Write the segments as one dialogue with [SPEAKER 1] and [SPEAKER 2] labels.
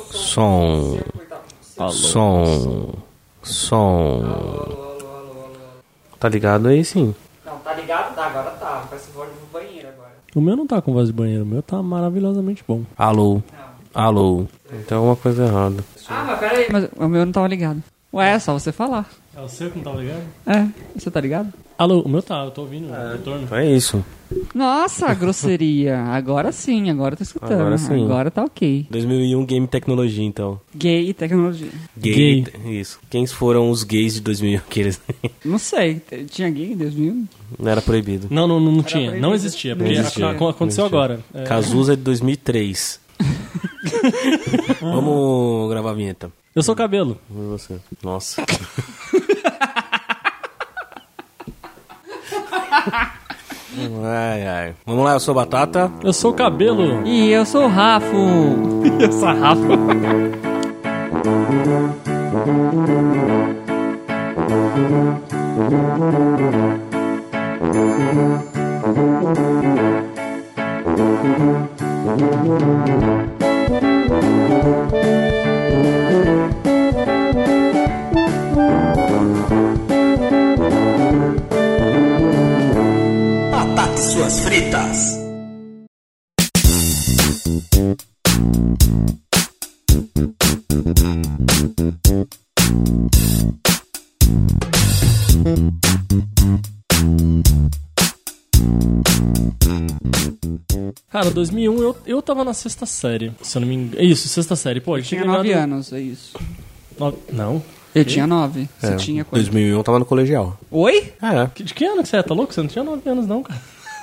[SPEAKER 1] Som. Som. Som. Tá ligado aí sim.
[SPEAKER 2] Não, tá ligado? Tá, agora tá. Parece que eu vou no banheiro agora.
[SPEAKER 3] O meu não tá com voz de banheiro, o meu tá maravilhosamente bom.
[SPEAKER 1] Alô.
[SPEAKER 2] Não.
[SPEAKER 1] Alô. Então é uma coisa errada.
[SPEAKER 2] Ah, mas peraí. Mas o meu não tava ligado. Ué, é só você falar.
[SPEAKER 3] É o seu que não tá ligado?
[SPEAKER 2] É, você tá ligado?
[SPEAKER 3] Alô, o meu tá, eu tô ouvindo o retorno.
[SPEAKER 1] Então é isso.
[SPEAKER 2] Nossa, grosseria. Agora sim, agora eu tô escutando.
[SPEAKER 1] Agora sim.
[SPEAKER 2] Agora tá ok.
[SPEAKER 1] 2001 Game Tecnologia, então.
[SPEAKER 2] Gay e tecnologia.
[SPEAKER 1] Gay.
[SPEAKER 3] Gay.
[SPEAKER 1] Isso. Quem foram os gays de 2001? Aqueles...
[SPEAKER 2] Não sei, t- tinha gay em 2001?
[SPEAKER 1] Não era proibido.
[SPEAKER 3] Não, não, não tinha,
[SPEAKER 2] proibido.
[SPEAKER 3] não existia, porque
[SPEAKER 1] Não existia.
[SPEAKER 3] ac- aconteceu
[SPEAKER 1] Não existia.
[SPEAKER 3] agora. É,
[SPEAKER 1] Cazuza de 2003. Vamos gravar a vinheta.
[SPEAKER 3] eu sou cabelo.
[SPEAKER 1] E você? Nossa. ai, ai. Vamos lá, eu sou Batata.
[SPEAKER 3] Eu sou cabelo.
[SPEAKER 2] E eu sou o Rafo.
[SPEAKER 3] E sarrafo.
[SPEAKER 4] Batata e suas fritas.
[SPEAKER 3] Cara, 2001 eu, eu tava na sexta série, se eu não me engano. é Isso, sexta série. Pô, eu
[SPEAKER 2] Tinha
[SPEAKER 3] tinha
[SPEAKER 2] 9
[SPEAKER 3] ganhado-
[SPEAKER 2] anos, é isso.
[SPEAKER 3] Nove- Não?
[SPEAKER 2] Eu tinha 9. Você
[SPEAKER 1] É,
[SPEAKER 2] tinha quanto?
[SPEAKER 1] 2001 eu tava no colegial.
[SPEAKER 2] Oi?
[SPEAKER 1] É,
[SPEAKER 3] Que- De que ano que você é? Tá louco? Você não tinha 9 anos não, cara.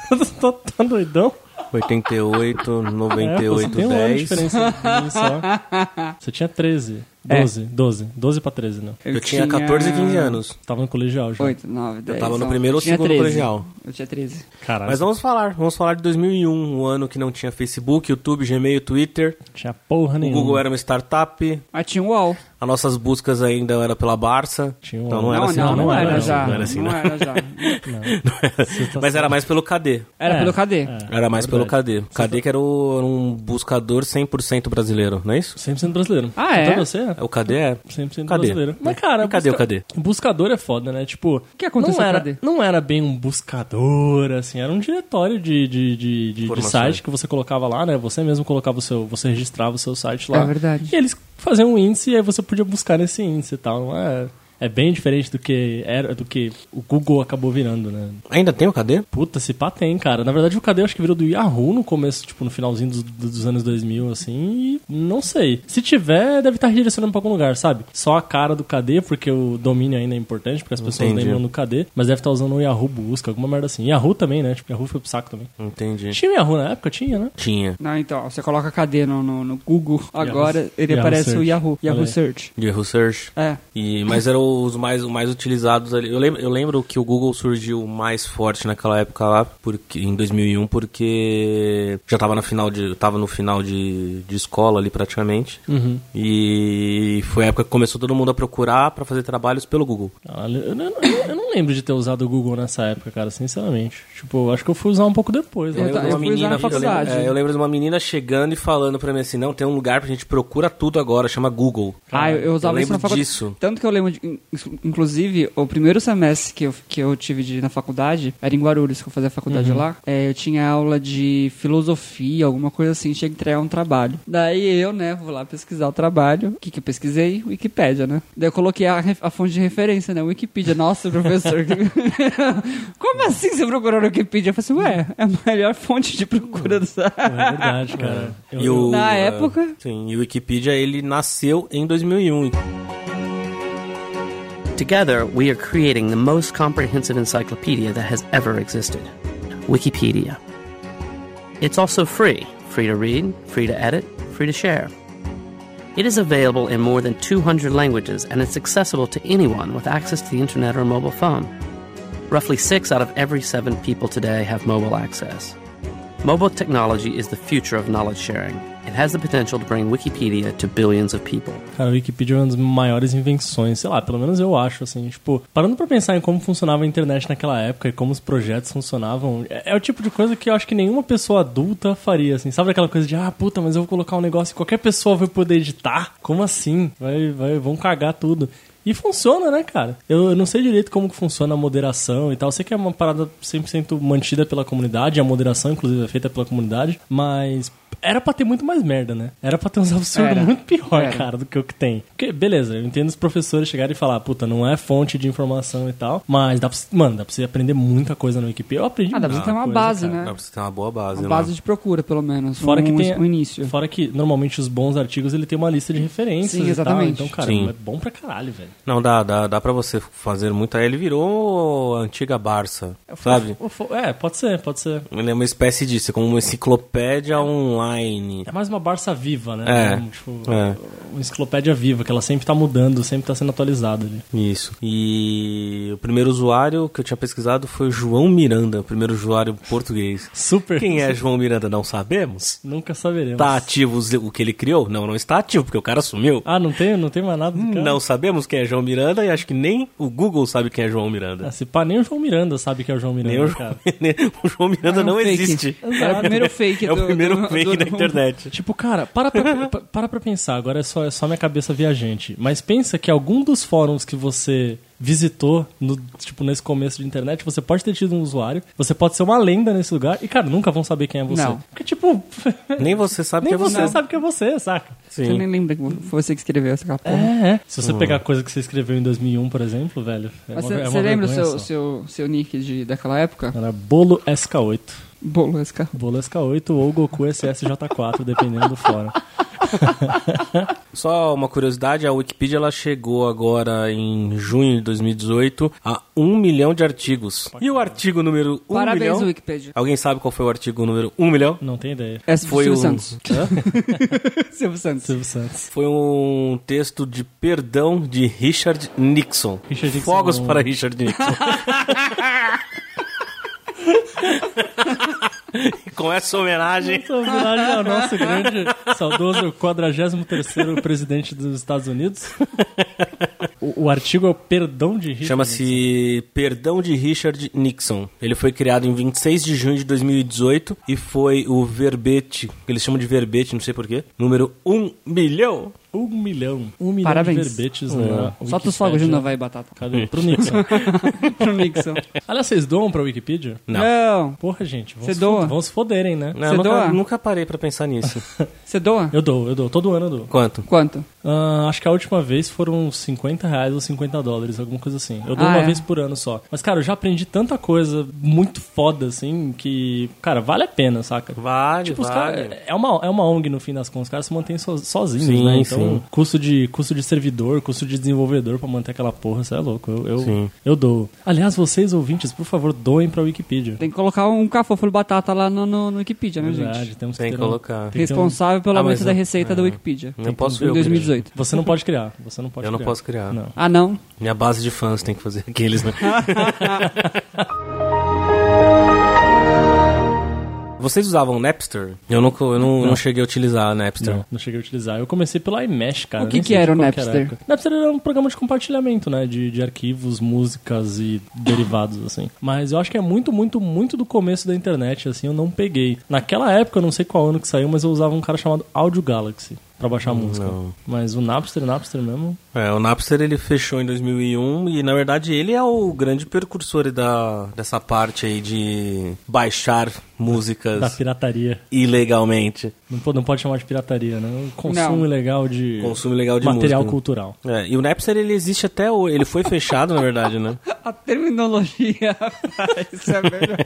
[SPEAKER 3] tá, tá doidão? É,
[SPEAKER 1] 88, 98,
[SPEAKER 3] você tem um ano de
[SPEAKER 1] 10.
[SPEAKER 3] diferença de mim só. Você tinha 13, 12, 12, 12 pra 13, não.
[SPEAKER 1] Eu tinha 14, 15 anos.
[SPEAKER 3] Tava no colegial já.
[SPEAKER 2] 8, 9, 10.
[SPEAKER 1] tava no
[SPEAKER 2] 11.
[SPEAKER 1] primeiro ou
[SPEAKER 2] Tinha
[SPEAKER 1] segundo
[SPEAKER 2] 13.
[SPEAKER 1] colegial.
[SPEAKER 2] Eu tinha 13.
[SPEAKER 3] Caralho,
[SPEAKER 1] Mas vamos falar, vamos falar de 2001, um ano que não tinha Facebook, YouTube, Gmail, Twitter.
[SPEAKER 3] não tinha porra
[SPEAKER 1] O
[SPEAKER 3] nenhuma.
[SPEAKER 1] Google era uma startup,
[SPEAKER 2] Mas tinha um UOL.
[SPEAKER 1] as nossas buscas ainda eram pela Barça.
[SPEAKER 3] Tinha um-
[SPEAKER 1] então não era
[SPEAKER 2] Não,
[SPEAKER 1] assim,
[SPEAKER 2] não, não,
[SPEAKER 3] não
[SPEAKER 2] era,
[SPEAKER 3] era,
[SPEAKER 2] já.
[SPEAKER 1] Não era assim, não.
[SPEAKER 2] era já.
[SPEAKER 1] Não era. Mas era mais pelo KD.
[SPEAKER 2] Era
[SPEAKER 3] É,
[SPEAKER 2] pelo KD.
[SPEAKER 3] é.
[SPEAKER 1] Era mais pelo
[SPEAKER 3] verdade.
[SPEAKER 1] KD. KD que era o- um buscador 100% brasileiro, não é isso?
[SPEAKER 3] 100% brasileiro.
[SPEAKER 2] Ah, é?
[SPEAKER 3] Então você é
[SPEAKER 1] O KD é.
[SPEAKER 3] 100%
[SPEAKER 1] Cadê?
[SPEAKER 3] brasileiro. Mas, cara...
[SPEAKER 1] E cadê o cadê?
[SPEAKER 3] Buscador é foda, né? Tipo... O
[SPEAKER 2] que aconteceu
[SPEAKER 3] não
[SPEAKER 2] com o
[SPEAKER 3] era,
[SPEAKER 2] cadê?
[SPEAKER 3] Não era bem um buscador, assim. Era um diretório de, de, de, de- de
[SPEAKER 1] Informações.
[SPEAKER 3] site que você colocava lá, né? Você mesmo colocava o seu... Você registrava o seu site lá.
[SPEAKER 2] É verdade.
[SPEAKER 3] E eles faziam um índice e aí você podia buscar nesse índice e tal. Não é... É bem diferente do que, era, do que o Google acabou virando, né?
[SPEAKER 1] Ainda tem o KD?
[SPEAKER 3] Puta, se pá tem, cara. Na verdade, o Cadê eu acho que virou do Yahoo no começo, tipo, no finalzinho dos, dos anos 2000, assim, e não sei. Se tiver, deve estar redirecionando pra algum lugar, sabe? Só a cara do Cadê, porque o domínio ainda é importante, porque as pessoas
[SPEAKER 1] Entendi.
[SPEAKER 3] lembram do Cadê, mas deve estar usando o Yahoo Busca, alguma merda assim. Yahoo também, né? Tipo, Yahoo foi pro saco também.
[SPEAKER 1] Entendi.
[SPEAKER 3] Tinha o Yahoo na época? Tinha, né?
[SPEAKER 1] Tinha.
[SPEAKER 2] Não, então, você coloca KD no, no, no Google, agora ele
[SPEAKER 3] Yahoo
[SPEAKER 2] aparece o
[SPEAKER 3] Search.
[SPEAKER 2] Yahoo,
[SPEAKER 3] Olha
[SPEAKER 2] Yahoo
[SPEAKER 3] aí.
[SPEAKER 2] Search.
[SPEAKER 1] Yahoo Search.
[SPEAKER 2] É.
[SPEAKER 1] E, mas eram os mais, os mais utilizados ali. Eu lembro, eu lembro que o Google surgiu mais forte naquela época lá, porque, em 2001, porque já tava, na final de, eu tava no final de, de escola ali praticamente.
[SPEAKER 2] Uhum.
[SPEAKER 1] E foi a época que começou todo mundo a procurar pra fazer trabalhos pelo Google.
[SPEAKER 3] Caralho, Ah, eu, não- eu não- eu não lembro de ter usado o Google nessa época, cara, sinceramente. Tipo, eu acho que eu fui usar um pouco depois,
[SPEAKER 2] Eu
[SPEAKER 3] né?
[SPEAKER 2] ta-
[SPEAKER 1] de uma
[SPEAKER 2] fui usar na
[SPEAKER 1] menina- eu lembro-
[SPEAKER 2] faculdade.
[SPEAKER 1] é, eu lembro de uma menina chegando e falando pra mim assim: não, tem um lugar pra gente procura tudo agora, chama Google.
[SPEAKER 2] Ah, eu, eu usava
[SPEAKER 1] eu
[SPEAKER 2] isso
[SPEAKER 1] lembro
[SPEAKER 2] na faculdade.
[SPEAKER 1] disso.
[SPEAKER 2] Tanto que eu lembro, de, in- inclusive, o primeiro semestre que eu, que eu tive de ir na faculdade era em Guarulhos, que eu fazia a
[SPEAKER 1] Uhum.
[SPEAKER 2] faculdade lá. É, eu tinha aula de filosofia, alguma coisa assim, tinha que entregar um trabalho. Daí eu, né, vou lá pesquisar o trabalho. O que, que eu pesquisei? Wikipédia, né? Daí eu coloquei a, ref- a fonte de referência, né? Wikipedia. Nossa, professor. Como assim você procurou no Wikipedia? Eu falei assim, ué, é a melhor fonte de procura dessa.
[SPEAKER 3] É verdade, cara. Eu-
[SPEAKER 1] E o-
[SPEAKER 2] Na
[SPEAKER 1] é,
[SPEAKER 2] época?
[SPEAKER 1] Sim, e o Wikipedia ele nasceu em 2001.
[SPEAKER 4] Together, we are creating the most comprehensive encyclopedia that has ever existed Wikipedia. It's also free free to read, free to edit, free to share. It is available in more than 200 languages and it's accessible to anyone with access to the internet or mobile phone. Roughly six out of every seven people today have mobile access. Mobile technology is the future of knowledge sharing, It has the potential to bring Wikipedia to billions of people.
[SPEAKER 3] Cara, a Wikipedia é uma das maiores invenções, sei lá, pelo menos eu acho, assim, tipo, parando pra pensar em como funcionava a internet naquela época e como os projetos funcionavam, é, é o tipo de coisa que eu acho que nenhuma pessoa adulta faria, assim, sabe aquela coisa de, ah, puta, mas eu vou colocar um negócio e qualquer pessoa vai poder editar? Como assim? Vai, vai, vão cagar tudo. E funciona, né, cara? Eu, eu não sei direito como que funciona a moderação e tal. Eu sei que é uma parada 100% mantida pela comunidade, a moderação, inclusive, é feita pela comunidade, mas era pra ter muito mais merda, né? Era pra ter uns absurdos
[SPEAKER 2] Era.
[SPEAKER 3] muito pior,
[SPEAKER 2] Era.
[SPEAKER 3] cara, do que o que tem. Porque, beleza, eu entendo os professores chegarem e falar, puta, não é fonte de informação e tal, mas dá pra, você- mano, dá pra você aprender muita coisa no Wikipedia. Eu aprendi
[SPEAKER 2] Ah, dá pra você
[SPEAKER 3] muita
[SPEAKER 2] ter uma
[SPEAKER 3] coisa,
[SPEAKER 2] base,
[SPEAKER 3] cara.
[SPEAKER 2] né?
[SPEAKER 1] Dá pra você ter uma boa base,
[SPEAKER 2] Uma
[SPEAKER 1] né?
[SPEAKER 2] base de procura, pelo menos.
[SPEAKER 3] Fora
[SPEAKER 2] um,
[SPEAKER 3] que tem
[SPEAKER 2] um início.
[SPEAKER 3] Fora que normalmente os bons artigos ele tem uma lista de referências.
[SPEAKER 2] Sim,
[SPEAKER 3] e tal.
[SPEAKER 2] exatamente.
[SPEAKER 3] Então, cara,
[SPEAKER 1] Sim.
[SPEAKER 3] é bom pra caralho, velho.
[SPEAKER 1] Não, dá, dá, dá pra você fazer muito. Aí ele virou a antiga Barça, sabe?
[SPEAKER 3] Ou fo- É, pode ser, pode ser.
[SPEAKER 1] Ele é uma espécie disso, é como uma enciclopédia online.
[SPEAKER 3] É mais uma Barça viva, né?
[SPEAKER 1] É.
[SPEAKER 3] Como, tipo,
[SPEAKER 1] É.
[SPEAKER 3] uma enciclopédia viva, que ela sempre tá mudando, sempre tá sendo atualizada ali.
[SPEAKER 1] Isso. E o primeiro usuário que eu tinha pesquisado foi o João Miranda, o primeiro usuário português.
[SPEAKER 3] Super.
[SPEAKER 1] Quem é João Miranda? Não sabemos.
[SPEAKER 3] Nunca saberemos.
[SPEAKER 1] Tá ativo os- o que ele criou? Não, não está ativo, porque o cara sumiu.
[SPEAKER 3] Ah, não tem, não tem mais nada do cara?
[SPEAKER 1] Não sabemos quem é João Miranda e acho que nem o Google sabe quem é João
[SPEAKER 3] Ah,
[SPEAKER 1] Miranda.
[SPEAKER 3] se pá, nem o João Miranda sabe que é o João Miranda,
[SPEAKER 1] Nem o, João,
[SPEAKER 3] cara.
[SPEAKER 1] o João Miranda
[SPEAKER 2] É um
[SPEAKER 1] não
[SPEAKER 2] fake.
[SPEAKER 1] existe.
[SPEAKER 2] É o primeiro fake
[SPEAKER 1] É o
[SPEAKER 2] do-
[SPEAKER 1] primeiro
[SPEAKER 2] do-
[SPEAKER 1] fake
[SPEAKER 2] do-
[SPEAKER 1] da internet.
[SPEAKER 3] Tipo, cara, para pra, pa- para pra pensar, agora é só, é só minha cabeça viajante. Mas pensa que algum dos fóruns que você visitou, no, tipo, nesse começo de internet, você pode ter tido um usuário, você pode ser uma lenda nesse lugar, e, cara, nunca vão saber quem é você.
[SPEAKER 2] Não.
[SPEAKER 3] Porque, tipo,
[SPEAKER 1] Nem você sabe
[SPEAKER 3] nem
[SPEAKER 1] quem é
[SPEAKER 3] você
[SPEAKER 1] você.
[SPEAKER 3] sabe que é você, saca?
[SPEAKER 2] Você
[SPEAKER 1] Sim.
[SPEAKER 2] nem lembra que foi você que escreveu essa porra.
[SPEAKER 3] É, é. Se você pegar
[SPEAKER 1] Hum.
[SPEAKER 3] a coisa que você escreveu em 2001, por exemplo, velho. é
[SPEAKER 2] Mas
[SPEAKER 3] uma- é
[SPEAKER 2] você
[SPEAKER 3] uma
[SPEAKER 2] você lembra o seu,
[SPEAKER 3] vergonha só. É.
[SPEAKER 2] seu, seu nick de, daquela época?
[SPEAKER 3] Era Bolo SK8.
[SPEAKER 2] Bolo, esse cara.
[SPEAKER 3] Bolo SK8 ou Goku SSJ4, dependendo do fórum.
[SPEAKER 1] Só uma curiosidade, a Wikipedia ela chegou agora em junho de 2018 a 1 milhão de artigos. E o artigo número 1
[SPEAKER 2] Parabéns,
[SPEAKER 1] milhão?
[SPEAKER 2] Wikipedia.
[SPEAKER 1] Alguém sabe qual foi o artigo número 1 milhão?
[SPEAKER 3] Não tem ideia.
[SPEAKER 2] É Silvio
[SPEAKER 1] Foi um-
[SPEAKER 2] Santos. Silvio Santos.
[SPEAKER 3] Silvio Santos.
[SPEAKER 1] Foi um texto de perdão de Richard Nixon.
[SPEAKER 3] Richard Nixon.
[SPEAKER 1] Fogos para Richard Nixon. E Com essa homenagem,
[SPEAKER 3] Essa homenagem ao nosso grande, saudoso 43 presidente dos Estados Unidos. O, o artigo é o Perdão de Hitler.
[SPEAKER 1] chama-se Perdão de Richard Nixon. Ele foi criado em 26 de junho de 2018 e foi o verbete, que eles chamam de verbete, não sei porquê, número 1 milhão.
[SPEAKER 3] Um milhão. Um milhão
[SPEAKER 2] Parabéns.
[SPEAKER 3] de verbetes
[SPEAKER 1] É.
[SPEAKER 3] na
[SPEAKER 2] Solta os
[SPEAKER 3] Wikipédia.
[SPEAKER 2] fogos de novo aí, Batata.
[SPEAKER 3] Cadê? Pro Nixon.
[SPEAKER 2] Pro Nixon.
[SPEAKER 3] Aliás, vocês doam pra Wikipedia?
[SPEAKER 1] Não.
[SPEAKER 3] Porra, gente. Vão
[SPEAKER 2] Você
[SPEAKER 3] se
[SPEAKER 2] doa?
[SPEAKER 3] fu- Vão se foderem, né?
[SPEAKER 1] Não,
[SPEAKER 2] Você
[SPEAKER 1] nunca,
[SPEAKER 2] doa?
[SPEAKER 1] nunca parei pra pensar nisso.
[SPEAKER 2] Você doa?
[SPEAKER 3] Eu dou, eu dou. Todo ano eu dou.
[SPEAKER 1] Quanto?
[SPEAKER 2] Quanto?
[SPEAKER 3] Ah, acho que a última vez foram 50 reais ou 50 dólares, alguma coisa assim. Eu dou
[SPEAKER 2] Ah,
[SPEAKER 3] uma
[SPEAKER 2] é.
[SPEAKER 3] vez por ano só. Mas, cara, eu já aprendi tanta coisa muito foda, assim, que, cara, vale a pena, saca?
[SPEAKER 1] Vale,
[SPEAKER 3] Tipo, os
[SPEAKER 1] vale.
[SPEAKER 3] caras. É uma, é uma ONG no fim das contas, os caras se mantêm so- sozinhos,
[SPEAKER 1] Sim,
[SPEAKER 3] né? Então,
[SPEAKER 1] sim.
[SPEAKER 3] Custo, de, custo de servidor, custo de desenvolvedor pra manter aquela porra, isso é louco. Eu, eu,
[SPEAKER 1] Sim.
[SPEAKER 3] eu dou. Aliás, vocês ouvintes, por favor, doem pra Wikipedia.
[SPEAKER 2] Tem que colocar um cafofo Batata lá no, no, no Wikipedia, né,
[SPEAKER 3] Verdade,
[SPEAKER 2] gente?
[SPEAKER 3] temos que
[SPEAKER 1] Tem que
[SPEAKER 3] ter um-
[SPEAKER 1] colocar.
[SPEAKER 3] tem que ter um-
[SPEAKER 2] Responsável pelo
[SPEAKER 1] Ah,
[SPEAKER 2] aumento
[SPEAKER 1] mas
[SPEAKER 2] da
[SPEAKER 1] eu-
[SPEAKER 2] receita
[SPEAKER 1] é.
[SPEAKER 2] da Wikipedia.
[SPEAKER 1] Não posso
[SPEAKER 2] Em
[SPEAKER 1] eu.
[SPEAKER 2] 2018.
[SPEAKER 3] Você não pode criar. Você não pode
[SPEAKER 1] Eu não
[SPEAKER 3] criar.
[SPEAKER 1] posso criar.
[SPEAKER 3] Não.
[SPEAKER 2] Ah, não?
[SPEAKER 1] Minha base de fãs tem que fazer aqueles, né? Vocês usavam Napster? Eu, nunca, eu não, não cheguei a utilizar Napster.
[SPEAKER 3] Não, não cheguei a utilizar. Eu comecei pelo iMesh, cara.
[SPEAKER 2] O que
[SPEAKER 3] nem
[SPEAKER 2] que
[SPEAKER 3] sei de
[SPEAKER 2] era o
[SPEAKER 3] qual
[SPEAKER 2] Napster?
[SPEAKER 3] época. Napster era um programa de compartilhamento, né? De, de arquivos, músicas e derivados, assim. Mas eu acho que é muito, muito, muito do começo da internet, assim. Eu não peguei. Naquela época, eu não sei qual ano que saiu, mas eu usava um cara chamado Audio Galaxy pra baixar música.
[SPEAKER 1] Hum, não.
[SPEAKER 3] Mas o Napster, Napster mesmo...
[SPEAKER 1] É, o Napster ele fechou em 2001 e na verdade ele é o grande precursor da, dessa parte aí de baixar
[SPEAKER 3] Da
[SPEAKER 1] músicas
[SPEAKER 3] pirataria.
[SPEAKER 1] ilegalmente.
[SPEAKER 3] Não pode, não pode chamar de pirataria, né? O consumo
[SPEAKER 2] Não.
[SPEAKER 3] ilegal de...
[SPEAKER 1] Consumo ilegal de
[SPEAKER 3] Material
[SPEAKER 1] música.
[SPEAKER 3] cultural.
[SPEAKER 1] É, e o Napster ele existe até hoje. Ele foi fechado, na verdade, né?
[SPEAKER 2] A terminologia. Isso é melhor.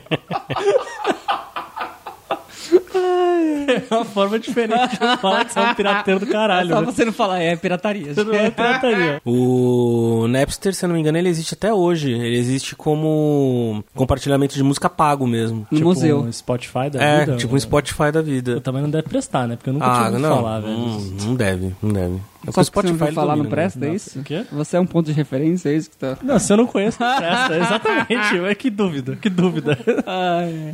[SPEAKER 3] É uma forma diferente de falar que você é um pirateiro do caralho,
[SPEAKER 2] Só
[SPEAKER 3] né?
[SPEAKER 2] você não falar, é pirataria.
[SPEAKER 3] Você não é pirataria.
[SPEAKER 1] O Napster, se eu não me engano, ele existe até hoje. Ele existe como compartilhamento de música pago mesmo.
[SPEAKER 2] No
[SPEAKER 3] Tipo
[SPEAKER 2] museu.
[SPEAKER 3] um Spotify da
[SPEAKER 1] É,
[SPEAKER 3] vida.
[SPEAKER 1] tipo um Spotify da vida.
[SPEAKER 3] né?
[SPEAKER 1] Ah,
[SPEAKER 3] Também não deve prestar, né? Porque eu nunca tinha ouvido falar, velho.
[SPEAKER 1] Hum, não deve, não deve. É porque
[SPEAKER 2] Só
[SPEAKER 1] o
[SPEAKER 2] porque você
[SPEAKER 1] Spotify
[SPEAKER 2] não ouviu
[SPEAKER 1] ele
[SPEAKER 2] falar, não
[SPEAKER 1] domina, né?
[SPEAKER 2] presta, é
[SPEAKER 1] Não.
[SPEAKER 2] isso?
[SPEAKER 3] O quê?
[SPEAKER 2] Você é um ponto de referência, é isso que tá...
[SPEAKER 3] Não, se eu não conheço, não presta. Exatamente. Ué, que dúvida, que dúvida.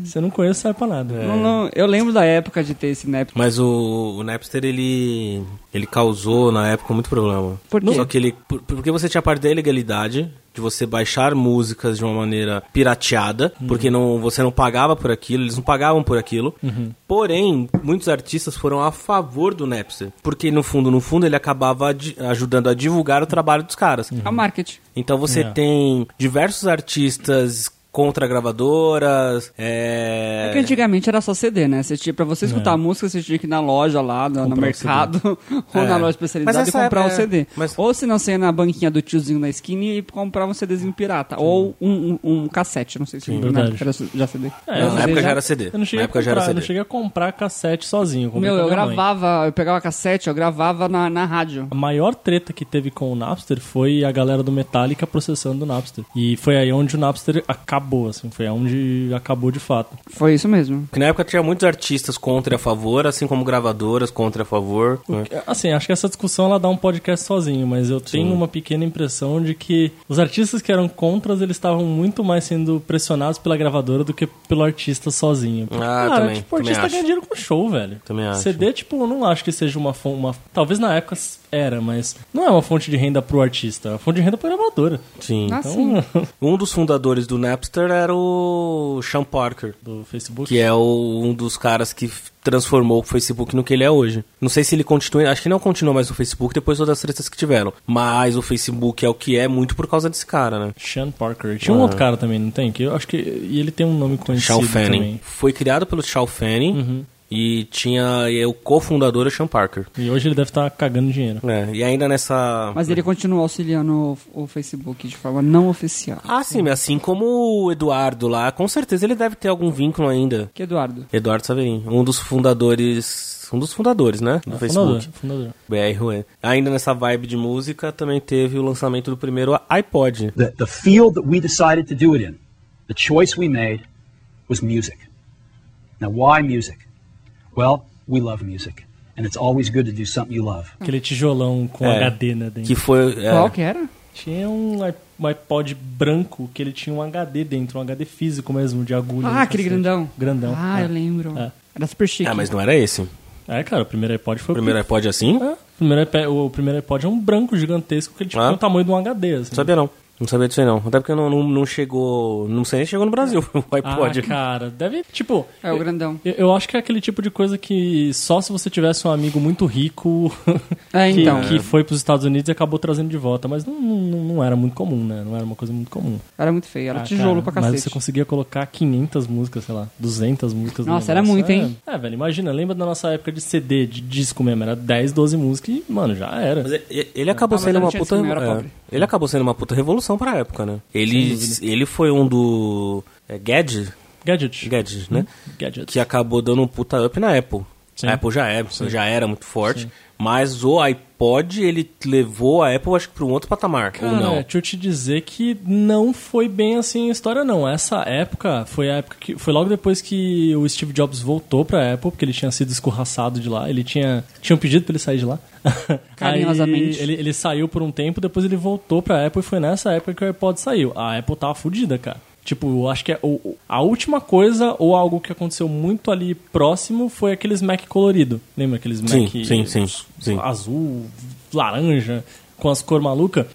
[SPEAKER 3] se eu não conheço, sai pra nada.
[SPEAKER 1] É.
[SPEAKER 2] Não, não, eu lembro da época de ter esse Napster.
[SPEAKER 1] Mas o, o Napster, ele, ele causou na época muito problema.
[SPEAKER 2] Por quê?
[SPEAKER 1] Só que ele, por- porque você tinha a parte da ilegalidade de você baixar músicas de uma maneira pirateada,
[SPEAKER 3] Uhum.
[SPEAKER 1] porque não, você não pagava por aquilo, eles não pagavam por aquilo.
[SPEAKER 3] Uhum.
[SPEAKER 1] Porém, muitos artistas foram a favor do Napster, porque no fundo, no fundo, ele acabava di- ajudando a divulgar o trabalho dos caras.
[SPEAKER 2] A marketing.
[SPEAKER 1] Então você
[SPEAKER 3] Uhum. É.
[SPEAKER 1] tem diversos artistas contra gravadoras, é...
[SPEAKER 2] Porque antigamente era só CD, né? Você tinha, pra você escutar a música, você tinha que ir na loja lá, na- no,
[SPEAKER 3] Comprar o
[SPEAKER 2] mercado, ou
[SPEAKER 1] É.
[SPEAKER 2] na loja
[SPEAKER 1] Mas
[SPEAKER 2] especializada e
[SPEAKER 1] essa
[SPEAKER 2] comprar o
[SPEAKER 1] época-
[SPEAKER 2] CD.
[SPEAKER 1] mas-
[SPEAKER 2] Ou se não, você ia na banquinha do tiozinho na esquina e comprava um CDzinho pirata. Ou um, um, um cassete, não sei se na
[SPEAKER 3] verdade.
[SPEAKER 2] época era já CD.
[SPEAKER 3] É,
[SPEAKER 1] Não, na
[SPEAKER 2] Mas
[SPEAKER 1] época
[SPEAKER 2] ele
[SPEAKER 1] já era CD.
[SPEAKER 3] Eu não
[SPEAKER 1] na
[SPEAKER 3] cheguei, a
[SPEAKER 1] época já era
[SPEAKER 3] comprar, eu
[SPEAKER 1] CD.
[SPEAKER 3] não cheguei a comprar cassete sozinho. comprei
[SPEAKER 2] Meu,
[SPEAKER 3] com a
[SPEAKER 2] eu
[SPEAKER 3] minha mãe.
[SPEAKER 2] gravava, eu pegava cassete, eu gravava na, na rádio.
[SPEAKER 3] A maior treta que teve com o Napster foi a galera do Metallica processando o Napster. E foi aí onde o Napster acabou, assim. Foi onde acabou de fato.
[SPEAKER 2] Foi isso mesmo.
[SPEAKER 1] Porque na época tinha muitos artistas contra e a favor, assim como gravadoras contra e a favor. né?
[SPEAKER 3] Assim, acho que essa discussão ela dá um podcast sozinho, mas eu tenho uma pequena impressão de que os artistas que eram contras, eles estavam muito mais sendo pressionados pela gravadora do que pelo artista sozinho. Porque,
[SPEAKER 1] Ah, também,
[SPEAKER 3] tipo, o
[SPEAKER 1] também
[SPEAKER 3] artista
[SPEAKER 1] acho.
[SPEAKER 3] ganha dinheiro com show, velho.
[SPEAKER 1] Também acho.
[SPEAKER 3] CD, tipo, eu não acho que seja uma fonte... Uma... Talvez na época era, mas não é uma fonte de renda pro artista, é uma fonte de renda pra gravadora.
[SPEAKER 1] Sim.
[SPEAKER 2] Ah, sim.
[SPEAKER 3] Então,
[SPEAKER 1] Um dos fundadores do Napster era o Sean Parker,
[SPEAKER 3] do Facebook.
[SPEAKER 1] que é o- um dos caras que f- transformou o Facebook no que ele é hoje. Não sei se ele continua, acho que não continua mais o Facebook depois de todas as tretas que tiveram. Mas o Facebook é o que é muito por causa desse cara, né?
[SPEAKER 3] Sean Parker. Tinha um outro cara também, não tem? Que eu acho que. E ele tem um nome conhecido
[SPEAKER 1] Sean Fanning.
[SPEAKER 3] também. Uhum.
[SPEAKER 1] Foi criado pelo Sean Fanning e tinha e o cofundador é o Sean Parker.
[SPEAKER 3] E hoje ele deve estar cagando dinheiro.
[SPEAKER 1] É, e ainda nessa
[SPEAKER 2] Mas ele continua auxiliando o, o Facebook de forma não oficial.
[SPEAKER 1] Ah, sim, mas assim como o Eduardo lá, com certeza ele deve ter algum vínculo ainda.
[SPEAKER 2] Que Eduardo?
[SPEAKER 1] Eduardo Saverin, um dos fundadores, um dos fundadores, né, do
[SPEAKER 3] Ah, Fundador,
[SPEAKER 1] Facebook.
[SPEAKER 3] fundador.
[SPEAKER 1] BR, ainda nessa vibe de música, também teve o lançamento do primeiro iPod.
[SPEAKER 5] the, the field that we decided to do it in, the choice we made was music. Now, why music? Well, we love music, and it's always good to do something you love.
[SPEAKER 3] Aquele tijolão com
[SPEAKER 1] É,
[SPEAKER 3] HD, né? Dentro.
[SPEAKER 1] Que foi. é,
[SPEAKER 2] Qual que era?
[SPEAKER 3] Tinha um i- um iPod branco que ele tinha um HD dentro, um HD físico mesmo, de agulha. no
[SPEAKER 2] Ah, aquele
[SPEAKER 3] cacete.
[SPEAKER 2] grandão.
[SPEAKER 3] Grandão.
[SPEAKER 2] Ah,
[SPEAKER 3] é.
[SPEAKER 2] eu lembro.
[SPEAKER 3] É.
[SPEAKER 2] Era super chique.
[SPEAKER 1] Ah, mas não era esse. O
[SPEAKER 3] É, cara, o primeiro iPod foi o
[SPEAKER 1] primeiro iPod assim?
[SPEAKER 3] É, o primeiro iPod- o primeiro iPod é um branco gigantesco que ele tipo,
[SPEAKER 1] Ah.
[SPEAKER 3] tem o tamanho de um HD, assim.
[SPEAKER 1] Não sabia não. Não sabia disso aí não. Até porque não, não, não chegou. Não sei nem se chegou no Brasil o
[SPEAKER 3] Ah,
[SPEAKER 1] iPod.
[SPEAKER 3] cara, deve, tipo...
[SPEAKER 2] É o grandão.
[SPEAKER 3] Eu, eu acho que é aquele tipo de coisa que só se você tivesse um amigo muito rico
[SPEAKER 2] É,
[SPEAKER 3] que,
[SPEAKER 2] então.
[SPEAKER 3] que foi pros Estados Unidos e acabou trazendo de volta. Mas não, não, não era muito comum, né? Não era uma coisa muito comum.
[SPEAKER 2] Era muito feio, era
[SPEAKER 3] Ah,
[SPEAKER 2] tijolo
[SPEAKER 3] cara,
[SPEAKER 2] pra cacete.
[SPEAKER 3] Mas você conseguia colocar 500 músicas, sei lá, 200 músicas. no
[SPEAKER 2] Nossa, era
[SPEAKER 3] negócio.
[SPEAKER 2] muito, hein?
[SPEAKER 3] É, é, velho, imagina, lembra da nossa época de CD, de disco mesmo, era 10, 12 músicas e, mano, já era.
[SPEAKER 1] Mas e- e- ele acabou
[SPEAKER 2] Ah, mas
[SPEAKER 1] sendo
[SPEAKER 2] eu não
[SPEAKER 1] uma
[SPEAKER 2] tinha
[SPEAKER 1] puta.
[SPEAKER 2] disco, eu era
[SPEAKER 1] é,
[SPEAKER 2] pobre.
[SPEAKER 1] ele acabou sendo uma puta revolução pra época, né? Ele, ele foi um do. É, Gadget?
[SPEAKER 3] Gadget.
[SPEAKER 1] Gadget, né?
[SPEAKER 3] Gadget.
[SPEAKER 1] Que acabou dando um puta up na Apple.
[SPEAKER 3] Hum. Sim.
[SPEAKER 1] A Apple já, é, já era muito forte. Mas o iPod, ele levou a Apple, acho que, pra um outro patamar.
[SPEAKER 3] Cara, é, tipo,
[SPEAKER 1] ou não?
[SPEAKER 3] deixa eu te dizer que não foi bem assim a história, não. Essa época foi a época que. Foi logo depois que o Steve Jobs voltou pra Apple, porque ele tinha sido escorraçado de lá. Ele tinha. Tinham pedido pra ele sair de lá.
[SPEAKER 2] Carinhosamente.
[SPEAKER 3] Aí ele, ele saiu por um tempo, depois ele voltou pra Apple e foi nessa época que o iPod saiu. A Apple tava fudida, cara. Tipo, eu acho que é o- o- a última coisa ou algo que aconteceu muito ali próximo foi aqueles Mac colorido. Lembra aqueles Mac
[SPEAKER 1] Sim, sim, sim, sim.
[SPEAKER 3] azul, laranja, com as cores malucas,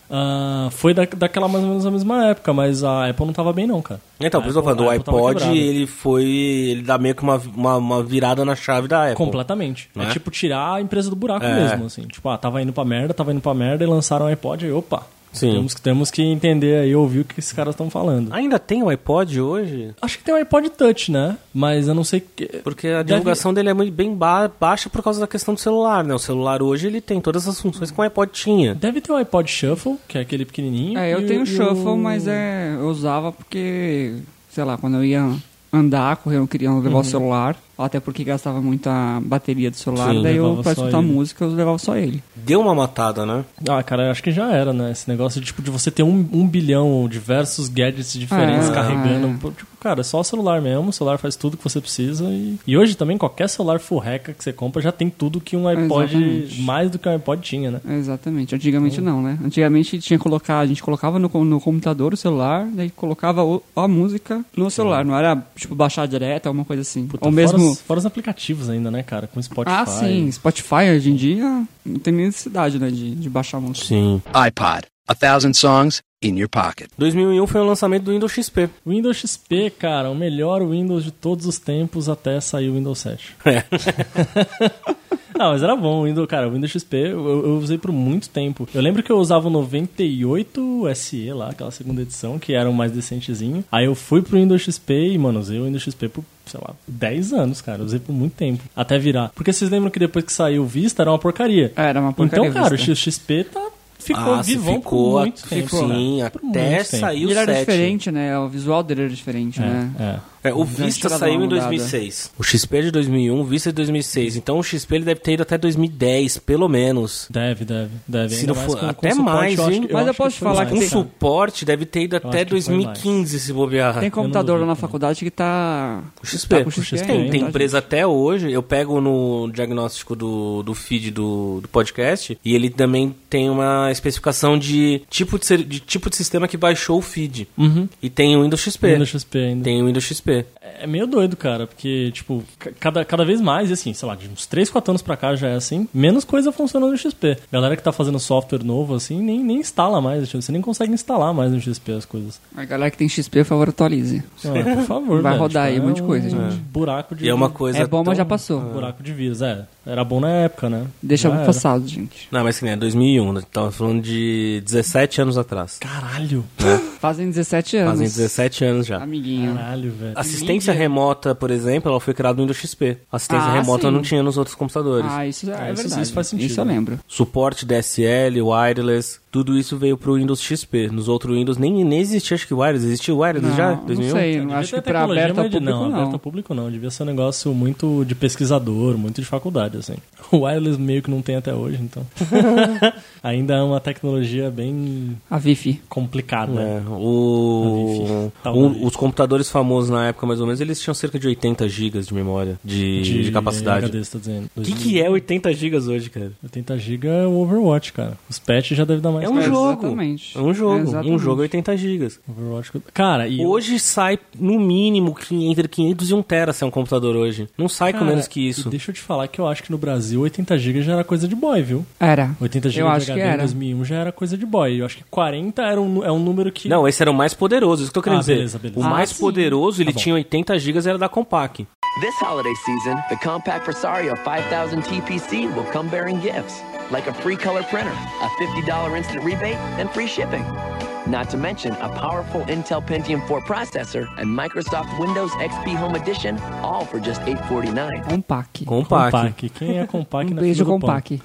[SPEAKER 3] foi da, daquela mais ou menos a mesma época, mas a Apple não tava bem não, cara.
[SPEAKER 1] Então, por isso que eu tô
[SPEAKER 3] Apple-
[SPEAKER 1] falando, o
[SPEAKER 3] a Apple tava
[SPEAKER 1] iPod,
[SPEAKER 3] quebrada.
[SPEAKER 1] ele foi. Ele dá meio que uma, uma, uma virada na chave da Apple.
[SPEAKER 3] Completamente. É
[SPEAKER 1] Né?
[SPEAKER 3] tipo tirar a empresa do buraco
[SPEAKER 1] É.
[SPEAKER 3] mesmo, assim. Tipo, ah, tava indo pra merda, tava indo pra merda e lançaram o iPod e opa.
[SPEAKER 1] Sim.
[SPEAKER 3] Temos, que- temos que entender aí, ouvir o que esses caras estão falando.
[SPEAKER 1] Ainda tem o iPod hoje?
[SPEAKER 3] Acho que tem o iPod Touch, né? Mas eu não sei... Que...
[SPEAKER 1] Porque a
[SPEAKER 3] Deve-
[SPEAKER 1] divulgação dele é muito bem ba- baixa por causa da questão do celular, né? O celular hoje ele tem todas as funções que o iPod tinha.
[SPEAKER 3] Deve ter o iPod Shuffle, que é aquele pequenininho.
[SPEAKER 2] É,
[SPEAKER 3] e
[SPEAKER 2] eu
[SPEAKER 3] o-
[SPEAKER 2] tenho
[SPEAKER 3] e
[SPEAKER 2] shuffle,
[SPEAKER 3] o-
[SPEAKER 2] mas é, eu usava porque, sei lá, quando eu ia andar, correr, eu não queria levar o
[SPEAKER 3] Uhum.
[SPEAKER 2] celular, até porque gastava muita bateria do celular,
[SPEAKER 1] Sim,
[SPEAKER 2] daí eu,
[SPEAKER 3] levava
[SPEAKER 2] pra
[SPEAKER 3] só
[SPEAKER 2] escutar
[SPEAKER 3] ele.
[SPEAKER 2] música, eu levava só ele.
[SPEAKER 1] Deu uma matada, né?
[SPEAKER 3] Ah, cara, eu acho que já era, né? Esse negócio de, tipo, de você ter um, um bilhão, diversos gadgets diferentes
[SPEAKER 2] Ah,
[SPEAKER 3] carregando.
[SPEAKER 2] é.
[SPEAKER 3] Pô, Tipo, cara, é só o celular mesmo, o celular faz tudo que você precisa. E, e hoje também, qualquer celular furreca que você compra já tem tudo que um iPod,
[SPEAKER 2] Exatamente.
[SPEAKER 3] mais do que um iPod tinha, né?
[SPEAKER 2] Exatamente. Antigamente
[SPEAKER 3] Então-
[SPEAKER 2] não, né? Antigamente tinha que colocar, a gente colocava no, com- no computador o celular, daí colocava o- a música no celular, não era tipo baixar direto, alguma coisa assim.
[SPEAKER 3] Puta,
[SPEAKER 2] Ou
[SPEAKER 3] fora
[SPEAKER 2] mesmo
[SPEAKER 3] os- Fora, os aplicativos ainda, né, cara? Com Spotify.
[SPEAKER 2] Ah, sim, Spotify hoje em dia não tem nem necessidade, né, de, de baixar música.
[SPEAKER 1] Sim.
[SPEAKER 6] iPod. A thousand songs in your pocket.
[SPEAKER 1] 2001 foi o lançamento do Windows XP.
[SPEAKER 3] Windows XP, cara, o melhor Windows de todos os tempos até sair o Windows 7.
[SPEAKER 1] É.
[SPEAKER 3] Não, mas era bom, o Windows, cara, o Windows XP eu, eu usei por muito tempo. Eu lembro que eu usava o 98 SE lá, aquela segunda edição, que era o mais decentezinho. Aí eu fui pro Windows XP e, mano, usei o Windows XP por, sei lá, 10 anos, cara. Eu usei por muito tempo, até virar. Porque vocês lembram que depois que saiu o Vista era uma porcaria.
[SPEAKER 2] Era uma porcaria
[SPEAKER 3] Então, cara,
[SPEAKER 2] Vista.
[SPEAKER 3] o XP tá, ficou
[SPEAKER 1] Ah, se
[SPEAKER 3] vivão
[SPEAKER 1] ficou,
[SPEAKER 3] por muito tempo.
[SPEAKER 1] ficou, sim,
[SPEAKER 3] cara. Por muito
[SPEAKER 1] até
[SPEAKER 3] tempo.
[SPEAKER 1] sair E o
[SPEAKER 2] Ele era
[SPEAKER 1] 7?
[SPEAKER 2] diferente, né? O visual dele era diferente, né?
[SPEAKER 3] É, é.
[SPEAKER 1] É, o
[SPEAKER 2] Deve
[SPEAKER 1] Vista
[SPEAKER 2] ter dado
[SPEAKER 1] saiu
[SPEAKER 2] uma
[SPEAKER 1] em
[SPEAKER 2] mudada.
[SPEAKER 1] 2006. O XP é de 2001, o Vista é de 2006. Então o XP ele deve ter ido até 2010, pelo menos.
[SPEAKER 3] Deve, deve, deve.
[SPEAKER 1] Se
[SPEAKER 3] Ainda
[SPEAKER 1] não
[SPEAKER 3] mais
[SPEAKER 1] for-
[SPEAKER 3] com- com
[SPEAKER 1] até
[SPEAKER 3] suporte,
[SPEAKER 1] mais,
[SPEAKER 3] eu acho
[SPEAKER 1] hein?
[SPEAKER 3] que-
[SPEAKER 2] Mas eu
[SPEAKER 3] acho
[SPEAKER 2] posso
[SPEAKER 3] que
[SPEAKER 2] te
[SPEAKER 3] foi
[SPEAKER 2] falar
[SPEAKER 3] mais,
[SPEAKER 1] Um
[SPEAKER 2] tem-
[SPEAKER 3] cara.
[SPEAKER 1] suporte deve ter ido até
[SPEAKER 3] acho que foi
[SPEAKER 1] 2015, se bobear.
[SPEAKER 2] Tem computador
[SPEAKER 3] Eu não né?
[SPEAKER 2] lá na
[SPEAKER 3] vi,
[SPEAKER 2] faculdade que tá.
[SPEAKER 1] O XP.
[SPEAKER 2] Tá com o XP
[SPEAKER 1] tem,
[SPEAKER 2] ainda,
[SPEAKER 1] tem
[SPEAKER 2] tá,
[SPEAKER 1] empresa até hoje. Eu pego no diagnóstico do, do feed do, do podcast e ele também tem uma especificação de tipo de, ser- de tipo de sistema que baixou o feed.
[SPEAKER 3] Uhum.
[SPEAKER 1] E tem o Windows XP.
[SPEAKER 3] Windows XP ainda.
[SPEAKER 1] Tem o Windows XP.
[SPEAKER 3] É meio doido, cara, porque, tipo, ca- cada, cada vez mais, e assim, sei lá, de uns 3, 4 anos pra cá já é assim, menos coisa funciona no XP. Galera que tá fazendo software novo, assim, nem, nem instala mais, tipo, você nem consegue instalar mais no XP as coisas.
[SPEAKER 2] A galera que tem XP, por favor, atualize.
[SPEAKER 3] Não, é, por favor,
[SPEAKER 2] Vai
[SPEAKER 3] velho,
[SPEAKER 2] rodar aí um monte de coisa,
[SPEAKER 3] um
[SPEAKER 2] gente.
[SPEAKER 3] buraco de...
[SPEAKER 1] E é uma coisa.
[SPEAKER 2] é bom, mas
[SPEAKER 1] tão-
[SPEAKER 2] já passou.
[SPEAKER 3] um buraco de vírus, é. Era bom na época, né?
[SPEAKER 2] Deixa
[SPEAKER 3] Já
[SPEAKER 2] pro
[SPEAKER 3] era.
[SPEAKER 2] passado, gente.
[SPEAKER 1] Não, mas que nem é 2001, né? Tava falando de 17 anos atrás.
[SPEAKER 3] Caralho,
[SPEAKER 2] Fazem 17 anos.
[SPEAKER 1] Fazem 17 anos já.
[SPEAKER 2] Amiguinho.
[SPEAKER 3] caralho, velho.
[SPEAKER 1] Assistência remota, por exemplo, ela foi criada no Windows XP. Assistência
[SPEAKER 2] Ah,
[SPEAKER 1] remota
[SPEAKER 2] sim.
[SPEAKER 1] não tinha nos outros computadores.
[SPEAKER 2] Ah, isso é,
[SPEAKER 3] Ah, isso-
[SPEAKER 2] verdade.
[SPEAKER 3] isso faz sentido,
[SPEAKER 2] Isso eu
[SPEAKER 3] né?
[SPEAKER 2] lembro.
[SPEAKER 1] Suporte DSL, wireless, tudo isso veio pro Windows XP. Nos outros Windows nem, nem existia, acho que wireless. Existia wireless
[SPEAKER 2] Não,
[SPEAKER 1] já?
[SPEAKER 2] não
[SPEAKER 1] 2001?
[SPEAKER 2] sei.
[SPEAKER 3] um? Devia
[SPEAKER 2] acho
[SPEAKER 3] ter
[SPEAKER 2] que pra
[SPEAKER 3] tecnologia,
[SPEAKER 2] aberto ao
[SPEAKER 3] mas de-
[SPEAKER 2] público,
[SPEAKER 3] não,
[SPEAKER 2] não.
[SPEAKER 3] aberto ao público não. Devia ser um negócio muito de pesquisador, muito de faculdade, assim. O wireless meio que não tem até hoje, então. Ainda é uma tecnologia bem
[SPEAKER 2] A Vifi.
[SPEAKER 3] complicada.
[SPEAKER 1] É, o,
[SPEAKER 3] Enfim, tá
[SPEAKER 1] o- um,
[SPEAKER 3] bom.
[SPEAKER 1] os computadores famosos na época, mais ou menos, eles tinham cerca de 80 GB de memória, de, É, de capacidade.
[SPEAKER 3] HD, você tá dizendo.
[SPEAKER 1] O que, que é 80 GB hoje, cara?
[SPEAKER 3] 80 GB é o Overwatch, cara. Os patches já devem dar mais.
[SPEAKER 1] É um
[SPEAKER 3] cara.
[SPEAKER 1] jogo.
[SPEAKER 2] Exatamente.
[SPEAKER 1] É um jogo. Um
[SPEAKER 2] Exatamente.
[SPEAKER 1] jogo é 80 GB.
[SPEAKER 3] Overwatch. Cara, e.
[SPEAKER 1] Hoje sai no mínimo quin- entre 500 e 1 tera se é um computador hoje. Não sai
[SPEAKER 3] cara,
[SPEAKER 1] com é menos que
[SPEAKER 3] e
[SPEAKER 1] isso.
[SPEAKER 3] Deixa eu te falar que eu acho que no Brasil 80 GB já era coisa de boy, viu?
[SPEAKER 2] Era.
[SPEAKER 3] 80 GB
[SPEAKER 2] Eu acho
[SPEAKER 3] de
[SPEAKER 2] que
[SPEAKER 3] HD em
[SPEAKER 2] era.
[SPEAKER 3] 2001 já era coisa de boy. Eu acho que 40 era um, nu- é um número que.
[SPEAKER 1] Não, esse era o mais poderoso, isso que eu tô querendo
[SPEAKER 3] Ah,
[SPEAKER 1] dizer.
[SPEAKER 3] beleza, beleza.
[SPEAKER 1] O
[SPEAKER 3] Ah,
[SPEAKER 1] mais
[SPEAKER 2] sim.
[SPEAKER 1] poderoso, ele
[SPEAKER 3] Tá bom.
[SPEAKER 1] tinha 80 GB, era da Compaq.
[SPEAKER 7] This holiday season, the Compact Presario 5000 TPC will come bearing gifts like a free color printer, a $50 instant rebate, and free shipping. Not to mention a powerful Intel Pentium 4 processor and Microsoft Windows XP Home Edition, all for just $849.
[SPEAKER 2] Compac.
[SPEAKER 1] Compac.
[SPEAKER 3] Compac. Quem é Compac
[SPEAKER 2] Um
[SPEAKER 3] um. na
[SPEAKER 2] beijo,
[SPEAKER 3] fila do pão?
[SPEAKER 2] Compac.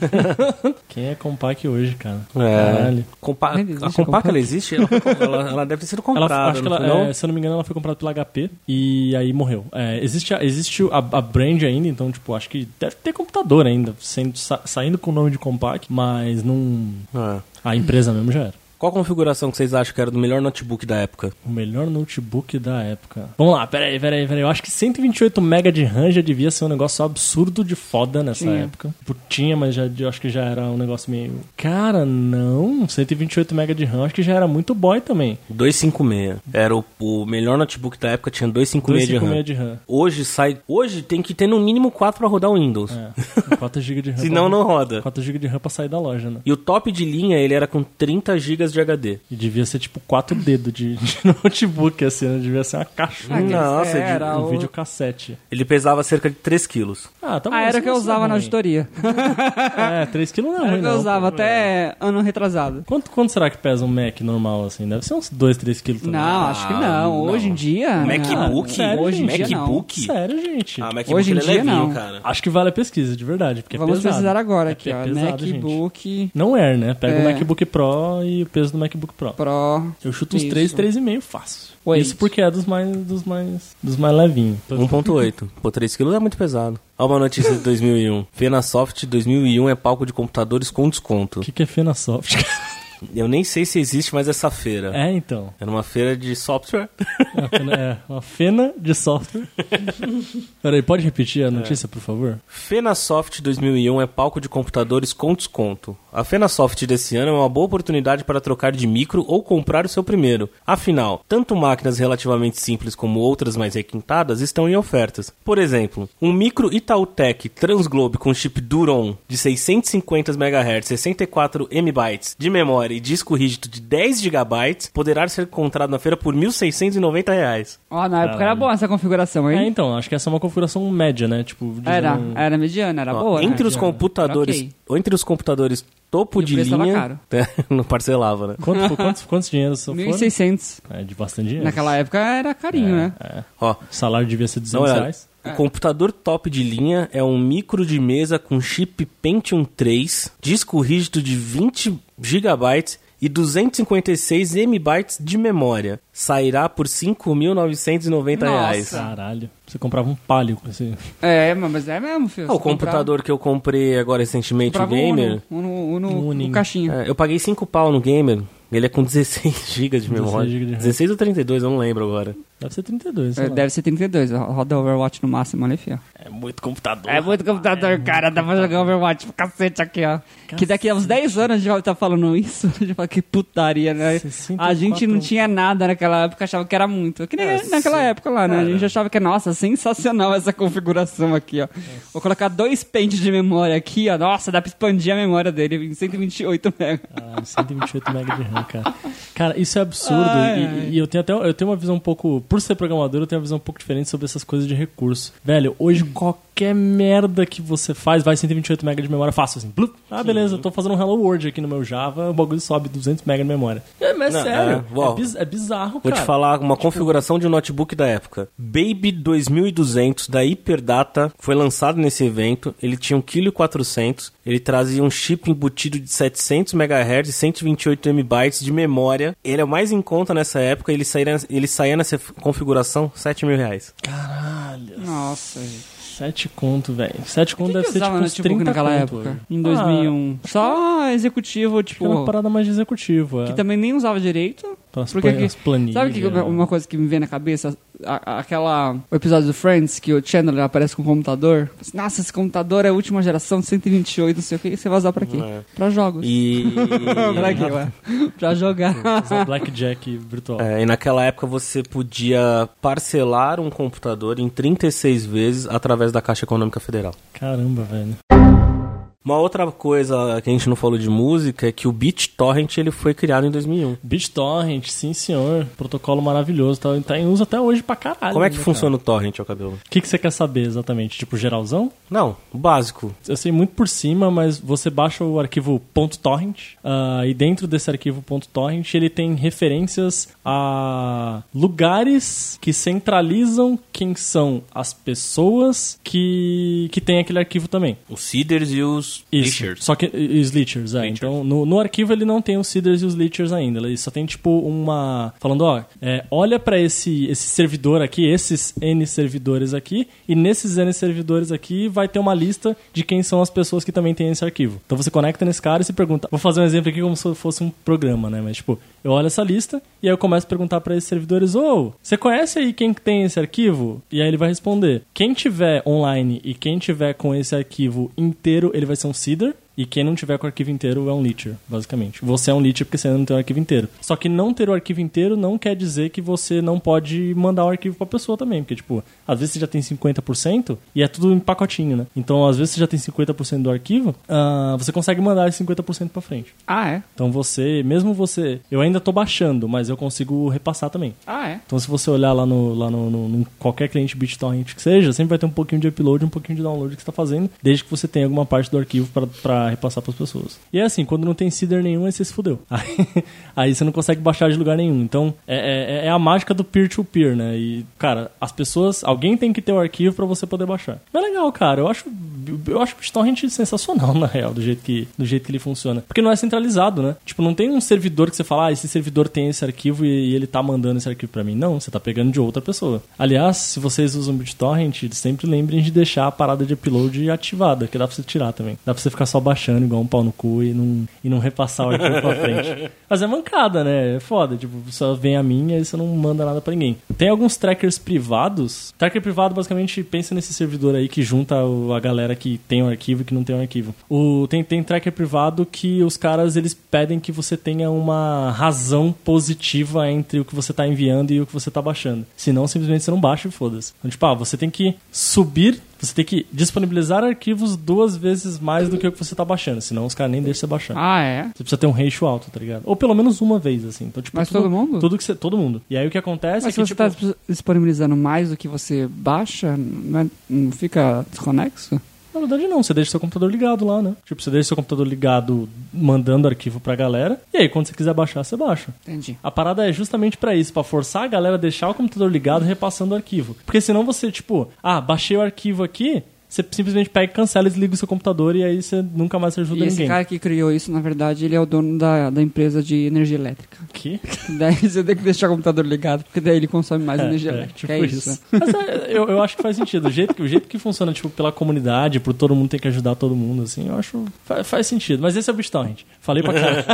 [SPEAKER 3] Quem é Compac hoje, cara?
[SPEAKER 1] É.
[SPEAKER 3] Caralho.
[SPEAKER 1] Compa-
[SPEAKER 2] Ainda existe
[SPEAKER 1] a
[SPEAKER 2] a
[SPEAKER 1] Compaq,
[SPEAKER 2] Compac?
[SPEAKER 1] ela existe? Ela, ela- ela deve ter sido
[SPEAKER 3] Ela,
[SPEAKER 1] comprada,
[SPEAKER 3] acho que
[SPEAKER 1] não
[SPEAKER 3] ela,
[SPEAKER 1] foi, não?
[SPEAKER 3] é, se eu não me engano, ela foi comprada pela HP e aí morreu. É, existe a, existe a, a brand ainda, então, tipo, acho que deve ter computador ainda, sendo, sa- saindo com o nome de Compac, mas não.
[SPEAKER 1] Ah.
[SPEAKER 3] A empresa mesmo já era.
[SPEAKER 1] Qual a configuração que vocês acham que era do melhor notebook da época?
[SPEAKER 3] O melhor notebook da época. Vamos lá, peraí, peraí, peraí. Eu acho que 128 MB de RAM já devia ser um negócio absurdo de foda nessa
[SPEAKER 2] Tinha.
[SPEAKER 3] época. Tipo, tinha, mas já, eu acho que já era um negócio meio. Cara, não. 128 MB de RAM acho que já era muito boy também.
[SPEAKER 1] 256. Era o, o melhor notebook da época, tinha 256 de RAM.
[SPEAKER 3] 256 de RAM.
[SPEAKER 1] Hoje sai. Hoje tem que ter no mínimo 4 pra rodar o Windows.
[SPEAKER 3] É, 4 GB de RAM.
[SPEAKER 1] Senão não roda.
[SPEAKER 3] 4 GB de RAM pra sair da loja, né?
[SPEAKER 1] E o top de linha, ele era com 30 GB de HD.
[SPEAKER 3] E devia ser tipo 4 dedos de, de notebook, assim, né? Devia ser uma caixinha.
[SPEAKER 1] Nossa,
[SPEAKER 2] era
[SPEAKER 3] um
[SPEAKER 2] o-
[SPEAKER 3] videocassete.
[SPEAKER 1] Ele pesava cerca de 3 quilos.
[SPEAKER 3] Ah, tá bom.
[SPEAKER 2] Ah, era
[SPEAKER 3] isso
[SPEAKER 2] o que eu
[SPEAKER 3] não é
[SPEAKER 2] usava na
[SPEAKER 3] ruim.
[SPEAKER 2] auditoria.
[SPEAKER 3] É, 3kg não é
[SPEAKER 2] Era
[SPEAKER 3] ruim,
[SPEAKER 2] o que eu
[SPEAKER 3] não.
[SPEAKER 2] usava até ano retrasado.
[SPEAKER 3] Quanto, quanto será que pesa um Mac normal, assim? Deve ser uns 2, 3 quilos também.
[SPEAKER 2] Não, acho que não. Hoje em
[SPEAKER 3] É um
[SPEAKER 2] dia.
[SPEAKER 1] MacBook?
[SPEAKER 2] Não. Hoje em dia. Não.
[SPEAKER 1] MacBook?
[SPEAKER 3] Sério, gente.
[SPEAKER 1] Ah, MacBook
[SPEAKER 2] Hoje em
[SPEAKER 1] ele é
[SPEAKER 2] dia,
[SPEAKER 1] levinho,
[SPEAKER 2] não.
[SPEAKER 1] cara.
[SPEAKER 3] Acho que vale a pesquisa, de verdade, porque é
[SPEAKER 2] Vamos
[SPEAKER 3] pesado.
[SPEAKER 2] pesquisar agora
[SPEAKER 3] É-
[SPEAKER 2] aqui,
[SPEAKER 3] é
[SPEAKER 2] ó.
[SPEAKER 3] pesado, gente.
[SPEAKER 2] MacBook
[SPEAKER 3] Não Air, né? Pega o
[SPEAKER 2] É.
[SPEAKER 3] MacBook Pro e o peso do MacBook Pro.
[SPEAKER 2] Pro.
[SPEAKER 3] Eu chuto uns
[SPEAKER 2] Isso.
[SPEAKER 3] 3, 3,5 fácil.
[SPEAKER 2] Oito.
[SPEAKER 3] Isso porque é dos mais, dos mais, dos mais levinhos.
[SPEAKER 1] 1.8. Pô, 3 quilos é muito pesado. Olha uma notícia de 2001. Fenasoft 2001 é palco de computadores com desconto.
[SPEAKER 3] O que, que é Fenasoft?
[SPEAKER 1] Eu nem sei se existe mais essa feira.
[SPEAKER 3] É, então.
[SPEAKER 1] Era uma feira de software.
[SPEAKER 3] Uma fena, é, uma fena de software. Peraí, pode repetir a notícia, por favor?
[SPEAKER 1] Fenasoft 2001 é palco de computadores com desconto. A Fenasoft desse ano é uma boa oportunidade para trocar de micro ou comprar o seu primeiro. Afinal, tanto máquinas relativamente simples como outras mais requintadas estão em ofertas. Por exemplo, um micro Itautec Transglobe com chip Duron de 650 MHz, 64 MB de memória e disco rígido de 10 GB poderá ser comprado na feira por R$ 1.690. reais.
[SPEAKER 2] Ó, na época era boa essa configuração,
[SPEAKER 3] É,
[SPEAKER 2] hein?
[SPEAKER 3] então, acho que essa é uma configuração média, né? Tipo, de
[SPEAKER 2] Era,
[SPEAKER 3] um-
[SPEAKER 2] era mediana, era
[SPEAKER 1] Ó,
[SPEAKER 2] boa.
[SPEAKER 1] entre
[SPEAKER 2] né?
[SPEAKER 1] os computadores,
[SPEAKER 2] Era ok.
[SPEAKER 1] entre os computadores topo
[SPEAKER 2] E o
[SPEAKER 1] de
[SPEAKER 2] preço tava
[SPEAKER 1] linha, né,
[SPEAKER 2] caro.
[SPEAKER 1] não parcelava, né?
[SPEAKER 3] Quanto, quantos, quantos dinheiros são
[SPEAKER 2] 1.600.
[SPEAKER 3] É de bastante dinheiro.
[SPEAKER 2] Naquela época era carinho,
[SPEAKER 3] É,
[SPEAKER 2] né?
[SPEAKER 1] Ó,
[SPEAKER 3] O salário devia ser
[SPEAKER 1] dá uma
[SPEAKER 3] 200
[SPEAKER 1] olhada.
[SPEAKER 3] reais. É.
[SPEAKER 1] O computador top de linha é um micro de mesa com chip Pentium 3, disco rígido de 20 GB e 256 MB de memória. Sairá por R$ 5.990. reais. Ah,
[SPEAKER 2] Nossa.
[SPEAKER 3] Caralho. Você comprava um palio com esse.
[SPEAKER 2] É, mas- mas é mesmo, filho.
[SPEAKER 1] Ah, o computador que eu comprei agora recentemente, o Gamer,
[SPEAKER 2] Um no,
[SPEAKER 3] Uninho.
[SPEAKER 2] caixinho.
[SPEAKER 1] É, eu paguei 5 pau no gamer. Ele é com 16 GB de memória.
[SPEAKER 3] 16 GB de RAM.
[SPEAKER 1] 16 ou 32, eu não lembro agora.
[SPEAKER 3] Deve ser 32. sei
[SPEAKER 2] É,
[SPEAKER 3] lá.
[SPEAKER 2] Deve ser 32, ó, roda Overwatch no máximo ali, fio.
[SPEAKER 1] É muito computador.
[SPEAKER 2] É muito computador, cara, dá pra jogar Overwatch pra cacete aqui, ó. Que daqui a uns 10 anos a gente vai estar falando isso, a gente fala que putaria, né?
[SPEAKER 3] 64.
[SPEAKER 2] A gente não tinha nada naquela época, achava que era muito. Que nem naquela época lá, né? A gente achava que, nossa, sensacional essa configuração aqui, ó. Vou colocar dois pentes de memória aqui, ó. Nossa, dá pra expandir a memória dele em 128 mega.
[SPEAKER 3] Caralho, 128 MB de RAM, cara. Cara, isso é absurdo.
[SPEAKER 2] Ai,
[SPEAKER 3] e,
[SPEAKER 2] ai.
[SPEAKER 3] e eu tenho até eu tenho uma visão um pouco. Por ser programador, eu tenho uma visão um pouco diferente sobre essas coisas de recurso. Velho, hoje
[SPEAKER 2] Hum.
[SPEAKER 3] qualquer merda que você faz vai 128 MB de memória fácil, assim. Blup. Ah, beleza, eu tô fazendo um Hello World aqui no meu Java, o bagulho sobe 200 MB de memória. É, mas é
[SPEAKER 1] Não,
[SPEAKER 3] sério.
[SPEAKER 1] é, ó,
[SPEAKER 3] É, biz- é bizarro,
[SPEAKER 1] Vou
[SPEAKER 3] cara.
[SPEAKER 1] te falar uma configuração de um notebook da época. Baby 2200 da Hyperdata foi lançado nesse evento. Ele tinha 1,4 kg. Ele trazia um chip embutido de 700 MHz e 128 MB de memória. Ele é o mais em conta nessa época. Ele saía, ele saía nessa configuração R$ 7 mil reais.
[SPEAKER 3] Caralho.
[SPEAKER 2] Nossa, gente.
[SPEAKER 3] 7 conto, velho. 7 conto
[SPEAKER 2] Quem
[SPEAKER 3] deve
[SPEAKER 2] que
[SPEAKER 3] ser tipo
[SPEAKER 2] usava
[SPEAKER 3] uns
[SPEAKER 2] notebook
[SPEAKER 3] 30
[SPEAKER 2] naquela
[SPEAKER 3] conto,
[SPEAKER 2] época?
[SPEAKER 3] velho.
[SPEAKER 2] Em
[SPEAKER 3] Ah,
[SPEAKER 2] 2001. Só executivo, tipo...
[SPEAKER 3] Acho que era uma parada mais de executivo, é.
[SPEAKER 2] que também nem usava direito.
[SPEAKER 3] Pelas
[SPEAKER 2] Porque
[SPEAKER 3] plan-
[SPEAKER 2] que-
[SPEAKER 3] as planilhas,
[SPEAKER 2] Sabe que, que-
[SPEAKER 3] né?
[SPEAKER 2] uma coisa que me vem na cabeça? A- a- aquela. O episódio do Friends, que o Chandler aparece com o computador. Nossa, esse computador é a última geração, 128, não sei o que. Você vai usar pra quê?
[SPEAKER 3] É.
[SPEAKER 2] Pra jogos.
[SPEAKER 1] E...
[SPEAKER 2] pra quê, ué? Pra jogar.
[SPEAKER 3] Essa Blackjack virtual.
[SPEAKER 1] É, e naquela época você podia parcelar um computador em 36 vezes através da Caixa Econômica Federal.
[SPEAKER 3] Caramba, velho.
[SPEAKER 1] Uma outra coisa que a gente não falou de música é que o BitTorrent ele foi criado em 2001.
[SPEAKER 3] BitTorrent, sim senhor. Protocolo maravilhoso. Tá, tá em uso até hoje pra caralho.
[SPEAKER 1] Como é que
[SPEAKER 3] né,
[SPEAKER 1] funciona o torrent, ao cabelo?
[SPEAKER 3] cara? O que, que você quer saber exatamente? Tipo, geralzão?
[SPEAKER 1] Não, o básico.
[SPEAKER 3] Eu sei assim, muito por cima, mas você baixa o arquivo .torrent ah, e dentro desse arquivo .torrent ele tem referências a lugares que centralizam quem são as pessoas que, que tem aquele arquivo também.
[SPEAKER 1] Os seeders e os
[SPEAKER 3] Isso.
[SPEAKER 1] lixers.
[SPEAKER 3] Só que e- e os leechers, é. Então, no, no arquivo ele não tem os seeders e os leechers ainda. Ele só tem, tipo, uma... Falando, ó, é, olha pra esse, esse servidor aqui, esses N servidores aqui, e nesses N servidores aqui vai ter uma lista de quem são as pessoas que também têm esse arquivo. Então você conecta nesse cara e se pergunta... Vou fazer um exemplo aqui como se fosse um programa, né? Mas, tipo, eu olho essa lista e aí eu começo a perguntar pra esses servidores, ô, você conhece aí quem que tem esse arquivo? E aí ele vai responder. Quem tiver online e quem tiver com esse arquivo inteiro, ele vai ser um seeder. E quem não tiver com o arquivo inteiro é um leecher, basicamente. Você é um leecher porque você não tem o arquivo inteiro. Só que não ter o arquivo inteiro não quer dizer que você não pode mandar o arquivo pra pessoa também. Porque, tipo, às vezes você já tem 50% e é tudo em pacotinho, né? Então, às vezes você já tem 50% do arquivo, ah, você consegue mandar esse 50% pra frente.
[SPEAKER 2] ah, é?
[SPEAKER 3] Então você, mesmo você, eu ainda tô baixando, mas eu consigo repassar também.
[SPEAKER 2] Ah, é?
[SPEAKER 3] Então se você olhar lá no, lá no, no- no qualquer cliente BitTorrent que seja, sempre vai ter um pouquinho de upload, um pouquinho de download que você tá fazendo, desde que você tenha alguma parte do arquivo pra- pra repassar pras pessoas. E é assim, quando não tem seeder nenhum, aí você se fudeu. Aí, aí você não consegue baixar de lugar nenhum. Então é, é- é a mágica do peer-to-peer, né? E, cara, as pessoas, alguém tem que ter o arquivo pra você poder baixar. Mas é legal, cara. Eu acho, eu acho o BitTorrent sensacional, na real, do jeito, que, do jeito que ele funciona. Porque não é centralizado, né? Tipo, não tem um servidor que você fala, ah, esse servidor tem esse arquivo e, e ele tá mandando esse arquivo pra mim. Não, você tá pegando de outra pessoa. Aliás, se vocês usam BitTorrent, sempre lembrem de deixar a parada de upload ativada, que dá pra você tirar também. Dá pra você ficar só rachando igual um pau no cu e não, e não repassar o arquivo pra frente. Mas é mancada, né? É foda. Tipo, só vem a minha e você não manda nada pra ninguém. Tem alguns trackers privados. Tracker privado, basicamente, pensa nesse servidor aí que junta o- a galera que tem o arquivo e que não tem o arquivo. O, tem, tem tracker privado que os caras, eles pedem que você tenha uma razão positiva entre o que você tá enviando e o que você tá baixando. Senão, simplesmente você não baixa e foda-se. Então, tipo, ah, você tem que subir você tem que disponibilizar arquivos duas vezes mais do que o que você tá baixando, senão os caras nem deixam você baixar.
[SPEAKER 2] Ah, é?
[SPEAKER 3] Você precisa ter um ratio alto, tá ligado? Ou pelo menos uma vez, assim. Então, tipo,
[SPEAKER 2] Mas
[SPEAKER 3] tudo-
[SPEAKER 2] todo mundo?
[SPEAKER 3] Tudo que você, todo mundo. E aí o que acontece
[SPEAKER 2] Mas
[SPEAKER 3] é
[SPEAKER 2] se
[SPEAKER 3] que,
[SPEAKER 2] você
[SPEAKER 3] tipo,
[SPEAKER 2] tá dis- disponibilizando mais do que você baixa, não, é- não fica desconexo?
[SPEAKER 3] na verdade não, você deixa seu computador ligado lá, né? Tipo, você deixa seu computador ligado mandando arquivo pra galera, e aí quando você quiser baixar, você baixa.
[SPEAKER 2] Entendi.
[SPEAKER 3] A parada é justamente pra isso, pra forçar a galera a deixar o computador ligado repassando o arquivo. Porque senão você, tipo, ah, baixei o arquivo aqui, você simplesmente pega, e cancela e desliga o seu computador e aí você nunca mais ajuda
[SPEAKER 2] E esse
[SPEAKER 3] ninguém.
[SPEAKER 2] cara que criou isso, na verdade, ele é o dono da, da empresa de energia elétrica.
[SPEAKER 3] Que?
[SPEAKER 2] Daí você tem que deixar o computador ligado, porque daí ele consome mais energia elétrica. é isso. né?
[SPEAKER 3] Mas é, eu, eu acho que faz sentido. O jeito, que, o jeito que funciona, tipo, pela comunidade, por todo mundo ter que ajudar todo mundo, assim, eu acho. fa- Faz, sentido. Mas esse é o Bitstown, gente. Falei pra caralho.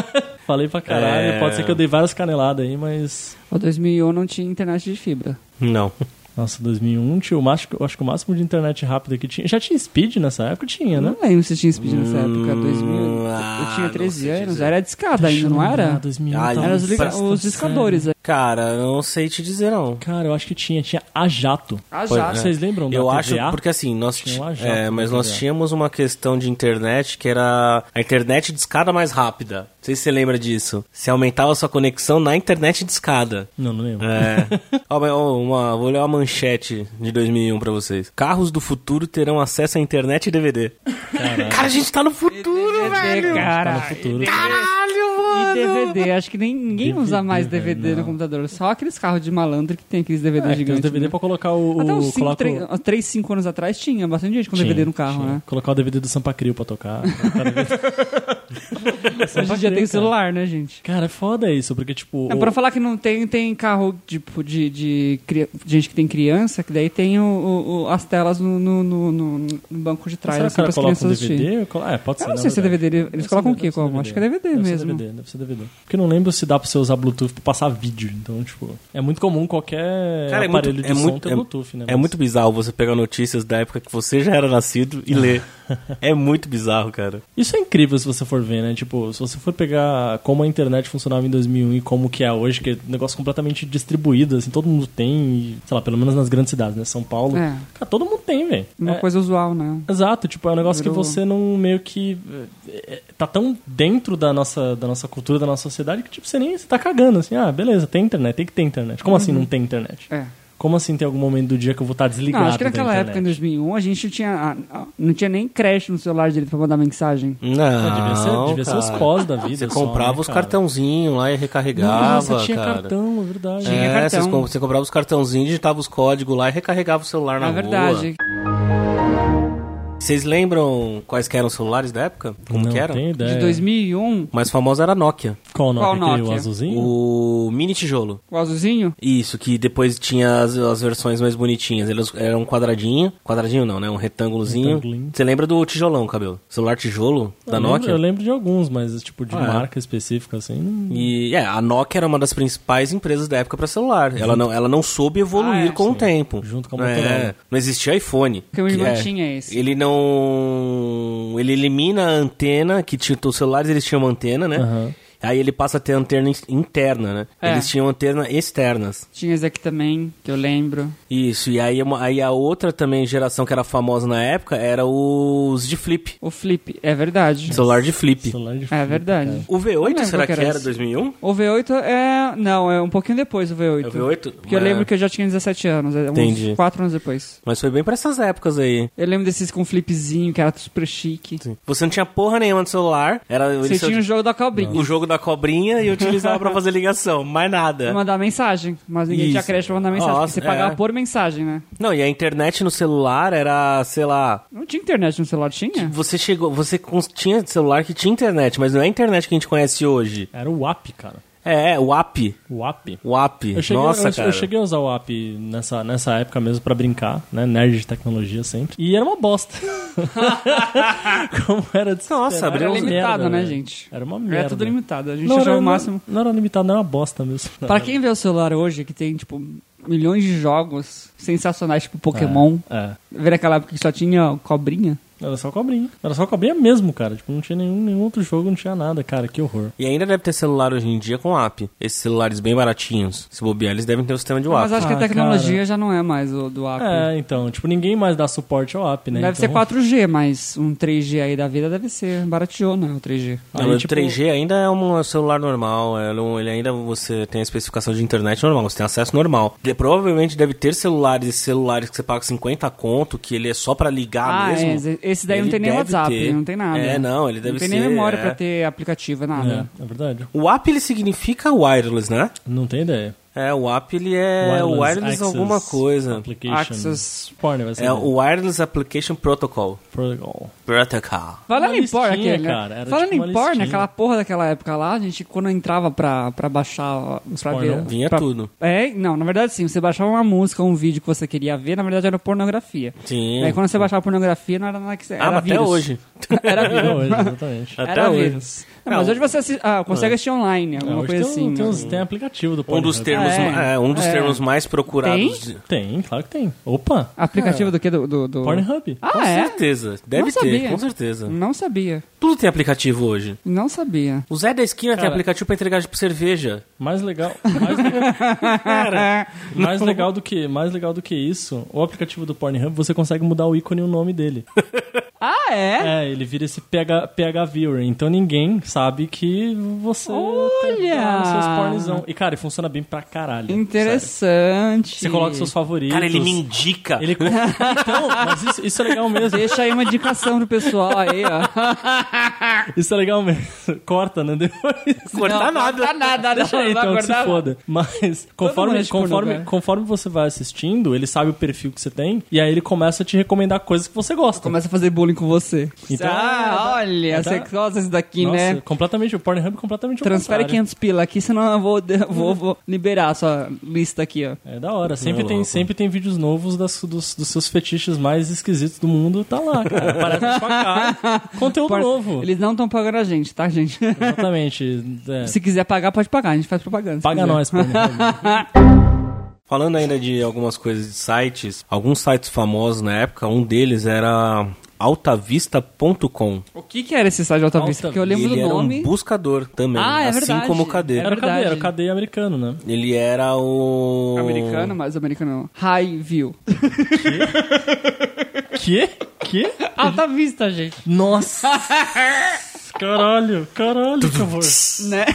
[SPEAKER 3] Falei pra caralho.
[SPEAKER 1] É.
[SPEAKER 3] Pode ser que eu dei várias caneladas aí, mas.
[SPEAKER 2] O 2001 não tinha internet de fibra.
[SPEAKER 1] Não.
[SPEAKER 3] Nossa, 2001, tio, eu acho, que- eu acho que o máximo de internet rápida que tinha. Já tinha speed nessa época? Tinha, né?
[SPEAKER 2] Não lembro se tinha speed nessa época. 2000,
[SPEAKER 1] ah,
[SPEAKER 2] eu tinha
[SPEAKER 1] não
[SPEAKER 2] 13
[SPEAKER 1] sei
[SPEAKER 2] anos,
[SPEAKER 1] dizer.
[SPEAKER 2] era discada ainda, não era?
[SPEAKER 3] 2001.
[SPEAKER 1] Ah,
[SPEAKER 2] Era os, liga-
[SPEAKER 1] Presta
[SPEAKER 2] os discadores. é.
[SPEAKER 1] Cara, eu não sei te dizer, não.
[SPEAKER 3] Cara, eu acho que tinha. Tinha a jato.
[SPEAKER 2] Ah,
[SPEAKER 1] Pois
[SPEAKER 2] já.
[SPEAKER 1] é.
[SPEAKER 3] Vocês lembram da
[SPEAKER 1] Eu
[SPEAKER 3] TVA?
[SPEAKER 1] acho, porque assim, nós,
[SPEAKER 3] Tinha
[SPEAKER 1] ti-
[SPEAKER 3] uma japa
[SPEAKER 1] é,
[SPEAKER 3] na
[SPEAKER 1] mas nós
[SPEAKER 3] TVA.
[SPEAKER 1] tínhamos uma questão de internet que era a internet de escada mais rápida. Não sei se você lembra disso. Você aumentava a sua conexão na internet de escada.
[SPEAKER 3] Não, não lembro.
[SPEAKER 1] É. Ó, mas, ó, uma, vou ler uma manchete de 2001 pra vocês. Carros do futuro terão acesso à internet e DVD. Cara, a gente tá no futuro,
[SPEAKER 2] um,
[SPEAKER 1] velho!
[SPEAKER 3] Tá no
[SPEAKER 2] Cara,
[SPEAKER 3] futuro.
[SPEAKER 1] Caralho,
[SPEAKER 2] E
[SPEAKER 1] mano!
[SPEAKER 2] DVD, acho que nem, ninguém usa
[SPEAKER 3] DVD,
[SPEAKER 2] mais DVD no
[SPEAKER 3] não.
[SPEAKER 2] computador. Só aqueles carros de malandro que tem aqueles DVD
[SPEAKER 3] É, tem os
[SPEAKER 2] gigantes.
[SPEAKER 3] DVD
[SPEAKER 2] né?
[SPEAKER 3] pra colocar o.
[SPEAKER 2] Até
[SPEAKER 3] o-
[SPEAKER 2] uns
[SPEAKER 3] coloca o-
[SPEAKER 2] 3, 5 anos atrás tinha bastante gente com DVD
[SPEAKER 3] Tinha,
[SPEAKER 2] no carro,
[SPEAKER 3] tinha.
[SPEAKER 2] né?
[SPEAKER 3] Colocar o DVD do Sampa Crio pra tocar.
[SPEAKER 2] Hoje em dia tem celular, né, gente?
[SPEAKER 3] Cara, é foda isso, porque tipo.
[SPEAKER 2] Não, É, pra falar que não tem, tem carro tipo de, de, cri- de gente que tem criança, que daí tem o- o- o- as telas no, no- no- no- no banco de
[SPEAKER 3] o...
[SPEAKER 2] trás,
[SPEAKER 3] Será que o
[SPEAKER 2] assim,
[SPEAKER 3] cara
[SPEAKER 2] pras
[SPEAKER 3] coloca um
[SPEAKER 2] crianças assistirem.
[SPEAKER 3] DVD? Colo- É, pode ser.
[SPEAKER 2] Eu não
[SPEAKER 3] na
[SPEAKER 2] sei se é
[SPEAKER 3] verdade.
[SPEAKER 2] DVD, eles
[SPEAKER 3] Deve
[SPEAKER 2] colocam
[SPEAKER 3] ser-
[SPEAKER 2] o quê
[SPEAKER 3] deve ser
[SPEAKER 2] como? Acho que é DVD
[SPEAKER 3] Deve ser
[SPEAKER 2] mesmo.
[SPEAKER 3] DVD, deve ser DVD. Porque eu não lembro se dá pra você usar Bluetooth pra passar vídeo. Então, tipo, é muito comum qualquer
[SPEAKER 1] Cara, é muito,
[SPEAKER 3] aparelho de
[SPEAKER 1] é,
[SPEAKER 3] som
[SPEAKER 1] muito,
[SPEAKER 3] ter
[SPEAKER 1] é,
[SPEAKER 3] Bluetooth, né?
[SPEAKER 1] é muito bizarro você pegar notícias da época que você já era nascido e ler. é muito bizarro, cara.
[SPEAKER 3] Isso é incrível se você for ver, né? Tipo, se você for pegar como a internet funcionava em 2001 e como que é hoje, que é um negócio completamente distribuído, assim, todo mundo tem, e, sei lá, pelo menos nas grandes cidades, né? São Paulo.
[SPEAKER 2] É.
[SPEAKER 3] Cara, todo mundo tem, velho.
[SPEAKER 2] Uma
[SPEAKER 3] É-
[SPEAKER 2] coisa usual, né?
[SPEAKER 3] Exato, tipo, é um negócio
[SPEAKER 2] Virou-
[SPEAKER 3] que você não meio que. é, é, Tá tão dentro da nossa, da nossa cultura, da nossa sociedade, que tipo, você nem. Você tá cagando, assim, ah, beleza, tem internet, tem que ter internet. Como assim não tem internet?
[SPEAKER 2] É.
[SPEAKER 3] Como assim tem algum momento do dia que eu vou estar
[SPEAKER 2] Não,
[SPEAKER 3] desligado?
[SPEAKER 2] acho que
[SPEAKER 3] da
[SPEAKER 2] naquela
[SPEAKER 3] internet?
[SPEAKER 2] época, em 2001, a gente tinha, a- a- não tinha nem creche no celular direito pra mandar mensagem.
[SPEAKER 1] Não,
[SPEAKER 3] Ah, devia ser, devia ser os
[SPEAKER 1] cara.
[SPEAKER 3] pós da vida.
[SPEAKER 1] Você
[SPEAKER 3] só,
[SPEAKER 1] comprava
[SPEAKER 3] né,
[SPEAKER 1] os
[SPEAKER 3] cara?
[SPEAKER 1] cartãozinhos lá e recarregava,
[SPEAKER 3] Nossa, tinha
[SPEAKER 1] cara.
[SPEAKER 3] cartão, é verdade.
[SPEAKER 1] É,
[SPEAKER 2] Tinha cartão.
[SPEAKER 1] vocês com- Você comprava os cartãozinhos, digitava os códigos lá e recarregava o
[SPEAKER 3] É
[SPEAKER 1] celular na,
[SPEAKER 2] Na verdade,
[SPEAKER 1] rua. Vocês lembram quais que eram os celulares da época? Como
[SPEAKER 3] não
[SPEAKER 1] que eram?
[SPEAKER 3] tem
[SPEAKER 2] de
[SPEAKER 3] ideia.
[SPEAKER 2] 2001,
[SPEAKER 1] O mais famoso era a Nokia.
[SPEAKER 3] Qual o
[SPEAKER 2] Qual
[SPEAKER 3] nome?
[SPEAKER 2] o
[SPEAKER 3] Aquele,
[SPEAKER 2] Nokia?
[SPEAKER 3] O azulzinho?
[SPEAKER 1] O mini tijolo.
[SPEAKER 2] o azulzinho,
[SPEAKER 1] Isso, que depois tinha as, as versões mais bonitinhas. Eles eram um quadradinho. Quadradinho não, né? Um retângulozinho.
[SPEAKER 3] Retângulo.
[SPEAKER 1] Você lembra do tijolão, cabelo? Celular tijolo da
[SPEAKER 3] eu
[SPEAKER 1] Nokia?
[SPEAKER 3] Lembro, eu lembro de alguns, mas tipo, de
[SPEAKER 1] Ah, é.
[SPEAKER 3] marca específica, assim. não-
[SPEAKER 1] E é, a Nokia era uma das principais empresas da época pra celular. Ela não, ela não soube evoluir
[SPEAKER 2] Ah, é,
[SPEAKER 1] com o
[SPEAKER 3] sim.
[SPEAKER 1] tempo.
[SPEAKER 3] Junto com a
[SPEAKER 1] é,
[SPEAKER 3] Motorola.
[SPEAKER 1] Não existia iPhone.
[SPEAKER 2] Porque o irmão
[SPEAKER 1] é,
[SPEAKER 2] tinha esse.
[SPEAKER 1] Ele não. Ele elimina a antena, que tinha, os celulares eles tinham uma antena, né?
[SPEAKER 3] Aham.
[SPEAKER 1] Aí ele passa a ter antena in- interna, né?
[SPEAKER 2] É.
[SPEAKER 1] Eles tinham antena externas.
[SPEAKER 2] tinha esse aqui também, que eu lembro.
[SPEAKER 1] Isso, e aí, uma- aí a outra também geração que era famosa na época era os de flip.
[SPEAKER 2] O flip, é verdade.
[SPEAKER 1] Celular de flip.
[SPEAKER 3] Celular de
[SPEAKER 2] É
[SPEAKER 3] flip,
[SPEAKER 2] verdade.
[SPEAKER 3] cara.
[SPEAKER 1] O
[SPEAKER 2] Eu
[SPEAKER 1] V8
[SPEAKER 2] lembro
[SPEAKER 1] será
[SPEAKER 2] que
[SPEAKER 1] que
[SPEAKER 2] era
[SPEAKER 1] era
[SPEAKER 2] esse.
[SPEAKER 1] 2001?
[SPEAKER 2] O V8 é. Não, é um pouquinho depois do V8.
[SPEAKER 1] É o V8?
[SPEAKER 2] Porque eu
[SPEAKER 1] Mas-
[SPEAKER 2] lembro que eu já tinha 17 anos, é
[SPEAKER 1] Entendi.
[SPEAKER 2] uns 4 anos depois.
[SPEAKER 1] Mas foi bem pra essas épocas aí.
[SPEAKER 2] Eu lembro desses com flipzinho, que era super chique.
[SPEAKER 1] Você não tinha porra nenhuma no celular. Era
[SPEAKER 2] Você
[SPEAKER 1] eles-
[SPEAKER 2] tinha o jogo da cobrinha.
[SPEAKER 1] o jogo da cobrinha e utilizava pra fazer ligação, mais
[SPEAKER 2] Pra
[SPEAKER 1] nada.
[SPEAKER 2] né? Mandar mensagem, mas ninguém tinha
[SPEAKER 1] Isso.
[SPEAKER 2] crédito pra mandar mensagem,
[SPEAKER 1] Nossa,
[SPEAKER 2] porque você
[SPEAKER 1] é.
[SPEAKER 2] pagava por mensagem, né?
[SPEAKER 1] Não, e a internet no celular era, sei lá,
[SPEAKER 2] Não tinha internet no celular, tinha?
[SPEAKER 1] você chegou, você cons- tinha celular que tinha internet, mas não é a internet que a gente conhece hoje.
[SPEAKER 3] Era o WAP, cara.
[SPEAKER 1] É, é, o app.
[SPEAKER 3] WAP.
[SPEAKER 1] O app.
[SPEAKER 3] Eu cheguei,
[SPEAKER 1] Nossa,
[SPEAKER 3] eu,
[SPEAKER 1] cara.
[SPEAKER 3] eu cheguei a usar o app nessa, nessa época mesmo pra brincar, né? Nerd de tecnologia sempre. E era uma bosta. Como era de
[SPEAKER 1] Nossa, abriu
[SPEAKER 2] Era
[SPEAKER 1] um
[SPEAKER 2] limitado, né, gente?
[SPEAKER 3] Era uma merda.
[SPEAKER 2] Era tudo limitado. A gente
[SPEAKER 3] Não
[SPEAKER 2] achava
[SPEAKER 3] era,
[SPEAKER 2] o máximo.
[SPEAKER 3] Não, era limitado, não era uma bosta mesmo.
[SPEAKER 2] Pra quem vê o celular hoje, que tem, tipo, milhões de jogos sensacionais, tipo Pokémon,
[SPEAKER 3] É.
[SPEAKER 2] ver aquela época que só tinha cobrinha.
[SPEAKER 3] Era só cobrinha. Era só cobrinha mesmo, cara. Tipo, não tinha nenhum, nenhum outro jogo, não tinha nada, cara. Que horror.
[SPEAKER 1] E ainda deve ter celular hoje em dia com app. Esses celulares bem baratinhos. Se bobear, eles devem ter o sistema de
[SPEAKER 2] Mas
[SPEAKER 1] WAP.
[SPEAKER 2] acho que a
[SPEAKER 3] Ah,
[SPEAKER 2] tecnologia
[SPEAKER 3] cara.
[SPEAKER 2] já não é mais o do Apple.
[SPEAKER 3] É, então, tipo, ninguém mais dá suporte ao app, né?
[SPEAKER 2] Deve ser
[SPEAKER 3] Então,
[SPEAKER 2] 4G, mas um 3G aí da vida deve ser barateou, né? O 3G.
[SPEAKER 1] Não,
[SPEAKER 3] aí,
[SPEAKER 1] o
[SPEAKER 3] tipo-
[SPEAKER 1] 3G ainda é um celular normal, é um- ele ainda você tem a especificação de internet normal, você tem acesso normal. De- provavelmente deve ter celulares, esses celulares que você paga 50 conto, que ele é só pra ligar
[SPEAKER 2] Ah,
[SPEAKER 1] mesmo.
[SPEAKER 2] é, esse daí não
[SPEAKER 1] Ele
[SPEAKER 2] tem nem
[SPEAKER 1] deve
[SPEAKER 2] WhatsApp,
[SPEAKER 1] ter.
[SPEAKER 2] ele não tem nada.
[SPEAKER 1] É, não, ele deve
[SPEAKER 2] Não tem
[SPEAKER 1] ser,
[SPEAKER 2] nem memória
[SPEAKER 1] é.
[SPEAKER 2] pra ter aplicativo,
[SPEAKER 1] né?
[SPEAKER 2] nada.
[SPEAKER 3] É, é verdade.
[SPEAKER 1] O app ele significa wireless, né?
[SPEAKER 3] Não tem ideia.
[SPEAKER 1] É, o app ele é
[SPEAKER 3] Wireless
[SPEAKER 1] wireless,
[SPEAKER 3] Access
[SPEAKER 1] alguma coisa.
[SPEAKER 3] Application.
[SPEAKER 2] Access-
[SPEAKER 3] Porn, vai ser.
[SPEAKER 1] É o Wireless Application Protocol.
[SPEAKER 3] Protocol.
[SPEAKER 1] Protocol.
[SPEAKER 2] Falando
[SPEAKER 3] Uma
[SPEAKER 2] em porn,
[SPEAKER 3] listinha,
[SPEAKER 2] aquele, né?
[SPEAKER 3] cara, era
[SPEAKER 2] Falando
[SPEAKER 3] tipo uma
[SPEAKER 2] em porn,
[SPEAKER 3] listinha.
[SPEAKER 2] aquela porra daquela época lá, a gente, quando entrava pra, pra baixar, pra
[SPEAKER 3] pornão
[SPEAKER 2] ver...
[SPEAKER 1] Vinha
[SPEAKER 2] pra-
[SPEAKER 1] tudo.
[SPEAKER 2] É, não, na verdade sim, você baixava uma música, um vídeo que você queria ver, na verdade era pornografia.
[SPEAKER 1] Sim.
[SPEAKER 2] Aí É, quando você baixava pornografia, não era nada que você...
[SPEAKER 1] Ah,
[SPEAKER 2] era
[SPEAKER 1] mas até
[SPEAKER 2] vírus.
[SPEAKER 1] hoje.
[SPEAKER 2] Era
[SPEAKER 3] Até
[SPEAKER 2] vírus.
[SPEAKER 3] hoje, É, né? exatamente.
[SPEAKER 1] Até
[SPEAKER 2] era
[SPEAKER 1] hoje.
[SPEAKER 2] vírus. Não, mas hoje você assi- ah, consegue assistir online,
[SPEAKER 3] É,
[SPEAKER 2] alguma
[SPEAKER 3] hoje
[SPEAKER 2] coisa
[SPEAKER 3] tem,
[SPEAKER 2] assim.
[SPEAKER 3] tem,
[SPEAKER 2] né?
[SPEAKER 3] uns- tem aplicativo do
[SPEAKER 1] Um
[SPEAKER 3] Pornhub.
[SPEAKER 1] dos termos,
[SPEAKER 2] É.
[SPEAKER 1] ma- é, um dos
[SPEAKER 2] É.
[SPEAKER 1] termos mais procurados.
[SPEAKER 2] Tem?
[SPEAKER 1] de-
[SPEAKER 3] Tem, claro que tem. Opa!
[SPEAKER 2] Aplicativo do que? Do, do, do...
[SPEAKER 3] Ah. Pornhub.
[SPEAKER 2] Ah,
[SPEAKER 1] Com
[SPEAKER 2] é?
[SPEAKER 1] certeza. Deve
[SPEAKER 2] Não
[SPEAKER 1] ter,
[SPEAKER 2] sabia.
[SPEAKER 1] com certeza.
[SPEAKER 2] Não sabia.
[SPEAKER 1] Tudo tem aplicativo hoje.
[SPEAKER 2] Não sabia.
[SPEAKER 1] O Zé da Esquina tem
[SPEAKER 3] Cara.
[SPEAKER 1] aplicativo pra entregar de cerveja.
[SPEAKER 3] Mais legal. Mais legal. Cara, mais legal do que, mais legal do que isso, o aplicativo do Pornhub, você consegue mudar o ícone e o nome dele.
[SPEAKER 2] Ah, é?
[SPEAKER 3] É, ele vira esse PH, PH viewer. Então ninguém sabe que você
[SPEAKER 2] Olha!
[SPEAKER 3] tá nos seus pornzão. E, cara, funciona bem pra caralho. sério.
[SPEAKER 2] Interessante.
[SPEAKER 3] Você coloca seus favoritos.
[SPEAKER 1] Cara, ele me indica.
[SPEAKER 3] Ele- Então, mas isso, isso é legal mesmo.
[SPEAKER 2] Deixa aí uma indicação pro pessoal aí, ó.
[SPEAKER 3] Isso é legal mesmo. Corta, né? Depois.
[SPEAKER 1] Cortar nada.
[SPEAKER 2] Tá nada, deixa
[SPEAKER 3] Deixa aí,
[SPEAKER 2] eu
[SPEAKER 3] então, que se
[SPEAKER 2] guardar.
[SPEAKER 3] foda. Mas conforme,
[SPEAKER 2] mundo é
[SPEAKER 3] conforme,
[SPEAKER 2] pornô, cara.
[SPEAKER 3] conforme você vai assistindo, ele sabe o perfil que você tem e aí ele começa a te recomendar coisas que você gosta.
[SPEAKER 2] Começa a fazer bullying com você.
[SPEAKER 3] Então,
[SPEAKER 2] ah, olha,
[SPEAKER 3] tá-
[SPEAKER 2] você gosta disso daqui,
[SPEAKER 3] Nossa,
[SPEAKER 2] né?
[SPEAKER 3] completamente. O Pornhub é completamente o
[SPEAKER 2] Transfere
[SPEAKER 3] contrário.
[SPEAKER 2] 500 pila aqui, senão eu vou, de- vou, vou liberar a sua lista aqui, ó.
[SPEAKER 3] É da hora. Sempre,
[SPEAKER 1] É
[SPEAKER 3] tem,
[SPEAKER 1] louco.
[SPEAKER 3] sempre tem vídeos novos das- dos, dos seus fetiches mais esquisitos do mundo. Tá lá, cara. Parece na sua cara. Conteúdo
[SPEAKER 2] Por-
[SPEAKER 3] Tá novo.
[SPEAKER 2] Eles não estão pagando a gente, tá, gente?
[SPEAKER 3] Exatamente. É.
[SPEAKER 2] se quiser pagar, pode pagar. A gente faz propaganda. se
[SPEAKER 3] Paga
[SPEAKER 2] quiser.
[SPEAKER 3] nós, Pornhub.
[SPEAKER 1] Falando ainda de algumas coisas de sites, alguns sites famosos na época, um deles era altavista.com.
[SPEAKER 2] O que, que era esse site de alta
[SPEAKER 3] Alta
[SPEAKER 2] vista? Porque eu
[SPEAKER 1] Ele
[SPEAKER 2] lembro do
[SPEAKER 1] era
[SPEAKER 2] nome.
[SPEAKER 1] um buscador também,
[SPEAKER 2] Ah, é
[SPEAKER 1] assim
[SPEAKER 2] verdade.
[SPEAKER 1] como o
[SPEAKER 2] É
[SPEAKER 1] Cadê.
[SPEAKER 3] Era o
[SPEAKER 2] verdade.
[SPEAKER 3] cadeia, era o cadeia americano, né?
[SPEAKER 1] Ele era o...
[SPEAKER 2] Americano, mas americano não. High View.
[SPEAKER 3] Que? Que?
[SPEAKER 2] Alta vista, gente.
[SPEAKER 3] Nossa! Caralho, caralho, que horror.
[SPEAKER 2] Né?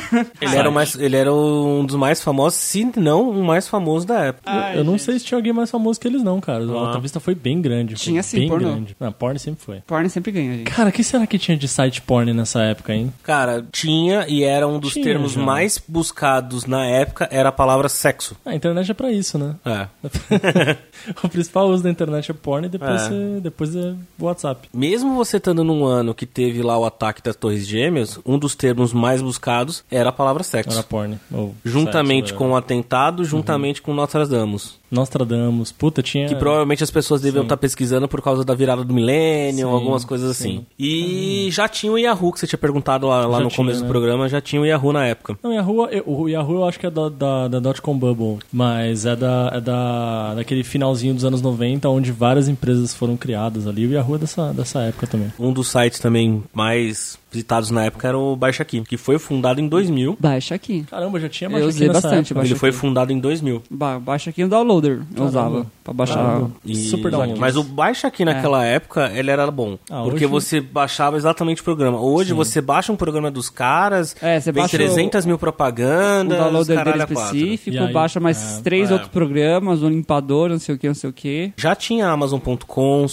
[SPEAKER 1] Ele era, o mais, ele era um dos mais famosos, se não o mais famoso da época.
[SPEAKER 3] Eu- eu não sei se tinha alguém mais famoso que eles, não, cara.
[SPEAKER 1] Ah.
[SPEAKER 3] O Alta Vista foi bem grande. foi
[SPEAKER 2] Tinha sim,
[SPEAKER 3] bem
[SPEAKER 2] pornô.
[SPEAKER 3] grande. Não, porn sempre foi.
[SPEAKER 2] Porn sempre ganha, gente.
[SPEAKER 3] Cara, o que será que tinha de site porn nessa época, hein?
[SPEAKER 1] Cara, tinha e era um dos
[SPEAKER 3] Tinha,
[SPEAKER 1] termos
[SPEAKER 3] já.
[SPEAKER 1] mais buscados na época, era a palavra sexo.
[SPEAKER 3] Ah, A internet é pra isso, né?
[SPEAKER 1] É.
[SPEAKER 3] o principal uso da internet é porn e depois,
[SPEAKER 1] É.
[SPEAKER 3] é. depois é WhatsApp.
[SPEAKER 1] Mesmo você estando num ano que teve lá o ataque das Torres Gêmeas, um dos termos mais buscados era a palavra sexo.
[SPEAKER 3] Era porn. ou
[SPEAKER 1] Juntamente
[SPEAKER 3] sexo,
[SPEAKER 1] com o atentado, juntamente
[SPEAKER 3] Uhum.
[SPEAKER 1] com Notre Dame.
[SPEAKER 3] é. Nostradamus. Puta, tinha...
[SPEAKER 1] Que provavelmente as pessoas deviam estar pesquisando por causa da virada do milênio,
[SPEAKER 3] Sim, Uhum.
[SPEAKER 1] algumas coisas assim. E já tinha o Yahoo, que você tinha perguntado lá, lá
[SPEAKER 3] Já
[SPEAKER 1] no
[SPEAKER 3] tinha,
[SPEAKER 1] começo
[SPEAKER 3] né?
[SPEAKER 1] do programa, já tinha o Yahoo na época.
[SPEAKER 3] Não, Yahoo, eu- o Yahoo eu acho que é da, da, da Dotcom Bubble, mas é, da, é da, daquele finalzinho dos anos 90, onde várias empresas foram criadas ali. O Yahoo é dessa, dessa época também.
[SPEAKER 1] Um dos sites também mais visitados na época era o Baixa Aqui, que foi fundado em 2000.
[SPEAKER 2] Baixa aqui.
[SPEAKER 3] Caramba, já tinha
[SPEAKER 2] Eu
[SPEAKER 3] baixado
[SPEAKER 2] usei bastante,
[SPEAKER 3] época.
[SPEAKER 2] Baixa
[SPEAKER 1] Ele foi
[SPEAKER 2] Aqui.
[SPEAKER 1] fundado em 2000.
[SPEAKER 2] Ba- baixa aqui no downloader. Eu usava pra baixar.
[SPEAKER 3] Caramba.
[SPEAKER 1] E-
[SPEAKER 3] Super download.
[SPEAKER 1] Mas o baixa aqui naquela
[SPEAKER 2] É.
[SPEAKER 1] época, ele era bom.
[SPEAKER 3] Ah,
[SPEAKER 1] porque
[SPEAKER 3] hoje-
[SPEAKER 1] você baixava exatamente o programa. Hoje você baixa um programa dos caras,
[SPEAKER 2] É, você
[SPEAKER 1] vem
[SPEAKER 2] baixa
[SPEAKER 1] 300 mil
[SPEAKER 2] Um
[SPEAKER 1] propagandas,
[SPEAKER 2] downloader dele
[SPEAKER 1] caralho a quatro.
[SPEAKER 2] específico,
[SPEAKER 3] E aí-
[SPEAKER 2] baixa mais três
[SPEAKER 1] é.
[SPEAKER 2] outros programas, um limpador, não sei o que, não sei o que.
[SPEAKER 1] Já tinha Amazon.com,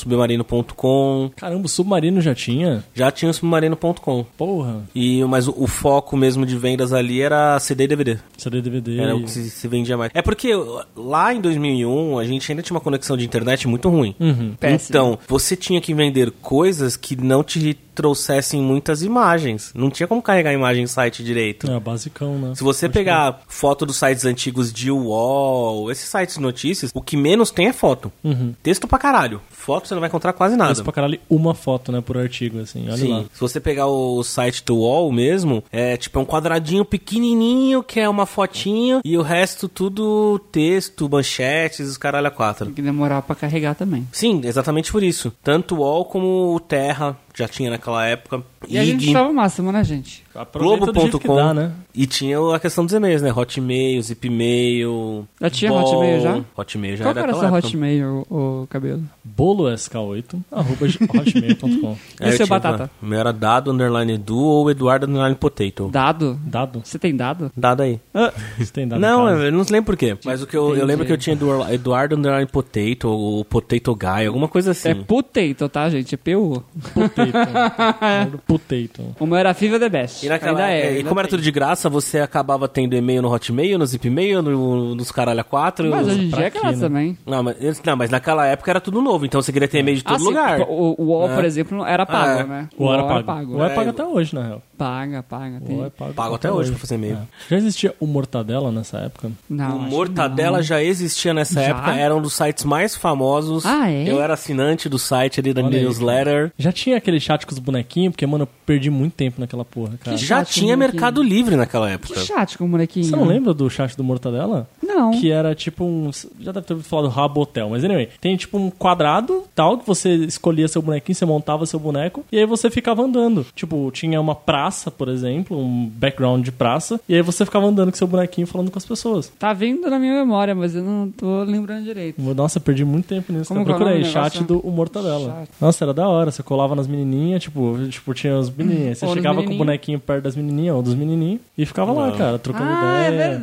[SPEAKER 1] Submarino.com,
[SPEAKER 3] Caramba, o Submarino já tinha?
[SPEAKER 1] já tinha o Submarino.com.
[SPEAKER 3] Porra.
[SPEAKER 1] E, mas o, o foco mesmo de vendas ali era CD e DVD.
[SPEAKER 3] CD, DVD...
[SPEAKER 1] Era o que se, se vendia mais. É porque ó, lá em 2001 a gente ainda tinha uma conexão de internet muito ruim.
[SPEAKER 2] Péssimo.
[SPEAKER 1] Então, você tinha que vender coisas que não te trouxessem muitas imagens. Não tinha como carregar imagem em site direito.
[SPEAKER 3] É, basicão, né?
[SPEAKER 1] Se você
[SPEAKER 3] Pode
[SPEAKER 1] pegar foto dos sites antigos de UOL, esses sites de notícias, o que menos tem é foto. Texto pra caralho. Foto você não vai encontrar quase
[SPEAKER 3] crer.
[SPEAKER 1] nada.
[SPEAKER 3] Mas pra caralho, uma foto, né, por artigo, assim. Olha
[SPEAKER 1] Sim.
[SPEAKER 3] lá.
[SPEAKER 1] Se você pegar o site do UOL mesmo, é tipo é um quadradinho pequenininho que é uma fotinho e o resto tudo texto, manchetes, os caralho a quatro.
[SPEAKER 2] Tem que demorar pra carregar também.
[SPEAKER 1] Sim, exatamente por isso. Tanto o UOL como o Terra já tinha naquela época.
[SPEAKER 2] E a gente
[SPEAKER 1] IG.
[SPEAKER 2] tava máximo, né, gente?
[SPEAKER 3] Aproveita do jeito que
[SPEAKER 1] Globo.com
[SPEAKER 3] dá, né?
[SPEAKER 1] e tinha a questão dos e-mails, né? Hotmail, Zipmail.
[SPEAKER 2] Já tinha
[SPEAKER 1] Ball.
[SPEAKER 2] Hotmail já?
[SPEAKER 1] Hotmail já
[SPEAKER 2] Qual que
[SPEAKER 1] era
[SPEAKER 2] era
[SPEAKER 1] daquela
[SPEAKER 2] essa
[SPEAKER 1] época.
[SPEAKER 2] Hotmail, o, o cabelo?
[SPEAKER 3] BoloSK8, arroba hotmail.com.
[SPEAKER 2] E o
[SPEAKER 1] eu
[SPEAKER 2] seu
[SPEAKER 1] É, tinha-
[SPEAKER 2] Batata?
[SPEAKER 1] O meu era dado underline edu ou eduardo underline potato.
[SPEAKER 2] Dado?
[SPEAKER 3] Dado?
[SPEAKER 2] Você tem dado?
[SPEAKER 1] Dado aí.
[SPEAKER 3] Você tem dado
[SPEAKER 1] Ah. não, é
[SPEAKER 3] em casa?
[SPEAKER 1] eu não lembro por quê. Mas o que eu, eu lembro que eu tinha Eduardo, Eduardo Underline Potato, ou Potato Guy, alguma coisa assim.
[SPEAKER 2] É potato, tá, gente? É PU.
[SPEAKER 3] Potato. Potato.
[SPEAKER 2] O meu era Fiva The Best.
[SPEAKER 1] E, naquela,
[SPEAKER 2] Ainda é.
[SPEAKER 1] e
[SPEAKER 2] ainda
[SPEAKER 1] como era
[SPEAKER 2] tem.
[SPEAKER 1] tudo de graça, você acabava tendo e-mail no Hotmail, no Zipmail, no, nos Caralho 4.
[SPEAKER 2] Mas hoje em
[SPEAKER 3] pra
[SPEAKER 2] dia é
[SPEAKER 3] quê,
[SPEAKER 2] graça
[SPEAKER 3] né?
[SPEAKER 2] também.
[SPEAKER 1] Não mas, não, mas naquela época era tudo novo, então você queria ter e-mail de todo
[SPEAKER 2] Ah, sim,
[SPEAKER 1] lugar.
[SPEAKER 2] O, o UOL, por exemplo, era pago,
[SPEAKER 1] É.
[SPEAKER 2] né?
[SPEAKER 3] O era
[SPEAKER 2] era
[SPEAKER 3] pago. O é pago até hoje, na real.
[SPEAKER 2] Paga, paga.
[SPEAKER 3] O
[SPEAKER 2] Tem...
[SPEAKER 3] UOL é pago,
[SPEAKER 1] Pago até hoje pra fazer e-mail.
[SPEAKER 3] É. Já existia o Mortadela nessa época?
[SPEAKER 2] Não,
[SPEAKER 1] o
[SPEAKER 2] acho que
[SPEAKER 1] Mortadela já existia nessa
[SPEAKER 2] Já?
[SPEAKER 1] época, era um dos sites mais famosos.
[SPEAKER 2] Ah, é?
[SPEAKER 1] Eu era assinante do site ali da
[SPEAKER 3] Olha aí,
[SPEAKER 1] newsletter.
[SPEAKER 3] Já tinha aquele chat com os bonequinhos, porque, mano, eu perdi muito tempo naquela porra, cara.
[SPEAKER 2] Que
[SPEAKER 1] Já
[SPEAKER 2] chato,
[SPEAKER 1] tinha
[SPEAKER 2] moleque.
[SPEAKER 1] Mercado Livre naquela
[SPEAKER 2] não.
[SPEAKER 1] época.
[SPEAKER 2] Que chat com o molequinho.
[SPEAKER 3] Você não lembra do chat do Mortadela?
[SPEAKER 2] Não.
[SPEAKER 3] Que era tipo um. Já deve ter ouvido falar do Rabotel, mas anyway. Tem tipo um quadrado tal, que você escolhia seu bonequinho, você montava seu boneco, e aí você ficava andando. Tipo, tinha uma praça, por exemplo, um background de praça, e aí você ficava andando com seu bonequinho falando com as pessoas.
[SPEAKER 2] Tá vindo na minha memória, mas eu não tô lembrando direito.
[SPEAKER 3] Nossa, perdi muito tempo nisso.
[SPEAKER 2] Como
[SPEAKER 3] Como
[SPEAKER 2] que é o
[SPEAKER 3] Procura aí,
[SPEAKER 2] nome do
[SPEAKER 3] chat do
[SPEAKER 2] negócio?
[SPEAKER 3] o Mortadela.
[SPEAKER 2] Chat.
[SPEAKER 3] Nossa, era da hora. Você colava nas menininhas, tipo, tipo tinha os menininhas. Você
[SPEAKER 2] Ou nos
[SPEAKER 3] chegava com o
[SPEAKER 2] menininhos.
[SPEAKER 3] bonequinho perto das menininhas ou dos menininhos e ficava lá, cara, trocando
[SPEAKER 2] Ah, é
[SPEAKER 3] ideia.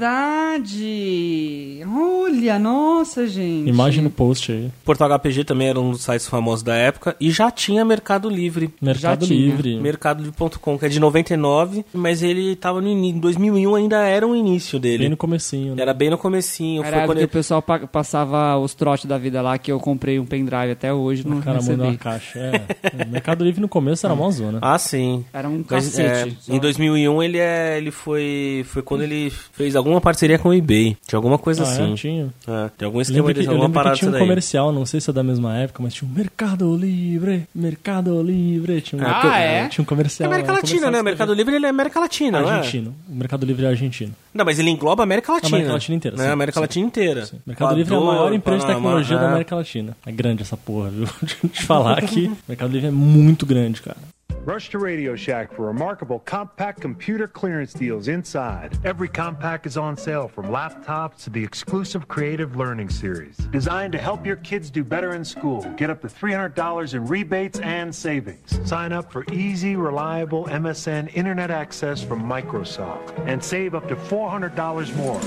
[SPEAKER 2] verdade! Olha, nossa, gente.
[SPEAKER 3] Imagem no post aí.
[SPEAKER 1] Portal HPG também era um dos sites famosos da época e já tinha Mercado Livre.
[SPEAKER 3] Mercado
[SPEAKER 2] tinha.
[SPEAKER 3] Livre.
[SPEAKER 1] Mercadolivre.com, que é de 99, mas ele tava no início. Em 2001 ainda era o início dele.
[SPEAKER 3] Bem no comecinho, né?
[SPEAKER 1] Era bem no comecinho.
[SPEAKER 2] Era
[SPEAKER 1] foi quando
[SPEAKER 2] que
[SPEAKER 1] eu-
[SPEAKER 2] o pessoal pa- passava os trotes da vida lá, que eu comprei um pendrive até hoje, não
[SPEAKER 3] Ah, Cara, mandou uma
[SPEAKER 2] recebi.
[SPEAKER 3] caixa. É. É, Mercado Livre no começo era mó zona.
[SPEAKER 1] Ah, sim.
[SPEAKER 2] Era um
[SPEAKER 1] Mas, é,
[SPEAKER 2] cacete.
[SPEAKER 1] em 2001 ele é, ele foi, foi quando ele fez alguma parceria com o eBay, tinha alguma coisa
[SPEAKER 3] Ah, é,
[SPEAKER 1] assim.
[SPEAKER 3] tinha.
[SPEAKER 1] É, tem algum
[SPEAKER 3] Eu
[SPEAKER 1] esquema
[SPEAKER 3] lembro que,
[SPEAKER 1] de
[SPEAKER 3] eu
[SPEAKER 1] alguma
[SPEAKER 3] lembro que
[SPEAKER 1] parada
[SPEAKER 3] tinha um
[SPEAKER 1] dessa daí.
[SPEAKER 3] comercial, não sei se é da mesma época, mas tinha um Mercado Livre, Mercado Livre. Tinha um,
[SPEAKER 2] Ah,
[SPEAKER 3] tinha um-
[SPEAKER 2] é?
[SPEAKER 3] Tinha um comercial.
[SPEAKER 1] É América
[SPEAKER 3] era um
[SPEAKER 1] Latina,
[SPEAKER 3] comercial
[SPEAKER 1] né?
[SPEAKER 3] que-
[SPEAKER 1] Mercado Livre ele é América Latina, não é?
[SPEAKER 3] Argentino. O Mercado Livre é argentino.
[SPEAKER 1] Não, mas ele engloba a América Latina.
[SPEAKER 3] América Latina inteira,
[SPEAKER 1] Né?
[SPEAKER 3] sim,
[SPEAKER 1] América
[SPEAKER 3] sim.
[SPEAKER 1] Latina inteira.
[SPEAKER 3] Sim. Mercado Livre é a
[SPEAKER 1] Equador,
[SPEAKER 3] maior empresa de
[SPEAKER 1] Panamá,
[SPEAKER 3] tecnologia da
[SPEAKER 1] é.
[SPEAKER 3] América Latina. É grande essa porra, viu? Deixa eu te falar aqui. O Mercado Livre é muito grande, cara.
[SPEAKER 8] Rush to Radio Shack for remarkable compact computer clearance deals inside. Every compact is on sale from laptops to the exclusive Creative Learning Series, designed to help your kids do better in school. Get up to $300 in rebates and savings. Sign up for easy, reliable MSN internet access from Microsoft and save up to $400 more.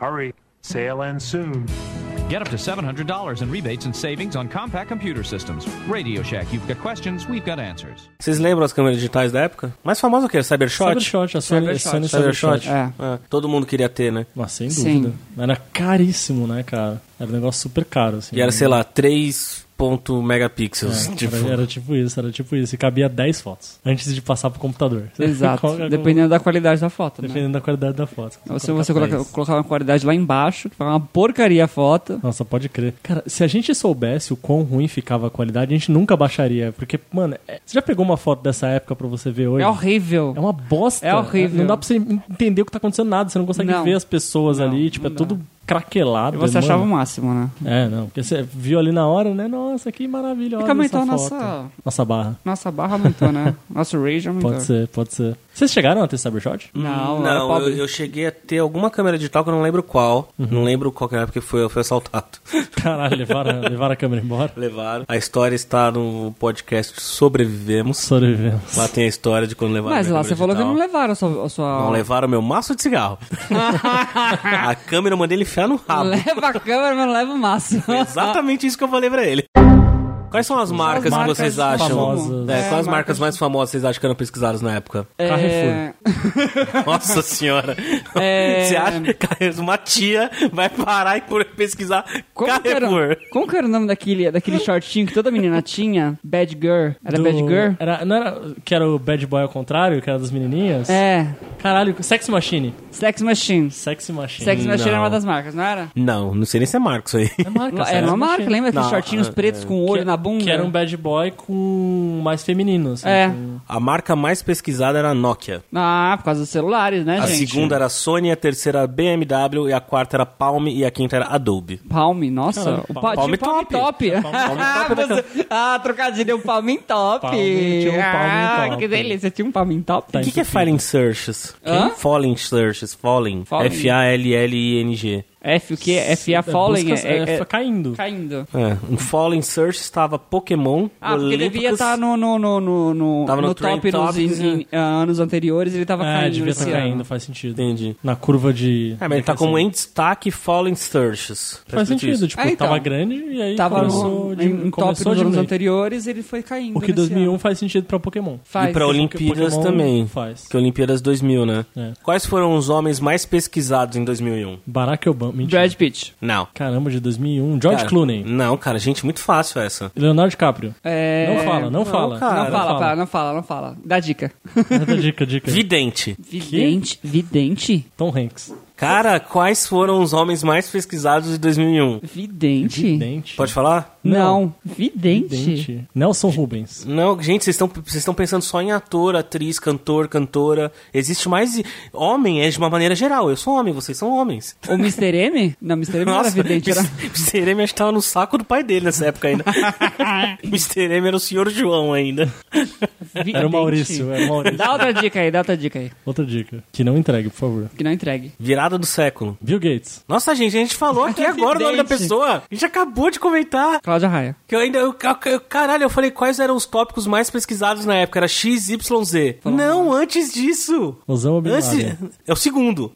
[SPEAKER 8] Hurry, sale ends soon.
[SPEAKER 9] Get up to $700 in rebates and savings on compact computer systems. Radio Shack, you've got questions, we've got answers.
[SPEAKER 1] Vocês lembram as câmeras digitais da época? Mais famosa o quê? Cybershot?
[SPEAKER 3] Cybershot, a Sony,
[SPEAKER 2] Cybershot.
[SPEAKER 3] Sony
[SPEAKER 1] Cybershot.
[SPEAKER 3] Cybershot.
[SPEAKER 2] É.
[SPEAKER 1] É, todo mundo queria ter, né?
[SPEAKER 3] Nossa, sem
[SPEAKER 2] Sim.
[SPEAKER 3] dúvida. Era caríssimo, né, cara? Era um negócio super caro, assim.
[SPEAKER 1] E era, sei lá, 3 ponto megapixels.
[SPEAKER 3] É,
[SPEAKER 1] tipo,
[SPEAKER 3] era, era tipo isso, era tipo isso. E cabia 10 fotos antes de passar pro computador.
[SPEAKER 1] é
[SPEAKER 3] Você
[SPEAKER 2] Exato.
[SPEAKER 3] coloca-
[SPEAKER 2] Dependendo da qualidade da foto, né?
[SPEAKER 3] dependendo da qualidade da foto.
[SPEAKER 2] Ou se
[SPEAKER 3] Coloca
[SPEAKER 2] você coloca-
[SPEAKER 3] 10.
[SPEAKER 2] colocar uma qualidade lá embaixo, que ficava uma porcaria a foto.
[SPEAKER 3] Nossa, pode crer. Cara, se a gente soubesse o quão ruim ficava a qualidade, a gente nunca baixaria. Porque, mano, é- você já pegou uma foto dessa época pra você ver hoje?
[SPEAKER 2] É horrível.
[SPEAKER 3] É uma bosta.
[SPEAKER 2] É horrível.
[SPEAKER 3] Não dá pra você entender o que tá acontecendo nada. Você não consegue
[SPEAKER 2] Não.
[SPEAKER 3] ver as pessoas
[SPEAKER 2] Não,
[SPEAKER 3] ali. Tipo, é
[SPEAKER 2] não dá.
[SPEAKER 3] tudo craquelado.
[SPEAKER 2] E você
[SPEAKER 3] mano.
[SPEAKER 2] achava o máximo, né?
[SPEAKER 3] É, não. Porque você viu ali na hora, né? Nossa, que maravilha.
[SPEAKER 2] Fica
[SPEAKER 3] olha essa
[SPEAKER 2] aumentando
[SPEAKER 3] foto.
[SPEAKER 2] nossa-
[SPEAKER 3] Nossa barra.
[SPEAKER 2] Nossa barra aumentou, né? Nosso rage aumentou.
[SPEAKER 3] Pode ser, pode ser. Vocês chegaram a ter Cybershot?
[SPEAKER 2] Não, eu era
[SPEAKER 1] Hum, Não, eu,
[SPEAKER 2] pobre.
[SPEAKER 1] eu cheguei a ter alguma câmera digital que eu não lembro qual.
[SPEAKER 3] Uhum.
[SPEAKER 1] Não lembro qual que era, porque foi, eu fui assaltado.
[SPEAKER 3] Caralho, levaram, levaram a câmera embora?
[SPEAKER 1] Levaram. A história está no podcast Sobrevivemos.
[SPEAKER 3] Sobrevivemos.
[SPEAKER 1] Lá tem a história de quando levaram
[SPEAKER 2] Mas
[SPEAKER 1] minha
[SPEAKER 2] lá você
[SPEAKER 1] câmera
[SPEAKER 2] falou que
[SPEAKER 1] digital.
[SPEAKER 2] não levaram a sua. A sua...
[SPEAKER 1] Não levaram meu maço de cigarro. a câmera eu mandei ele enfiar no rabo.
[SPEAKER 2] Leva a câmera, mas não leva o máximo.
[SPEAKER 1] Foi Exatamente isso que eu falei pra ele. Quais são as marcas,
[SPEAKER 2] marcas
[SPEAKER 1] que vocês acham?
[SPEAKER 3] famosas.
[SPEAKER 1] É, quais
[SPEAKER 2] É,
[SPEAKER 1] as marcas
[SPEAKER 2] marcas-
[SPEAKER 1] mais famosas vocês acham que eram pesquisadas na época?
[SPEAKER 2] É,
[SPEAKER 1] Nossa senhora.
[SPEAKER 2] É.
[SPEAKER 1] Você acha que uma tia vai parar e por- pesquisar
[SPEAKER 2] como, que era,
[SPEAKER 1] Carrefour?
[SPEAKER 2] como que era o nome daquele, daquele shortinho que toda menina tinha? Bad Girl. Era
[SPEAKER 3] Do-
[SPEAKER 2] Bad Girl?
[SPEAKER 3] Era, não era que era o Bad Boy ao contrário, que era das menininhas?
[SPEAKER 2] É.
[SPEAKER 3] Caralho, Sex Machine.
[SPEAKER 2] Sex Machine.
[SPEAKER 3] Sex Machine.
[SPEAKER 2] Sex Machine era
[SPEAKER 1] Não.
[SPEAKER 2] uma das marcas, não era?
[SPEAKER 1] Não, não sei nem se é marca isso aí.
[SPEAKER 3] É marca, Sex
[SPEAKER 2] Era uma marca,
[SPEAKER 3] Machine.
[SPEAKER 2] lembra? Aqueles
[SPEAKER 1] Não,
[SPEAKER 2] shortinhos
[SPEAKER 1] é,
[SPEAKER 2] pretos com olho
[SPEAKER 3] que,
[SPEAKER 2] na bunda?
[SPEAKER 3] Que era um bad boy com mais feminino, assim.
[SPEAKER 2] É.
[SPEAKER 1] A marca mais pesquisada era a Nokia.
[SPEAKER 2] Ah, por causa dos celulares, né,
[SPEAKER 1] A
[SPEAKER 2] gente?
[SPEAKER 1] segunda era a Sony, a terceira a BMW, e a quarta era a Palm e a quinta era a Adobe.
[SPEAKER 2] Palme, nossa.
[SPEAKER 3] Caralho,
[SPEAKER 2] o
[SPEAKER 3] palme.
[SPEAKER 2] pa... tinha
[SPEAKER 3] É,
[SPEAKER 2] o
[SPEAKER 1] Palme
[SPEAKER 2] palme
[SPEAKER 1] top.
[SPEAKER 2] top. Ah, você- Ah, trocadilho, o palme em top.
[SPEAKER 3] Palme, tinha um palme em
[SPEAKER 2] Ah,
[SPEAKER 3] top.
[SPEAKER 2] que delícia, tinha um palme em
[SPEAKER 3] Tá,
[SPEAKER 2] top.
[SPEAKER 1] O que, que é Fallen Searches?
[SPEAKER 2] Hã?
[SPEAKER 1] Fallen Searches, Fallen.
[SPEAKER 2] Fallen.
[SPEAKER 1] F-A-L-L-I-N-G.
[SPEAKER 2] F o quê? é F A Fallen?
[SPEAKER 3] Buscas-
[SPEAKER 2] É, é,
[SPEAKER 3] fa- caindo.
[SPEAKER 2] Caindo.
[SPEAKER 1] É, em Fallen Search estava Pokémon,
[SPEAKER 2] Ah, porque
[SPEAKER 1] Olympus,
[SPEAKER 2] devia estar no, no, no, no, no,
[SPEAKER 1] Tava no
[SPEAKER 2] no
[SPEAKER 1] Trend
[SPEAKER 2] top nos
[SPEAKER 1] Topics,
[SPEAKER 2] em-
[SPEAKER 1] né?
[SPEAKER 2] em, ah, anos anteriores, ele tava
[SPEAKER 3] É,
[SPEAKER 2] caindo
[SPEAKER 3] devia estar
[SPEAKER 2] esse
[SPEAKER 3] caindo,
[SPEAKER 2] ano.
[SPEAKER 3] faz sentido.
[SPEAKER 1] Entendi.
[SPEAKER 3] Na curva de...
[SPEAKER 1] É, mas ele tá como em destaque Fallen Searches. Tá
[SPEAKER 3] Faz
[SPEAKER 1] escrito
[SPEAKER 3] sentido,
[SPEAKER 1] isso.
[SPEAKER 3] tipo,
[SPEAKER 2] Ah, então.
[SPEAKER 3] tava grande e aí
[SPEAKER 2] Tava
[SPEAKER 3] começou,
[SPEAKER 2] no,
[SPEAKER 3] de,
[SPEAKER 2] em, em top nos
[SPEAKER 3] começou a
[SPEAKER 2] anos
[SPEAKER 3] diminuir.
[SPEAKER 2] anteriores, ele foi caindo.
[SPEAKER 3] O que
[SPEAKER 2] nesse
[SPEAKER 3] 2001
[SPEAKER 2] ano.
[SPEAKER 3] faz sentido pra Pokémon.
[SPEAKER 1] E
[SPEAKER 2] faz.
[SPEAKER 1] pra Olimpíadas
[SPEAKER 3] Pokémon
[SPEAKER 1] também.
[SPEAKER 3] faz.
[SPEAKER 1] Que Olimpíadas 2000, né?
[SPEAKER 3] É.
[SPEAKER 1] Quais foram os homens mais pesquisados em 2001?
[SPEAKER 3] Barack Obama, mentira.
[SPEAKER 2] Brad Pitt.
[SPEAKER 1] Não.
[SPEAKER 3] Caramba, de 2001. George
[SPEAKER 1] Cara,
[SPEAKER 3] Clooney.
[SPEAKER 1] Não, cara, gente, muito fácil essa.
[SPEAKER 3] Leonardo DiCaprio.
[SPEAKER 2] É,
[SPEAKER 3] Não fala, não, fala.
[SPEAKER 1] cara.
[SPEAKER 2] Não fala, pá, não fala, não fala. Dá dica.
[SPEAKER 3] Dá dica, dica.
[SPEAKER 1] Vidente.
[SPEAKER 2] Vidente? Vidente?
[SPEAKER 3] Tom Hanks.
[SPEAKER 1] Cara, quais foram os homens mais pesquisados de 2001?
[SPEAKER 2] Vidente?
[SPEAKER 3] Dente.
[SPEAKER 1] Pode falar?
[SPEAKER 2] Não. Vidente?
[SPEAKER 3] Dente. Nelson Rubens.
[SPEAKER 1] Não, gente, vocês estão vocês estão pensando só em ator, atriz, cantor, cantora. Existe mais. de- Homem é de uma maneira geral. Eu sou homem, vocês são homens.
[SPEAKER 2] O Mr. M? Não, Mr. M não era vidente, era...
[SPEAKER 1] Mr. Mr. M acho que tava no saco do pai dele nessa época ainda. Mr. M era o senhor João ainda.
[SPEAKER 2] vidente.
[SPEAKER 3] Era o Maurício, é. era o Maurício.
[SPEAKER 2] Dá outra dica aí, dá outra dica aí.
[SPEAKER 3] Outra dica. Que não entregue, por favor.
[SPEAKER 2] Que não entregue.
[SPEAKER 1] Virada do século.
[SPEAKER 3] Bill Gates.
[SPEAKER 1] Nossa, gente, a gente falou aqui agora o nome da
[SPEAKER 2] Evidente.
[SPEAKER 1] pessoa. A gente acabou de comentar.
[SPEAKER 2] Cláudia Raia.
[SPEAKER 1] Que eu ainda. eu- eu- eu- caralho, eu falei quais eram os tópicos mais pesquisados na época. Era X, Y, Z. Não, antes disso.
[SPEAKER 3] Osama Bin
[SPEAKER 1] Antes,
[SPEAKER 3] Laden.
[SPEAKER 1] é o segundo.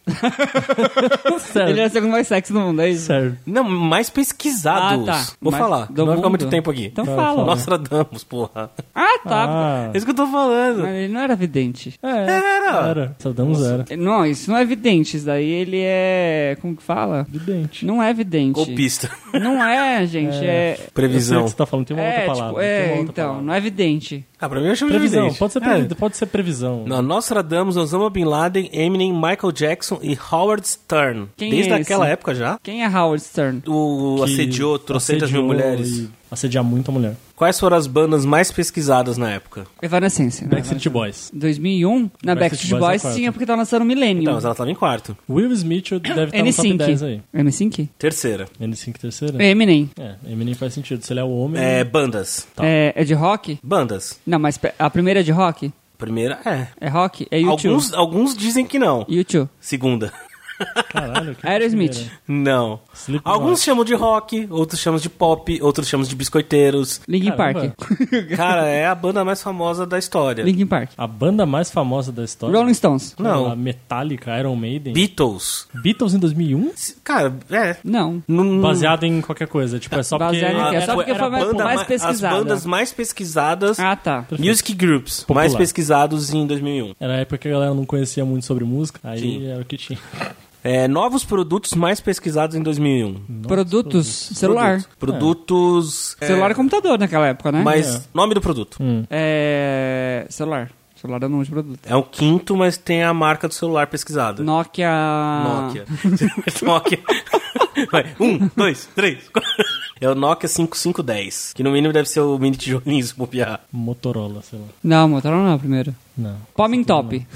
[SPEAKER 3] Sério.
[SPEAKER 2] Ele era o segundo mais sexy do mundo, é isso?
[SPEAKER 3] Sério.
[SPEAKER 1] Não, mais pesquisados.
[SPEAKER 2] Ah, tá.
[SPEAKER 1] Vou
[SPEAKER 2] Mais
[SPEAKER 1] falar.
[SPEAKER 2] do
[SPEAKER 1] Não vai ficar
[SPEAKER 2] mundo?
[SPEAKER 1] muito tempo aqui.
[SPEAKER 2] Então
[SPEAKER 3] Tá,
[SPEAKER 2] fala.
[SPEAKER 3] fala.
[SPEAKER 1] Nostradamus, porra.
[SPEAKER 2] Ah, tá.
[SPEAKER 3] Ah,
[SPEAKER 1] É isso que eu tô falando.
[SPEAKER 2] Mas ele não era vidente.
[SPEAKER 3] é,
[SPEAKER 1] Era.
[SPEAKER 3] era. Só damos era.
[SPEAKER 2] Não, isso não é vidente. Isso daí ele é... Como que fala?
[SPEAKER 3] De dente.
[SPEAKER 2] Não é vidente.
[SPEAKER 1] Golpista.
[SPEAKER 2] Não é, gente. É...
[SPEAKER 3] Eu sei o
[SPEAKER 1] Previsão.
[SPEAKER 3] que você tá falando, tem uma
[SPEAKER 2] é,
[SPEAKER 3] outra
[SPEAKER 2] tipo,
[SPEAKER 3] palavra. tem
[SPEAKER 2] é,
[SPEAKER 3] uma outra
[SPEAKER 2] então,
[SPEAKER 3] palavra.
[SPEAKER 2] não é vidente.
[SPEAKER 1] Ah, pra mim
[SPEAKER 2] Hum,
[SPEAKER 1] eu chamo de
[SPEAKER 3] Previsão.
[SPEAKER 1] vidente.
[SPEAKER 3] Pode
[SPEAKER 1] É.
[SPEAKER 3] ser, previ- pode ser previsão.
[SPEAKER 1] Não, Nostradamus, Osama Bin Laden, Eminem, Michael Jackson e Howard Stern.
[SPEAKER 2] Quem
[SPEAKER 1] Desde
[SPEAKER 2] é esse?
[SPEAKER 1] aquela época já.
[SPEAKER 2] Quem é Howard Stern?
[SPEAKER 1] O
[SPEAKER 3] Que
[SPEAKER 1] assediou trocentas mil
[SPEAKER 3] assediou
[SPEAKER 1] mulheres.
[SPEAKER 3] e Assediar muita mulher.
[SPEAKER 1] Quais foram as bandas mais pesquisadas na época?
[SPEAKER 2] Evanescence, né?
[SPEAKER 3] Backstreet Boys.
[SPEAKER 2] 2001, na
[SPEAKER 3] Backstreet
[SPEAKER 2] Backstreet
[SPEAKER 3] Boys é
[SPEAKER 2] Boys
[SPEAKER 3] quarto.
[SPEAKER 2] tinha, porque tava lançando Millennium.
[SPEAKER 1] Não, mas Então, ela tava em quarto.
[SPEAKER 3] Will Smith deve estar no top 10 aí.
[SPEAKER 2] M5. M5?
[SPEAKER 1] Terceira.
[SPEAKER 3] N5 terceira.
[SPEAKER 2] Eminem.
[SPEAKER 3] É, Eminem faz sentido. Se ele é o homem...
[SPEAKER 1] É, bandas.
[SPEAKER 3] Tá.
[SPEAKER 2] É, é de rock?
[SPEAKER 1] Bandas.
[SPEAKER 2] Não, mas pe- a primeira é de rock?
[SPEAKER 1] Primeira é.
[SPEAKER 2] É rock? É YouTube.
[SPEAKER 1] Alguns, alguns dizem que não.
[SPEAKER 2] YouTube.
[SPEAKER 1] Segunda.
[SPEAKER 3] Caralho, que
[SPEAKER 2] Aerosmith.
[SPEAKER 3] doideira.
[SPEAKER 1] Não.
[SPEAKER 3] Slipknot.
[SPEAKER 1] Alguns chamam de rock, outros chamam de pop, outros chamam de biscoiteiros.
[SPEAKER 2] Linkin
[SPEAKER 3] Caramba.
[SPEAKER 2] Park.
[SPEAKER 1] Cara, é a banda mais famosa da história.
[SPEAKER 2] Linkin Park.
[SPEAKER 3] A banda mais famosa da história.
[SPEAKER 2] Rolling Stones.
[SPEAKER 1] Não.
[SPEAKER 3] A Metallica, Iron Maiden.
[SPEAKER 1] Beatles.
[SPEAKER 3] Beatles em 2001?
[SPEAKER 1] Se- Cara, é.
[SPEAKER 2] Não.
[SPEAKER 1] Não-
[SPEAKER 3] Baseado em qualquer coisa. Tipo, é só porque...
[SPEAKER 2] Baseado em quê? É só
[SPEAKER 3] era-
[SPEAKER 2] porque
[SPEAKER 3] era
[SPEAKER 2] foi mais-
[SPEAKER 3] banda-
[SPEAKER 2] mais
[SPEAKER 1] ma-
[SPEAKER 2] pesquisada.
[SPEAKER 1] As bandas mais pesquisadas.
[SPEAKER 2] Ah, tá.
[SPEAKER 1] Music groups
[SPEAKER 3] Popular.
[SPEAKER 1] mais pesquisados em 2001.
[SPEAKER 3] Era a época que a galera não conhecia muito sobre música. Aí
[SPEAKER 1] Sim.
[SPEAKER 3] era o que tinha.
[SPEAKER 1] É, novos produtos mais pesquisados em 2001.
[SPEAKER 2] Produtos. Celular.
[SPEAKER 1] Produtos. Produtos, é,
[SPEAKER 2] Celular e computador naquela época, né?
[SPEAKER 1] mas nome do produto.
[SPEAKER 2] É... Celular. Celular é o nome de produto.
[SPEAKER 1] É o quinto, mas tem a marca do celular pesquisada.
[SPEAKER 2] Nokia...
[SPEAKER 1] Nokia. Nokia. Vai, um, dois, três, quatro. É o Nokia 5510, que no mínimo deve ser o mini tijolinho se bobear.
[SPEAKER 3] Motorola, sei lá.
[SPEAKER 2] Não, Motorola não é a primeira.
[SPEAKER 3] Não.
[SPEAKER 2] Palm in Top.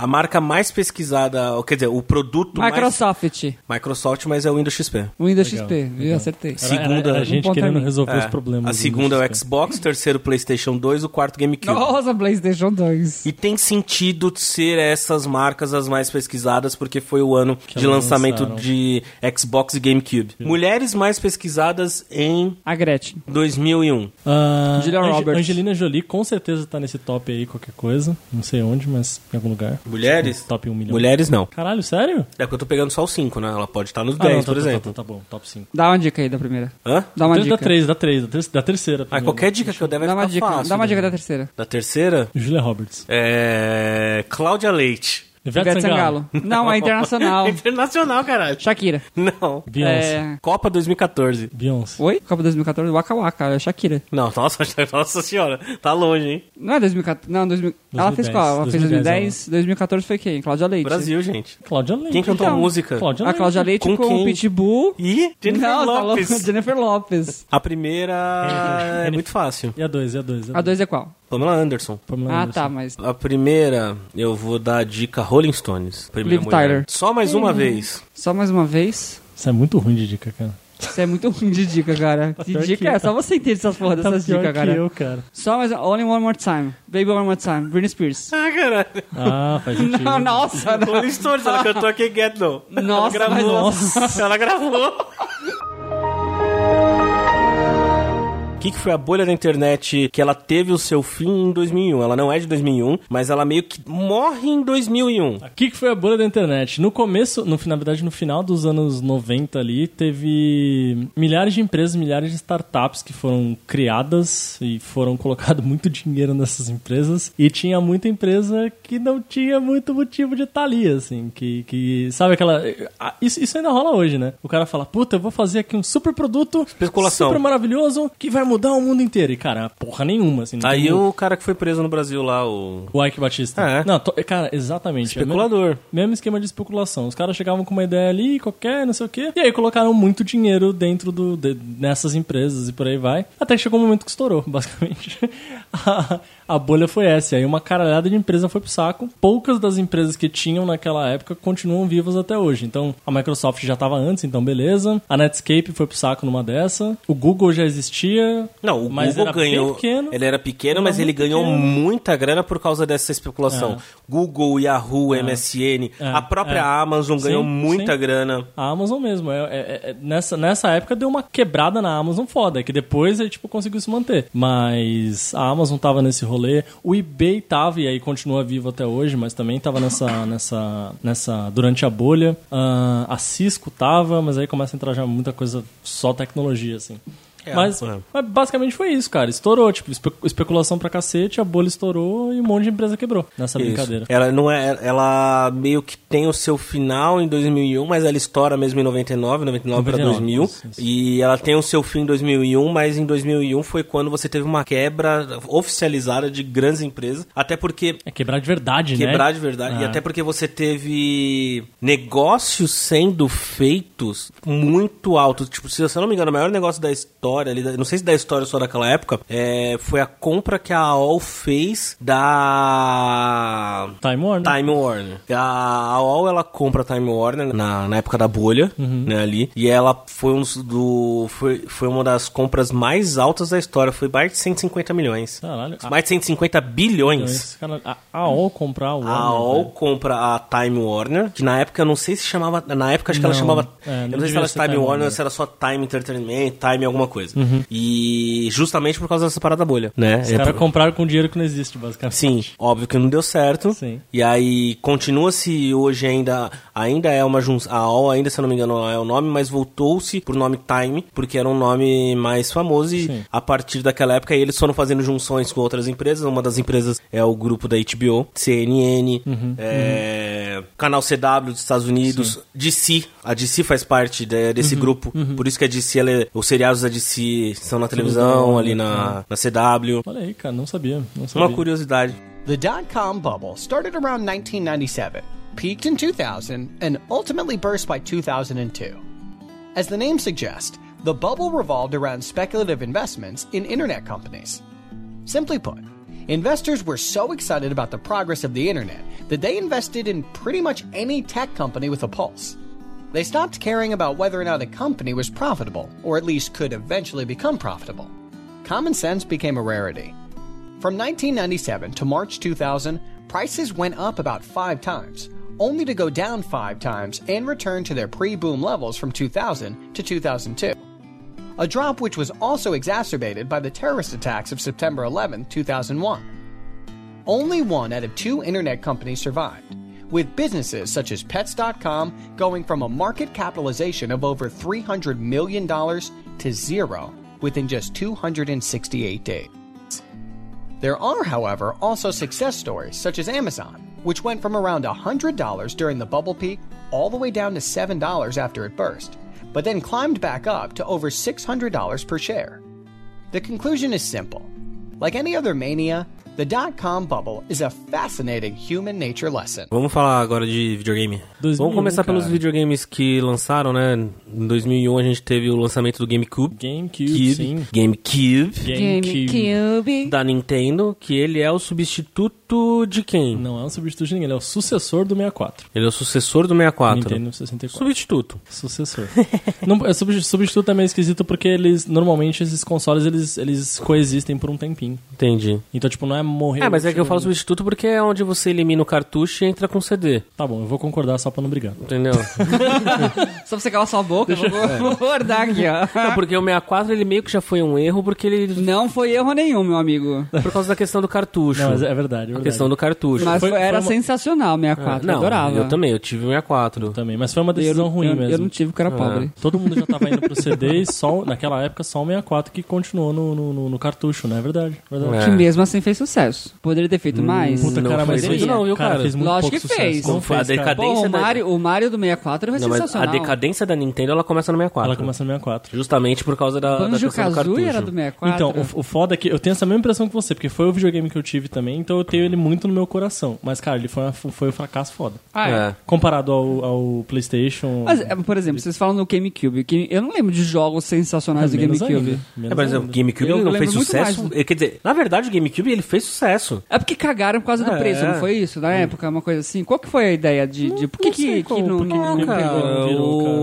[SPEAKER 1] A marca mais pesquisada, ou quer dizer, o produto
[SPEAKER 2] Microsoft.
[SPEAKER 1] mais... Microsoft, mas é o Windows XP.
[SPEAKER 2] Windows
[SPEAKER 3] Legal,
[SPEAKER 2] XP. Viu?
[SPEAKER 3] legal.
[SPEAKER 2] Acertei.
[SPEAKER 3] Era, era-
[SPEAKER 1] Segunda-
[SPEAKER 3] era a gente
[SPEAKER 2] Um ponto
[SPEAKER 3] querendo
[SPEAKER 2] a mim.
[SPEAKER 3] resolver os
[SPEAKER 1] É.
[SPEAKER 3] problemas.
[SPEAKER 1] A
[SPEAKER 3] do
[SPEAKER 1] segunda é
[SPEAKER 3] Windows
[SPEAKER 1] o
[SPEAKER 3] XP.
[SPEAKER 1] Xbox, terceiro o PlayStation 2, o quarto GameCube.
[SPEAKER 2] Nossa, PlayStation 2.
[SPEAKER 1] E tem sentido ser essas marcas as mais pesquisadas, porque foi o ano de lançamento
[SPEAKER 3] lançaram.
[SPEAKER 1] de Xbox e GameCube. Mulheres mais pesquisadas em
[SPEAKER 2] A Gretchen.
[SPEAKER 1] 2001.
[SPEAKER 3] Ah,
[SPEAKER 2] Julia
[SPEAKER 3] Ange-
[SPEAKER 2] Roberts.
[SPEAKER 3] Angelina Jolie com certeza tá nesse top aí, qualquer coisa. Não sei onde, mas em algum lugar.
[SPEAKER 1] Mulheres?
[SPEAKER 3] Top 1 milhão.
[SPEAKER 1] Mulheres não.
[SPEAKER 3] Caralho, sério?
[SPEAKER 1] É porque eu tô pegando só os 5, né? Ela pode estar nos
[SPEAKER 3] Ah, não,
[SPEAKER 1] 10, por
[SPEAKER 3] tá, tá,
[SPEAKER 1] exemplo.
[SPEAKER 3] Tá, tá, tá bom, top 5.
[SPEAKER 2] Dá uma dica aí da primeira.
[SPEAKER 1] Hã?
[SPEAKER 2] Dá uma
[SPEAKER 3] Da
[SPEAKER 2] dica.
[SPEAKER 3] 3, da 3, da, ter- da terceira.
[SPEAKER 1] Ah,
[SPEAKER 3] primeiro.
[SPEAKER 1] qualquer dica que eu der vai
[SPEAKER 2] Dá uma
[SPEAKER 1] ficar
[SPEAKER 2] dica,
[SPEAKER 1] fácil.
[SPEAKER 2] dá uma
[SPEAKER 1] né?
[SPEAKER 2] dica da terceira.
[SPEAKER 1] Da terceira?
[SPEAKER 3] Julia Roberts.
[SPEAKER 1] É... Cláudia Leite.
[SPEAKER 3] Ivete Sangalo.
[SPEAKER 2] Não, é internacional.
[SPEAKER 1] Internacional, caralho.
[SPEAKER 2] Shakira.
[SPEAKER 1] Não.
[SPEAKER 3] Beyoncé.
[SPEAKER 2] É...
[SPEAKER 1] Copa 2014.
[SPEAKER 3] Beyoncé.
[SPEAKER 2] Oi? Copa 2014, Waka Waka, é Shakira.
[SPEAKER 1] Não, nossa, nossa senhora. Tá longe, hein?
[SPEAKER 2] Não é 2014, não, 2000... ela fez qual? Ela fez
[SPEAKER 3] 2010,
[SPEAKER 2] 2010, 2014 foi quem? Cláudia Leite.
[SPEAKER 1] Brasil, gente.
[SPEAKER 3] Cláudia Leite.
[SPEAKER 1] Quem cantou
[SPEAKER 2] Então,
[SPEAKER 1] música?
[SPEAKER 3] Cláudia
[SPEAKER 2] A Cláudia Leite
[SPEAKER 1] Com
[SPEAKER 2] com,
[SPEAKER 1] quem?
[SPEAKER 2] o Pitbull.
[SPEAKER 1] E Jennifer
[SPEAKER 2] não, tá
[SPEAKER 1] Lopez.
[SPEAKER 2] louco, Jennifer Lopez.
[SPEAKER 1] A primeira é muito fácil.
[SPEAKER 3] E a 2, e a é 2.
[SPEAKER 2] A 2 é qual?
[SPEAKER 1] Pamela Anderson.
[SPEAKER 2] Ah, tá, mas...
[SPEAKER 1] A primeira, eu vou dar a dica Rolling Stones. Primeira
[SPEAKER 2] Liv
[SPEAKER 1] mulher.
[SPEAKER 2] Tyler.
[SPEAKER 1] Só mais uma vez.
[SPEAKER 2] Só mais uma vez.
[SPEAKER 3] Isso é muito ruim de dica, cara.
[SPEAKER 2] Isso é muito ruim de dica, cara. Que
[SPEAKER 3] pior
[SPEAKER 2] dica
[SPEAKER 3] que-
[SPEAKER 2] é? Só você entende essas porra
[SPEAKER 3] Tá
[SPEAKER 2] dessas
[SPEAKER 3] pior
[SPEAKER 2] dicas, cara.
[SPEAKER 3] que eu, cara.
[SPEAKER 2] Só mais... Only One More Time. Baby One More Time. Britney Spears.
[SPEAKER 1] Ah, caralho.
[SPEAKER 3] Ah, faz sentido.
[SPEAKER 2] não, nossa, não.
[SPEAKER 1] Rolling Stones, ela cantou aqui Get No.
[SPEAKER 2] Nossa,
[SPEAKER 1] ela
[SPEAKER 2] mas
[SPEAKER 1] gravou. Ela gravou. O que, que foi a bolha da internet que ela teve o seu fim em 2001? Ela não é de 2001, mas ela meio que morre em 2001.
[SPEAKER 3] O que, que foi a bolha da internet? No começo, no, na verdade, no final dos anos 90 ali, teve milhares de empresas, milhares de startups que foram criadas e foram colocado muito dinheiro nessas empresas. E tinha muita empresa que não tinha muito motivo de estar ali, assim. Que, que sabe aquela... ah, Isso, isso ainda rola hoje, né? O cara fala, puta, eu vou fazer aqui um super produto,
[SPEAKER 1] Especulação.
[SPEAKER 3] super maravilhoso, que vai mudar o mundo inteiro. E, cara, porra nenhuma, assim. não tem
[SPEAKER 1] Aí
[SPEAKER 3] um-
[SPEAKER 1] o cara que foi preso no Brasil lá, o
[SPEAKER 3] O Ike Batista.
[SPEAKER 1] É.
[SPEAKER 3] Não, to- cara, exatamente. É o mesmo-
[SPEAKER 1] especulador.
[SPEAKER 3] Mesmo esquema de especulação. Os caras chegavam com uma ideia ali, qualquer, não sei o quê. E aí colocaram muito dinheiro dentro do, de- nessas empresas e por aí vai. Até que chegou um momento que estourou, basicamente. a, a bolha foi essa. Aí uma caralhada de empresa foi pro saco. Poucas das empresas que tinham naquela época continuam vivas até hoje. Então, a Microsoft já tava antes, então beleza. A Netscape foi pro saco numa dessa. O Google já existia.
[SPEAKER 1] Não, o
[SPEAKER 3] mas
[SPEAKER 1] Google
[SPEAKER 3] era bem
[SPEAKER 1] ganhou.
[SPEAKER 3] pequeno.
[SPEAKER 1] Ele era pequeno,
[SPEAKER 3] Era
[SPEAKER 1] mas ele
[SPEAKER 3] muito
[SPEAKER 1] ganhou
[SPEAKER 3] pequeno.
[SPEAKER 1] muita grana por causa dessa especulação. Google, Yahoo, MSN,
[SPEAKER 3] É.
[SPEAKER 1] a própria
[SPEAKER 3] É.
[SPEAKER 1] Amazon
[SPEAKER 3] Sim,
[SPEAKER 1] ganhou muita
[SPEAKER 3] sim.
[SPEAKER 1] grana.
[SPEAKER 3] A Amazon mesmo. é- é- é- nessa, nessa época deu uma quebrada na Amazon foda, é que depois aí, tipo, conseguiu se manter. Mas a Amazon tava nesse rolê, o eBay tava, e aí continua vivo até hoje, mas também tava nessa. nessa, nessa durante a bolha. Ah, a Cisco tava, mas aí começa a entrar já muita coisa só tecnologia, assim.
[SPEAKER 1] É,
[SPEAKER 3] mas,
[SPEAKER 1] é.
[SPEAKER 3] mas basicamente foi isso, cara. Estourou, tipo, espe- especulação pra cacete, a bolha estourou e um monte de empresa quebrou nessa
[SPEAKER 1] Isso.
[SPEAKER 3] Tá brincadeira.
[SPEAKER 1] Ela não é, ela meio que tem o seu final em 2001, mas ela estoura mesmo em 99, 99 para
[SPEAKER 3] 99,
[SPEAKER 1] 2000,
[SPEAKER 3] isso, isso.
[SPEAKER 1] e ela tem o seu fim em 2001, mas em 2001 foi quando você teve uma quebra oficializada de grandes empresas, até porque
[SPEAKER 3] É quebrar de verdade, né?
[SPEAKER 1] Quebrar de verdade. E
[SPEAKER 3] Ah.
[SPEAKER 1] até porque você teve negócios sendo feitos muito altos. Tipo, se eu não me engano, o maior negócio da história, ali, da- não sei se da história só daquela época, é, foi a compra que a AOL fez da.
[SPEAKER 3] Time Warner.
[SPEAKER 1] Time Warner. A AOL ela compra a Time Warner na, na época da bolha,
[SPEAKER 3] Uhum.
[SPEAKER 1] né, ali. E ela foi um dos- do foi, foi uma das compras mais altas da história, foi mais de 150 milhões.
[SPEAKER 3] Caralho. Ah.
[SPEAKER 1] Mais de 150
[SPEAKER 3] Então,
[SPEAKER 1] bilhões.
[SPEAKER 3] esse cara- a AOL comprar o
[SPEAKER 1] A AOL compra a Time Warner, que na época eu não sei se chamava. Na época acho que ela
[SPEAKER 3] Não,
[SPEAKER 1] chamava.
[SPEAKER 3] é,
[SPEAKER 1] eu
[SPEAKER 3] não
[SPEAKER 1] não sei se
[SPEAKER 3] devia
[SPEAKER 1] era
[SPEAKER 3] ser
[SPEAKER 1] Time,
[SPEAKER 3] Time
[SPEAKER 1] Warner,
[SPEAKER 3] Warner. Uhum.
[SPEAKER 1] se era só Time Entertainment, Time alguma coisa. E justamente por causa dessa parada bolha, né?
[SPEAKER 3] Os
[SPEAKER 1] É
[SPEAKER 3] caras
[SPEAKER 1] por-
[SPEAKER 3] compraram com dinheiro que não existe, basicamente.
[SPEAKER 1] Sim, óbvio que não deu certo.
[SPEAKER 3] Sim.
[SPEAKER 1] E aí continua-se hoje ainda ainda é uma junção, a AOL ainda, se eu não me engano, é o nome, mas voltou-se pro nome Time, porque era um nome mais famoso e
[SPEAKER 3] Sim.
[SPEAKER 1] a partir daquela época eles foram fazendo junções com outras empresas. Uma das empresas é o grupo da HBO, CNN,
[SPEAKER 3] Uhum,
[SPEAKER 1] é, canal CW dos Estados Unidos, DC. A DC faz parte de- desse
[SPEAKER 3] Uhum,
[SPEAKER 1] grupo, por isso que a DC, ela é- os seriados da DC são na televisão,
[SPEAKER 3] né?
[SPEAKER 1] ali
[SPEAKER 3] Uhum.
[SPEAKER 1] na, na CW.
[SPEAKER 3] Olha aí, cara, não sabia. Não sabia.
[SPEAKER 1] Uma curiosidade.
[SPEAKER 10] The dot com bubble started around 1997, peaked in 2000, and ultimately burst by 2002. As the name suggests, the bubble revolved around speculative investments in internet companies. Simply put, investors were so excited about the progress of the internet that they invested in pretty much any tech company with a pulse. They stopped caring about whether or not a company was profitable, or at least could eventually become profitable. Common sense became a rarity. From 1997 to March 2000, prices went up about five times, only to go down five times and return to their pre boom levels from 2000 to 2002. A drop which was also exacerbated by the terrorist attacks of September 11, 2001. only one out of two internet companies survived, with businesses such as Pets.com going from a market capitalization of over $300 million to zero within just 268 days. There are, however, also success stories such as Amazon, which went from around $100 during the bubble peak all the way down to $7 after it burst, but then climbed back up to over $600 per share. The conclusion is simple. Like any other mania, the dot com bubble is a fascinating human nature lesson.
[SPEAKER 1] Vamos falar agora de videogame.
[SPEAKER 3] 2001,
[SPEAKER 1] Vamos começar
[SPEAKER 3] cara.
[SPEAKER 1] pelos videogames que lançaram, né? Em 2001 a gente teve o lançamento do GameCube.
[SPEAKER 3] GameCube,
[SPEAKER 1] Cube.
[SPEAKER 3] sim.
[SPEAKER 1] GameCube.
[SPEAKER 3] GameCube.
[SPEAKER 1] Da Nintendo, que ele é o substituto de quem?
[SPEAKER 3] Não é um substituto de ninguém, ele é o sucessor do 64.
[SPEAKER 1] Ele é o sucessor do 64.
[SPEAKER 3] Nintendo 64.
[SPEAKER 1] né? Substituto.
[SPEAKER 3] Sucessor. não, é, sub- substituto é meio esquisito porque eles, normalmente, esses consoles, eles, eles coexistem por um tempinho.
[SPEAKER 1] Entendi.
[SPEAKER 3] Então, tipo, não é morrer...
[SPEAKER 1] É, mas é que eu
[SPEAKER 3] tipo,
[SPEAKER 1] falo substituto porque é onde você elimina o cartucho e entra com CD,
[SPEAKER 3] Tá bom, eu vou concordar só pra não brigar.
[SPEAKER 1] entendeu?
[SPEAKER 2] Só pra você calar sua boca, eu vou,
[SPEAKER 3] É.
[SPEAKER 2] vou guardar aqui, ó.
[SPEAKER 1] Não, porque o 64 ele meio que já foi um erro porque ele
[SPEAKER 2] Não foi erro nenhum, meu amigo.
[SPEAKER 1] por causa da questão do cartucho.
[SPEAKER 3] Não, mas é verdade, é
[SPEAKER 1] A
[SPEAKER 3] verdade.
[SPEAKER 1] questão do cartucho.
[SPEAKER 2] Mas
[SPEAKER 3] Foi-
[SPEAKER 2] foi- era
[SPEAKER 3] foi uma- É,
[SPEAKER 2] sensacional 64,
[SPEAKER 1] não,
[SPEAKER 2] eu adorava.
[SPEAKER 1] Eu também, eu tive um 64.
[SPEAKER 3] Também, mas foi uma
[SPEAKER 2] Eu
[SPEAKER 3] decisão
[SPEAKER 2] não-
[SPEAKER 3] ruim
[SPEAKER 2] eu-
[SPEAKER 3] mesmo. É.
[SPEAKER 2] Eu não tive, porque eu era pobre.
[SPEAKER 3] Todo mundo já tava indo pro CD e só, naquela época só o 64 que continuou no, no, no- no cartucho, não é verdade? verdade.
[SPEAKER 1] É.
[SPEAKER 2] Que mesmo assim fez sucesso. Poderia ter feito mais.
[SPEAKER 3] Puta,
[SPEAKER 1] Não
[SPEAKER 3] cara, mas
[SPEAKER 1] fez muito
[SPEAKER 3] ele-
[SPEAKER 1] não, viu, cara?
[SPEAKER 3] fez muito
[SPEAKER 2] Lógico que
[SPEAKER 3] pouco
[SPEAKER 2] fez.
[SPEAKER 3] sucesso.
[SPEAKER 1] Como
[SPEAKER 3] Não
[SPEAKER 1] foi a
[SPEAKER 3] fez, cara.
[SPEAKER 1] decadência
[SPEAKER 2] Pô, o
[SPEAKER 1] da-
[SPEAKER 2] Mario, o Mario do 64 vai
[SPEAKER 1] Não, mas a
[SPEAKER 2] sensacional.
[SPEAKER 1] decadência da Nintendo ela começa no 64.
[SPEAKER 3] Ela começa no 64.
[SPEAKER 1] né? Justamente por causa da, da
[SPEAKER 2] Banjo
[SPEAKER 1] questão do cartucho.
[SPEAKER 2] Kazooie era do 64.
[SPEAKER 3] Então, o, o foda é que eu tenho essa mesma impressão que você, porque foi o videogame que eu tive também, então eu tenho ele muito no meu coração. Mas, cara, ele foi, uma- foi um fracasso foda.
[SPEAKER 2] Ah, é.
[SPEAKER 1] É.
[SPEAKER 3] Comparado ao, ao PlayStation.
[SPEAKER 2] Mas, é, por exemplo, vocês falam do GameCube. que eu não lembro de jogos sensacionais do
[SPEAKER 3] menos
[SPEAKER 2] GameCube.
[SPEAKER 3] ainda, menos
[SPEAKER 1] É, mas o
[SPEAKER 3] ainda.
[SPEAKER 1] GameCube
[SPEAKER 2] Eu
[SPEAKER 1] ele não
[SPEAKER 2] lembro
[SPEAKER 1] fez
[SPEAKER 2] muito
[SPEAKER 1] sucesso.
[SPEAKER 2] mais.
[SPEAKER 1] Eh, Quer dizer, na verdade o GameCube ele fez sucesso.
[SPEAKER 2] É porque cagaram por causa do
[SPEAKER 1] É.
[SPEAKER 2] preço, não foi isso? Na época, uma coisa assim. Qual que foi a ideia de... de por que
[SPEAKER 3] Não
[SPEAKER 2] que,
[SPEAKER 3] sei
[SPEAKER 2] que
[SPEAKER 3] como,
[SPEAKER 2] não,
[SPEAKER 3] por que
[SPEAKER 2] não-
[SPEAKER 3] que
[SPEAKER 2] não
[SPEAKER 3] cara,
[SPEAKER 2] pegou?
[SPEAKER 1] pegou?
[SPEAKER 3] virou, cara?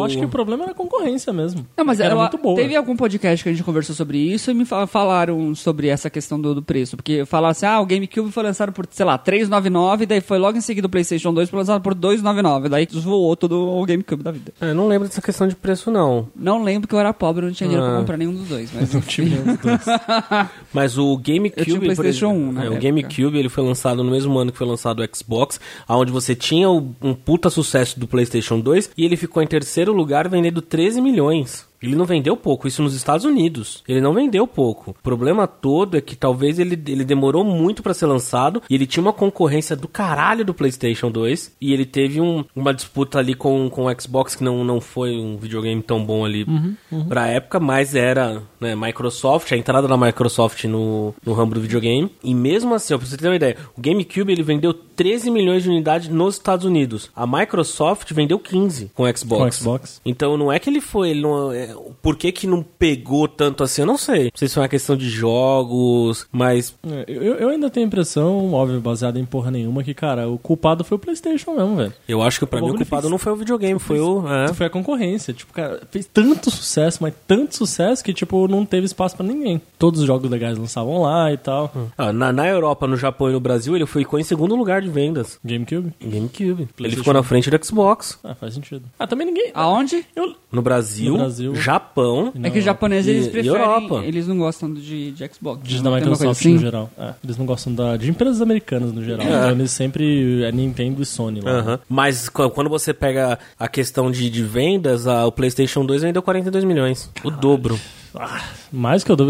[SPEAKER 3] Eu acho
[SPEAKER 1] O-
[SPEAKER 3] que o problema era a concorrência mesmo.
[SPEAKER 2] Não, mas
[SPEAKER 3] era
[SPEAKER 2] eu-
[SPEAKER 3] muito boa.
[SPEAKER 2] teve algum podcast que a gente conversou sobre isso e me fa- falaram sobre essa questão do, do preço. Porque falaram assim, ah, o GameCube foi lançado por, sei lá, 399, daí foi logo em seguida o PlayStation 2 foi lançado por 299, daí zoou todo o GameCube da vida.
[SPEAKER 1] Eu não lembro dessa questão de preço, não.
[SPEAKER 2] Não lembro que eu era pobre, eu não tinha dinheiro
[SPEAKER 1] Ah.
[SPEAKER 2] pra comprar nenhum dos dois, mas...
[SPEAKER 3] Não tive nenhum dos dois.
[SPEAKER 1] Mas o GameCube.
[SPEAKER 2] Eu tinha um
[SPEAKER 1] por
[SPEAKER 2] PlayStation
[SPEAKER 1] exemplo,
[SPEAKER 2] 1 na
[SPEAKER 1] é, o
[SPEAKER 2] época.
[SPEAKER 1] GameCube ele foi lançado no mesmo ano que foi lançado o Xbox, onde você tinha o- um puta sucesso do PlayStation 2 e ele ficou em terceiro lugar vendendo 13 milhões. Ele não vendeu pouco, isso nos Estados Unidos. Ele não vendeu pouco. O problema todo é que talvez ele, ele demorou muito pra ser lançado e ele tinha uma concorrência do caralho do PlayStation 2 e ele teve um- uma disputa ali com, com o Xbox que não, não foi um videogame tão bom ali
[SPEAKER 3] Uhum,
[SPEAKER 1] pra época, mas era né, Microsoft, a entrada da Microsoft no, no ramo do videogame. E mesmo assim, ó, pra você ter uma ideia, o GameCube ele vendeu 13 milhões de unidades nos Estados Unidos. A Microsoft vendeu 15 com o Xbox.
[SPEAKER 3] Com o Xbox.
[SPEAKER 1] Então não é que ele foi. Ele não, é, por que, que não pegou tanto assim? Eu não sei. Não sei se foi uma questão de jogos, mas.
[SPEAKER 3] É, eu, eu ainda tenho a impressão, óbvio, baseada em porra nenhuma, que, cara, o culpado foi o PlayStation mesmo, velho.
[SPEAKER 1] Eu acho que pra
[SPEAKER 3] O
[SPEAKER 1] mim o
[SPEAKER 3] bagulho
[SPEAKER 1] culpado
[SPEAKER 3] fez-
[SPEAKER 1] não foi o videogame, foi o. é.
[SPEAKER 3] Foi a concorrência. Tipo, cara, fez tanto sucesso, mas tanto sucesso que, tipo, não teve espaço pra ninguém. Todos os jogos legais lançavam lá e tal.
[SPEAKER 2] Hum.
[SPEAKER 1] Ah, na, na Europa, no Japão e no Brasil, ele ficou em segundo lugar de vendas.
[SPEAKER 3] GameCube?
[SPEAKER 1] GameCube. Ele ficou na frente do Xbox.
[SPEAKER 3] Ah, faz sentido. Ah, também ninguém.
[SPEAKER 2] Aonde?
[SPEAKER 3] Eu,
[SPEAKER 1] No Brasil,
[SPEAKER 3] No Brasil.
[SPEAKER 1] Japão.
[SPEAKER 2] é que os japoneses, eles
[SPEAKER 1] E- e
[SPEAKER 2] preferem...
[SPEAKER 1] Europa.
[SPEAKER 2] eles não gostam de, de Xbox.
[SPEAKER 3] de,
[SPEAKER 2] né? Tem uma
[SPEAKER 3] da
[SPEAKER 2] coisa
[SPEAKER 3] Microsoft
[SPEAKER 2] assim?
[SPEAKER 3] no geral. É, eles não gostam da, de empresas americanas no geral. Então, eles sempre é Nintendo e Sony lá.
[SPEAKER 2] É.
[SPEAKER 1] Aham. Mas qu- quando você pega a questão de, de vendas, a- o PlayStation 2 vendeu 42 milhões. O dobro.
[SPEAKER 3] Ah, mais que eu dou,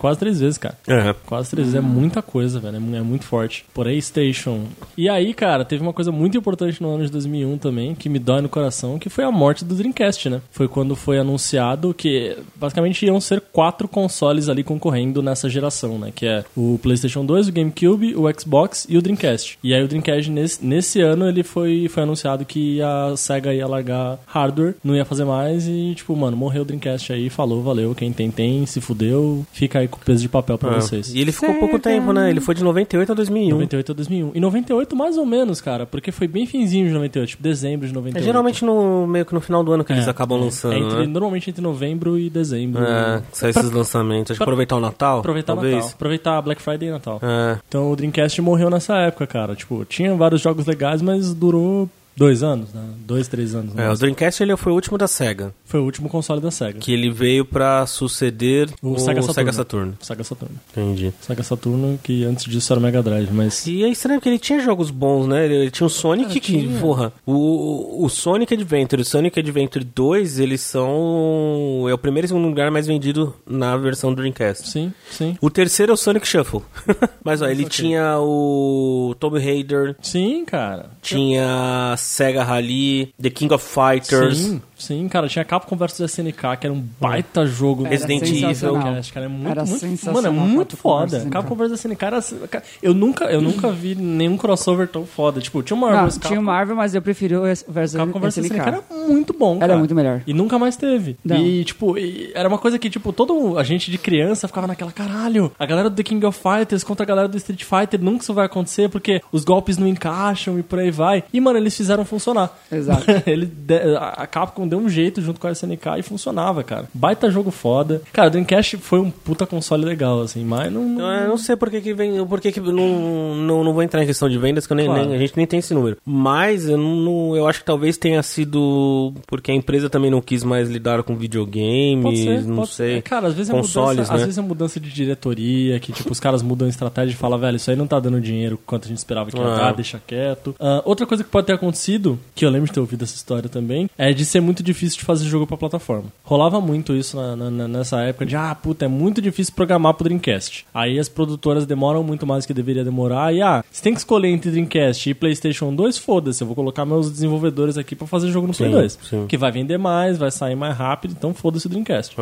[SPEAKER 3] quase três vezes, cara.
[SPEAKER 1] É.
[SPEAKER 3] Quase três vezes é muita coisa, velho. É mu- É muito forte. Porém, Station. E aí, cara, teve uma coisa muito importante no ano de 2001 também, que me dói no coração, que foi a morte do Dreamcast, né? Foi quando foi anunciado que basicamente iam ser quatro consoles ali concorrendo nessa geração, né? Que é o PlayStation 2, o GameCube, o Xbox e o Dreamcast. E aí, o Dreamcast, nesse, nesse ano, ele foi, foi anunciado que a SEGA ia largar hardware, não ia fazer mais e, tipo, mano, morreu o Dreamcast aí, falou, valeu. Quem tem, tem, se fudeu, fica aí com o peso de papel pra
[SPEAKER 1] É.
[SPEAKER 3] vocês.
[SPEAKER 1] E ele é ficou pouco tempo, né? Ele foi de 98 a 2001.
[SPEAKER 3] 98 a 2001. E 98 mais ou menos, cara, porque foi bem finzinho de 98, tipo dezembro de
[SPEAKER 1] É
[SPEAKER 3] 98.
[SPEAKER 1] geralmente no, meio que no final do ano que eles
[SPEAKER 3] É,
[SPEAKER 1] acabam
[SPEAKER 3] é.
[SPEAKER 1] lançando,
[SPEAKER 3] É entre-
[SPEAKER 1] né?
[SPEAKER 3] Normalmente entre novembro e dezembro.
[SPEAKER 1] É,
[SPEAKER 3] Pra
[SPEAKER 1] que sai esses lançamentos. Acho que
[SPEAKER 3] pra-
[SPEAKER 1] aproveitar o Natal,
[SPEAKER 3] aproveitar o
[SPEAKER 1] talvez.
[SPEAKER 3] Natal. Aproveitar a Black Friday e Natal.
[SPEAKER 1] É.
[SPEAKER 3] Então o Dreamcast morreu nessa época, cara. Tipo, tinha vários jogos legais, mas durou Dois anos, né? Dois, três anos.
[SPEAKER 1] É,
[SPEAKER 3] né?
[SPEAKER 1] o Dreamcast ele foi o último da SEGA.
[SPEAKER 3] Foi o último console da SEGA.
[SPEAKER 1] Que ele veio pra suceder o, Sega Saturn.
[SPEAKER 3] Sega Saturno.
[SPEAKER 1] Entendi.
[SPEAKER 3] Sega Saturno, que antes disso era o Mega Drive, mas.
[SPEAKER 1] E é estranho porque ele tinha jogos bons, né? Ele, ele tinha o Sonic que, porra, o, o Sonic Adventure, o Sonic Adventure 2, eles são é o primeiro e segundo lugar mais vendido na versão do Dreamcast.
[SPEAKER 3] Sim, sim.
[SPEAKER 1] O terceiro é o Sonic Shuffle. Mas ó, ele tinha o Tomb Raider,
[SPEAKER 3] Sim, cara.
[SPEAKER 1] tinha Sega Rally, The King of Fighters.
[SPEAKER 3] Sim, sim, cara. Tinha Capcom vs SNK, que era um baita jogo.
[SPEAKER 1] Era É. Resident Evil.
[SPEAKER 2] sensacional.
[SPEAKER 3] Dreamcast, cara. É muito,
[SPEAKER 2] Era
[SPEAKER 3] muito-
[SPEAKER 2] sensacional
[SPEAKER 3] Mano, é muito
[SPEAKER 2] Capcom versus
[SPEAKER 3] foda.
[SPEAKER 2] SNK.
[SPEAKER 3] Capcom vs SNK era. cara, Eu nunca, eu nunca vi nenhum crossover tão foda. Tipo, tinha uma
[SPEAKER 2] Não,
[SPEAKER 3] mas
[SPEAKER 2] tinha o Marvel, mas eu preferi o S- versus
[SPEAKER 3] Capcom vs SNK
[SPEAKER 2] SNK.
[SPEAKER 3] assim era muito bom, cara.
[SPEAKER 2] Era muito melhor.
[SPEAKER 3] E nunca mais teve.
[SPEAKER 2] Não.
[SPEAKER 3] E, tipo, e era uma coisa que, tipo, todo a gente de criança ficava naquela, caralho, a galera do The King of Fighters contra a galera do Street Fighter, nunca isso vai acontecer porque os golpes não encaixam e por aí vai. E, mano, eles fizeram funcionar.
[SPEAKER 2] Exato.
[SPEAKER 3] Ele, de- a a Capcom deu um jeito junto com a SNK e funcionava, cara. Baita jogo foda. Cara, o Dreamcast foi um puta console legal, assim, mas não...
[SPEAKER 1] Então, eu não sei por que, que vem. Por que que não, não, não vou entrar em questão de vendas, que eu nem,
[SPEAKER 3] Claro.
[SPEAKER 1] nem- a gente nem tem esse número. Mas eu, não- não, eu acho que talvez tenha sido porque a empresa também não quis mais lidar com videogames, não
[SPEAKER 3] pode
[SPEAKER 1] sei.
[SPEAKER 3] ser. É, Cara, às vezes, é
[SPEAKER 1] consoles,
[SPEAKER 3] mudança,
[SPEAKER 1] né?
[SPEAKER 3] às vezes é mudança de diretoria, que tipo, os caras mudam a estratégia e falam, velho, isso aí não tá dando dinheiro quanto a gente esperava que ia
[SPEAKER 1] Ah.
[SPEAKER 3] dar, deixa quieto. Ah, outra coisa que pode ter acontecido, que eu lembro de ter ouvido essa história também, é de ser muito difícil de fazer jogo pra plataforma. Rolava muito isso na- na- na- nessa época de, ah, puta, é muito difícil programar pro Dreamcast. Aí as produtoras demoram muito mais do que deveria demorar, e ah, você tem que escolher entre Dreamcast e PlayStation 2, foda-se, eu vou colocar meus desenvolvedores aqui pra fazer jogo no Play
[SPEAKER 1] Sim,
[SPEAKER 3] 2.
[SPEAKER 1] sim.
[SPEAKER 3] Que vai vender mais, vai sair mais rápido, então foda-se o Dreamcast.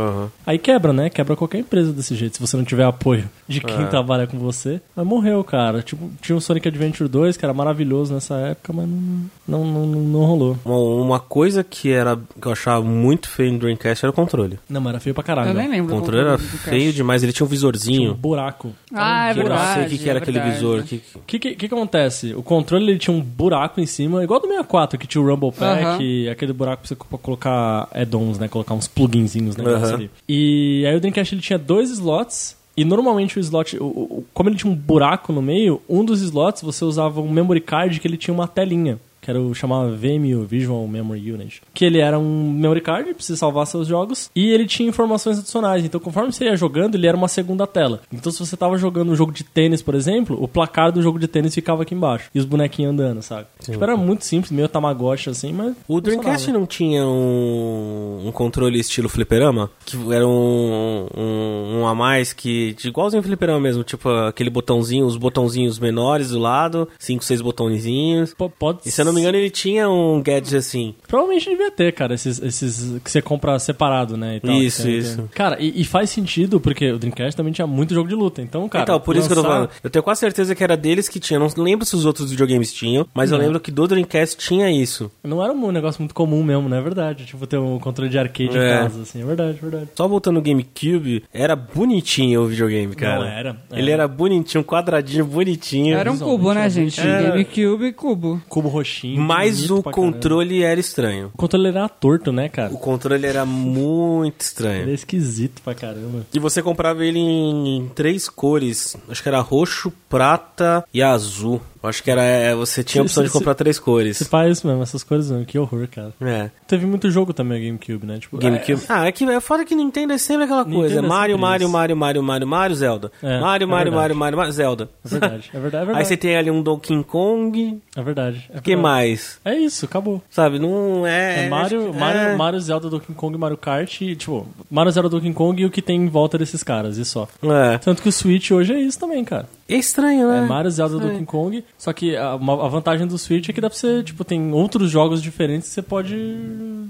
[SPEAKER 3] Aí quebra, né? Quebra qualquer empresa desse jeito. Se você não tiver apoio de quem trabalha com você. Mas morreu, cara. Tipo, tinha o Sonic Adventure 2, que era maravilhoso nessa época, mas não, não, não, não- não rolou.
[SPEAKER 1] Uma, uma coisa que, era, que eu achava muito feio no Dreamcast era o controle.
[SPEAKER 3] Não, mas era feio pra caralho.
[SPEAKER 2] Eu nem
[SPEAKER 1] O
[SPEAKER 2] lembro.
[SPEAKER 1] controle
[SPEAKER 2] como-
[SPEAKER 1] era
[SPEAKER 2] do cast.
[SPEAKER 1] feio demais, ele tinha um
[SPEAKER 3] Tinha um
[SPEAKER 1] visorzinho.
[SPEAKER 3] buraco.
[SPEAKER 2] Ah, é
[SPEAKER 1] que eu não
[SPEAKER 2] verdade.
[SPEAKER 1] sei o que, que era
[SPEAKER 2] é
[SPEAKER 1] aquele
[SPEAKER 2] verdade.
[SPEAKER 1] visor. que- que-
[SPEAKER 3] O que, que, que que acontece? O controle ele tinha um buraco em cima, igual do 64, que tinha o Rumble Pack,
[SPEAKER 2] Aham.
[SPEAKER 3] e aquele buraco pra você co- colocar add-ons, né? Colocar uns pluginzinhos né,
[SPEAKER 1] Aham.
[SPEAKER 3] ali. E aí o Dreamcast ele tinha dois slots. E normalmente o slot, o- o- o- como ele tinha um buraco no meio, um dos slots você usava um memory card que ele tinha uma telinha. Que era o chamava VMU, Visual Memory Unit. Que ele era um memory card pra você salvar seus jogos. E ele tinha informações adicionais. Então, conforme você ia jogando, ele era uma segunda tela. Então, se você tava jogando um jogo de tênis, por exemplo, o placar do jogo de tênis ficava aqui embaixo. E os bonequinhos andando, sabe? Tipo, era muito simples, meio tamagotchi assim, mas.
[SPEAKER 1] O Dreamcast
[SPEAKER 3] funcionava.
[SPEAKER 1] não tinha um, um controle estilo fliperama? Que era um, um, um a mais que. de- Igualzinho o fliperama mesmo, tipo aquele botãozinho, os botãozinhos menores do lado, cinco, seis botõezinhos.
[SPEAKER 3] Po- Pode
[SPEAKER 1] E se eu não me engano, ele tinha um gadget assim.
[SPEAKER 3] Provavelmente devia ter, cara, esses, esses que você compra separado, né? e tal,
[SPEAKER 1] Isso,
[SPEAKER 3] que você
[SPEAKER 1] isso.
[SPEAKER 3] tem. Cara, e, e faz sentido, porque o Dreamcast também tinha muito jogo de luta. Então, cara.
[SPEAKER 1] então, por isso que eu tô
[SPEAKER 3] lançar-
[SPEAKER 1] falando. Eu tenho quase certeza que era deles que tinha. Não lembro se os outros videogames tinham, mas eu lembro que do Dreamcast tinha isso.
[SPEAKER 3] Não era um negócio muito comum mesmo, né? É verdade. Tipo, ter um controle de arcade
[SPEAKER 1] É.
[SPEAKER 3] em casa, assim. É verdade, é verdade.
[SPEAKER 1] Só voltando no GameCube, era bonitinho o videogame, cara.
[SPEAKER 3] Não, era, é. era.
[SPEAKER 1] Ele era bonitinho, um quadradinho, bonitinho.
[SPEAKER 2] Era um cubo, né, gente?
[SPEAKER 1] Era-
[SPEAKER 2] GameCube e cubo.
[SPEAKER 3] Cubo roxinho.
[SPEAKER 1] Mas
[SPEAKER 3] bonito
[SPEAKER 1] o
[SPEAKER 3] pra caramba.
[SPEAKER 1] um controle era estranho.
[SPEAKER 3] O controle era torto, né, cara?
[SPEAKER 1] O controle era muito
[SPEAKER 3] Ele é
[SPEAKER 1] estranho.
[SPEAKER 3] esquisito pra caramba.
[SPEAKER 1] E você comprava ele em, em três cores. Acho que era roxo, prata e azul. Acho que era. é, Você tinha a opção de
[SPEAKER 3] Se- se-
[SPEAKER 1] comprar três
[SPEAKER 3] Você
[SPEAKER 1] cores.
[SPEAKER 3] faz isso mesmo, essas coisas mesmo. Que horror, cara.
[SPEAKER 1] É.
[SPEAKER 3] Teve muito jogo também o GameCube, né? Tipo,
[SPEAKER 1] GameCube. Ah, é que é foda que Nintendo é sempre aquela
[SPEAKER 3] Nintendo
[SPEAKER 1] coisa.
[SPEAKER 3] é
[SPEAKER 1] Mario,
[SPEAKER 3] sempre
[SPEAKER 1] Mario,
[SPEAKER 3] isso.
[SPEAKER 1] Mario, Mario, Mario, Mario, Zelda. Mario,
[SPEAKER 3] É, é
[SPEAKER 1] Mario,
[SPEAKER 3] verdade.
[SPEAKER 1] Mario, Mario, Mario, Zelda.
[SPEAKER 3] É verdade, é verdade, é verdade.
[SPEAKER 1] Aí você tem ali um Donkey Kong.
[SPEAKER 3] É verdade. é
[SPEAKER 1] O que
[SPEAKER 3] verdade.
[SPEAKER 1] mais?
[SPEAKER 3] É isso, acabou.
[SPEAKER 1] Sabe, não é.
[SPEAKER 3] É Mario,
[SPEAKER 1] acho que-
[SPEAKER 3] Mario,
[SPEAKER 1] é.
[SPEAKER 3] Mario, Zelda, Donkey Kong, Mario Kart e, tipo, Mario, Zelda, Donkey Kong e o que tem em volta desses caras, e só.
[SPEAKER 1] É.
[SPEAKER 3] Tanto que o Switch hoje é isso também, cara.
[SPEAKER 1] É estranho,
[SPEAKER 3] É
[SPEAKER 1] né?
[SPEAKER 3] Mario, Zelda,
[SPEAKER 1] estranho.
[SPEAKER 3] Donkey Kong, só que a, uma- a vantagem do Switch é que dá pra você, tipo, tem outros jogos diferentes que você pode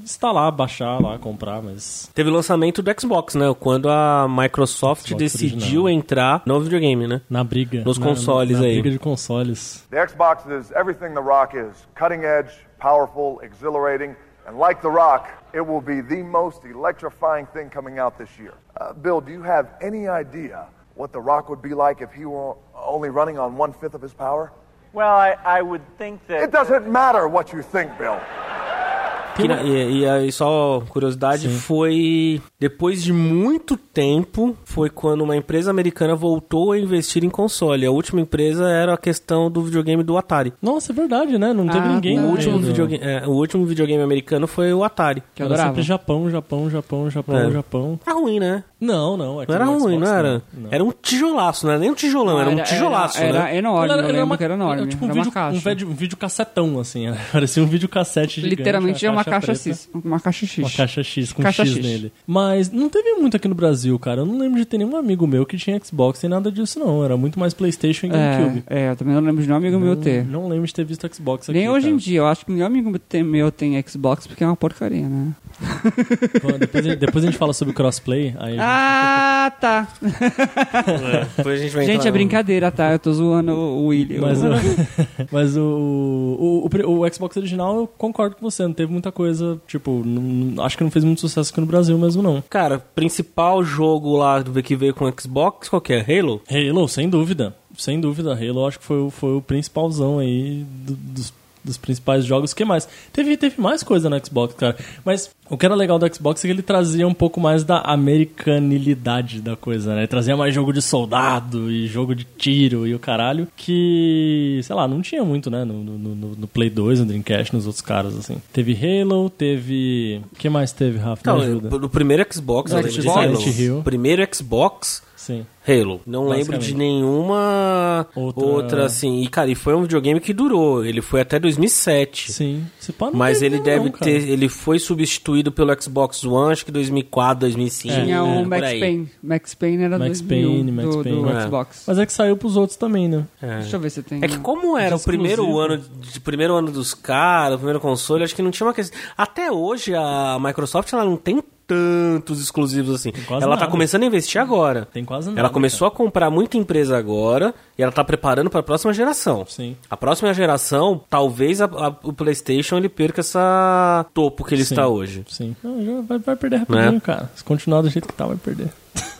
[SPEAKER 3] instalar, baixar lá, comprar, mas...
[SPEAKER 1] Teve o lançamento do Xbox, né? Quando a Microsoft
[SPEAKER 3] Xbox
[SPEAKER 1] decidiu
[SPEAKER 3] original.
[SPEAKER 1] entrar no videogame, né?
[SPEAKER 3] Na briga.
[SPEAKER 1] Nos
[SPEAKER 3] na-
[SPEAKER 1] consoles
[SPEAKER 3] na, na
[SPEAKER 1] aí.
[SPEAKER 3] briga de consoles.
[SPEAKER 11] The Xbox is everything The Rock is cutting edge, powerful, exhilarating, and like The Rock, it will be the most electrifying thing coming out this year. Uh, Bill, do you have any idea what The Rock would be like if he were only running on one fifth of his power?
[SPEAKER 12] Well, I, I would think that
[SPEAKER 11] It doesn't matter what you think, Bill.
[SPEAKER 1] Que na- e, e aí, só curiosidade, foi depois de muito tempo, foi quando uma empresa americana voltou a investir em console. A última empresa era a questão do videogame do Atari.
[SPEAKER 3] Nossa, é verdade, né? Não teve ninguém.
[SPEAKER 1] O último,
[SPEAKER 3] Não.
[SPEAKER 1] videogame, é, o último videogame americano foi o Atari.
[SPEAKER 3] Que era sempre Japão, Japão, Japão, Japão,
[SPEAKER 1] É.
[SPEAKER 3] Japão.
[SPEAKER 1] Tá ruim, né?
[SPEAKER 3] Não, não. é que
[SPEAKER 1] Não era
[SPEAKER 3] no
[SPEAKER 1] ruim,
[SPEAKER 3] Xbox
[SPEAKER 1] não era?
[SPEAKER 3] não.
[SPEAKER 1] Era um tijolaço, não era nem um tijolão, era, um tijolaço,
[SPEAKER 2] era,
[SPEAKER 1] né?
[SPEAKER 2] era enorme,
[SPEAKER 3] Era-
[SPEAKER 2] eu
[SPEAKER 3] era
[SPEAKER 2] lembro
[SPEAKER 3] uma-
[SPEAKER 2] que era enorme.
[SPEAKER 3] era tipo um
[SPEAKER 2] era
[SPEAKER 3] vídeo-
[SPEAKER 2] uma caixa.
[SPEAKER 3] um vídeo- um vídeo cassetão, assim. era- Parecia um vídeo cassete gigante. né?
[SPEAKER 2] Literalmente era uma caixa
[SPEAKER 3] preta.
[SPEAKER 2] X. Uma caixa X.
[SPEAKER 3] Uma caixa X com
[SPEAKER 2] Caixa
[SPEAKER 3] X,
[SPEAKER 2] X.
[SPEAKER 3] nele. Mas não teve muito aqui no Brasil, cara. Eu não lembro de ter nenhum amigo meu que tinha Xbox nem nada disso, não. Era muito mais PlayStation e GameCube.
[SPEAKER 2] É, é, eu também não lembro de nenhum amigo meu ter.
[SPEAKER 3] Não lembro de ter visto Xbox aqui.
[SPEAKER 2] Nem hoje
[SPEAKER 3] cara.
[SPEAKER 2] em dia, eu acho que nenhum amigo tem- meu tem Xbox porque é uma porcaria, né?
[SPEAKER 3] Bom, Depois, a gente- depois a gente fala sobre crossplay. Aí
[SPEAKER 2] Ah, tá.
[SPEAKER 1] Depois a gente vai
[SPEAKER 2] Gente,
[SPEAKER 1] entrar
[SPEAKER 2] é
[SPEAKER 1] no-
[SPEAKER 2] brincadeira, tá? Eu tô zoando o William.
[SPEAKER 3] Mas, o, mas o, o, o pri- o Xbox original, eu concordo com você, não teve muita coisa. Tipo, não- não- acho que não fez muito sucesso aqui no Brasil mesmo, não.
[SPEAKER 1] Cara, principal jogo lá do- que veio com o Xbox, qual que é? Halo?
[SPEAKER 3] Halo, sem dúvida. Sem dúvida, Halo acho que foi, o- foi o principalzão aí do- dos, dos principais jogos. O que mais? Teve, teve mais coisa no Xbox, cara. Mas o que era legal do Xbox é que ele trazia um pouco mais da americanilidade da coisa, né? Ele trazia mais jogo de soldado e jogo de tiro e o caralho. Que, sei lá, não tinha muito, né? No, no- no- no Play 2, no Dreamcast, nos outros caras, assim. Teve Halo, teve. O que mais teve, Rafa? Me
[SPEAKER 1] Não,
[SPEAKER 3] ajuda.
[SPEAKER 1] eu- do Então, primeiro Xbox, eu lembro de
[SPEAKER 3] Xbox?
[SPEAKER 1] Halo.
[SPEAKER 3] Silent Hill.
[SPEAKER 1] Primeiro Xbox,
[SPEAKER 3] Sim.
[SPEAKER 1] Halo. Não lembro
[SPEAKER 3] Basicamente.
[SPEAKER 1] de nenhuma outra... assim. E, cara, e foi um videogame que durou. Ele foi até 2007.
[SPEAKER 3] Sim. Se pá, não
[SPEAKER 1] Mas
[SPEAKER 3] teve
[SPEAKER 1] ele
[SPEAKER 3] não,
[SPEAKER 1] deve
[SPEAKER 3] cara.
[SPEAKER 1] ter. Ele foi substituído pelo Xbox One, acho que 2004, 2005.
[SPEAKER 2] Tinha um
[SPEAKER 1] né?
[SPEAKER 2] o
[SPEAKER 1] Por
[SPEAKER 2] Max
[SPEAKER 1] aí.
[SPEAKER 2] Payne. Max Payne era
[SPEAKER 3] É, Max
[SPEAKER 2] do,
[SPEAKER 3] Payne,
[SPEAKER 2] do-
[SPEAKER 3] Max
[SPEAKER 2] do,
[SPEAKER 3] Payne.
[SPEAKER 2] do
[SPEAKER 1] É.
[SPEAKER 2] Xbox.
[SPEAKER 3] Mas é que saiu pros outros também, né?
[SPEAKER 1] É.
[SPEAKER 2] Deixa eu ver se tem.
[SPEAKER 1] É que como era o
[SPEAKER 3] exclusivo.
[SPEAKER 1] primeiro ano, de primeiro ano dos caras, o primeiro console, acho que não tinha uma questão. Até hoje a Microsoft ela não tem tantos exclusivos assim.
[SPEAKER 3] quase
[SPEAKER 1] Ela tá
[SPEAKER 3] nada.
[SPEAKER 1] começando a investir agora.
[SPEAKER 3] Tem quase nada.
[SPEAKER 1] Ela começou a comprar muita empresa agora e ela tá preparando para a próxima geração.
[SPEAKER 3] Sim.
[SPEAKER 1] A próxima geração, talvez a- a- o PlayStation ele perca essa topo que ele
[SPEAKER 3] Sim.
[SPEAKER 1] está hoje.
[SPEAKER 3] Sim. Não, já vai, vai perder rapidinho,
[SPEAKER 1] Né?
[SPEAKER 3] cara. Se continuar do jeito que tá, vai perder.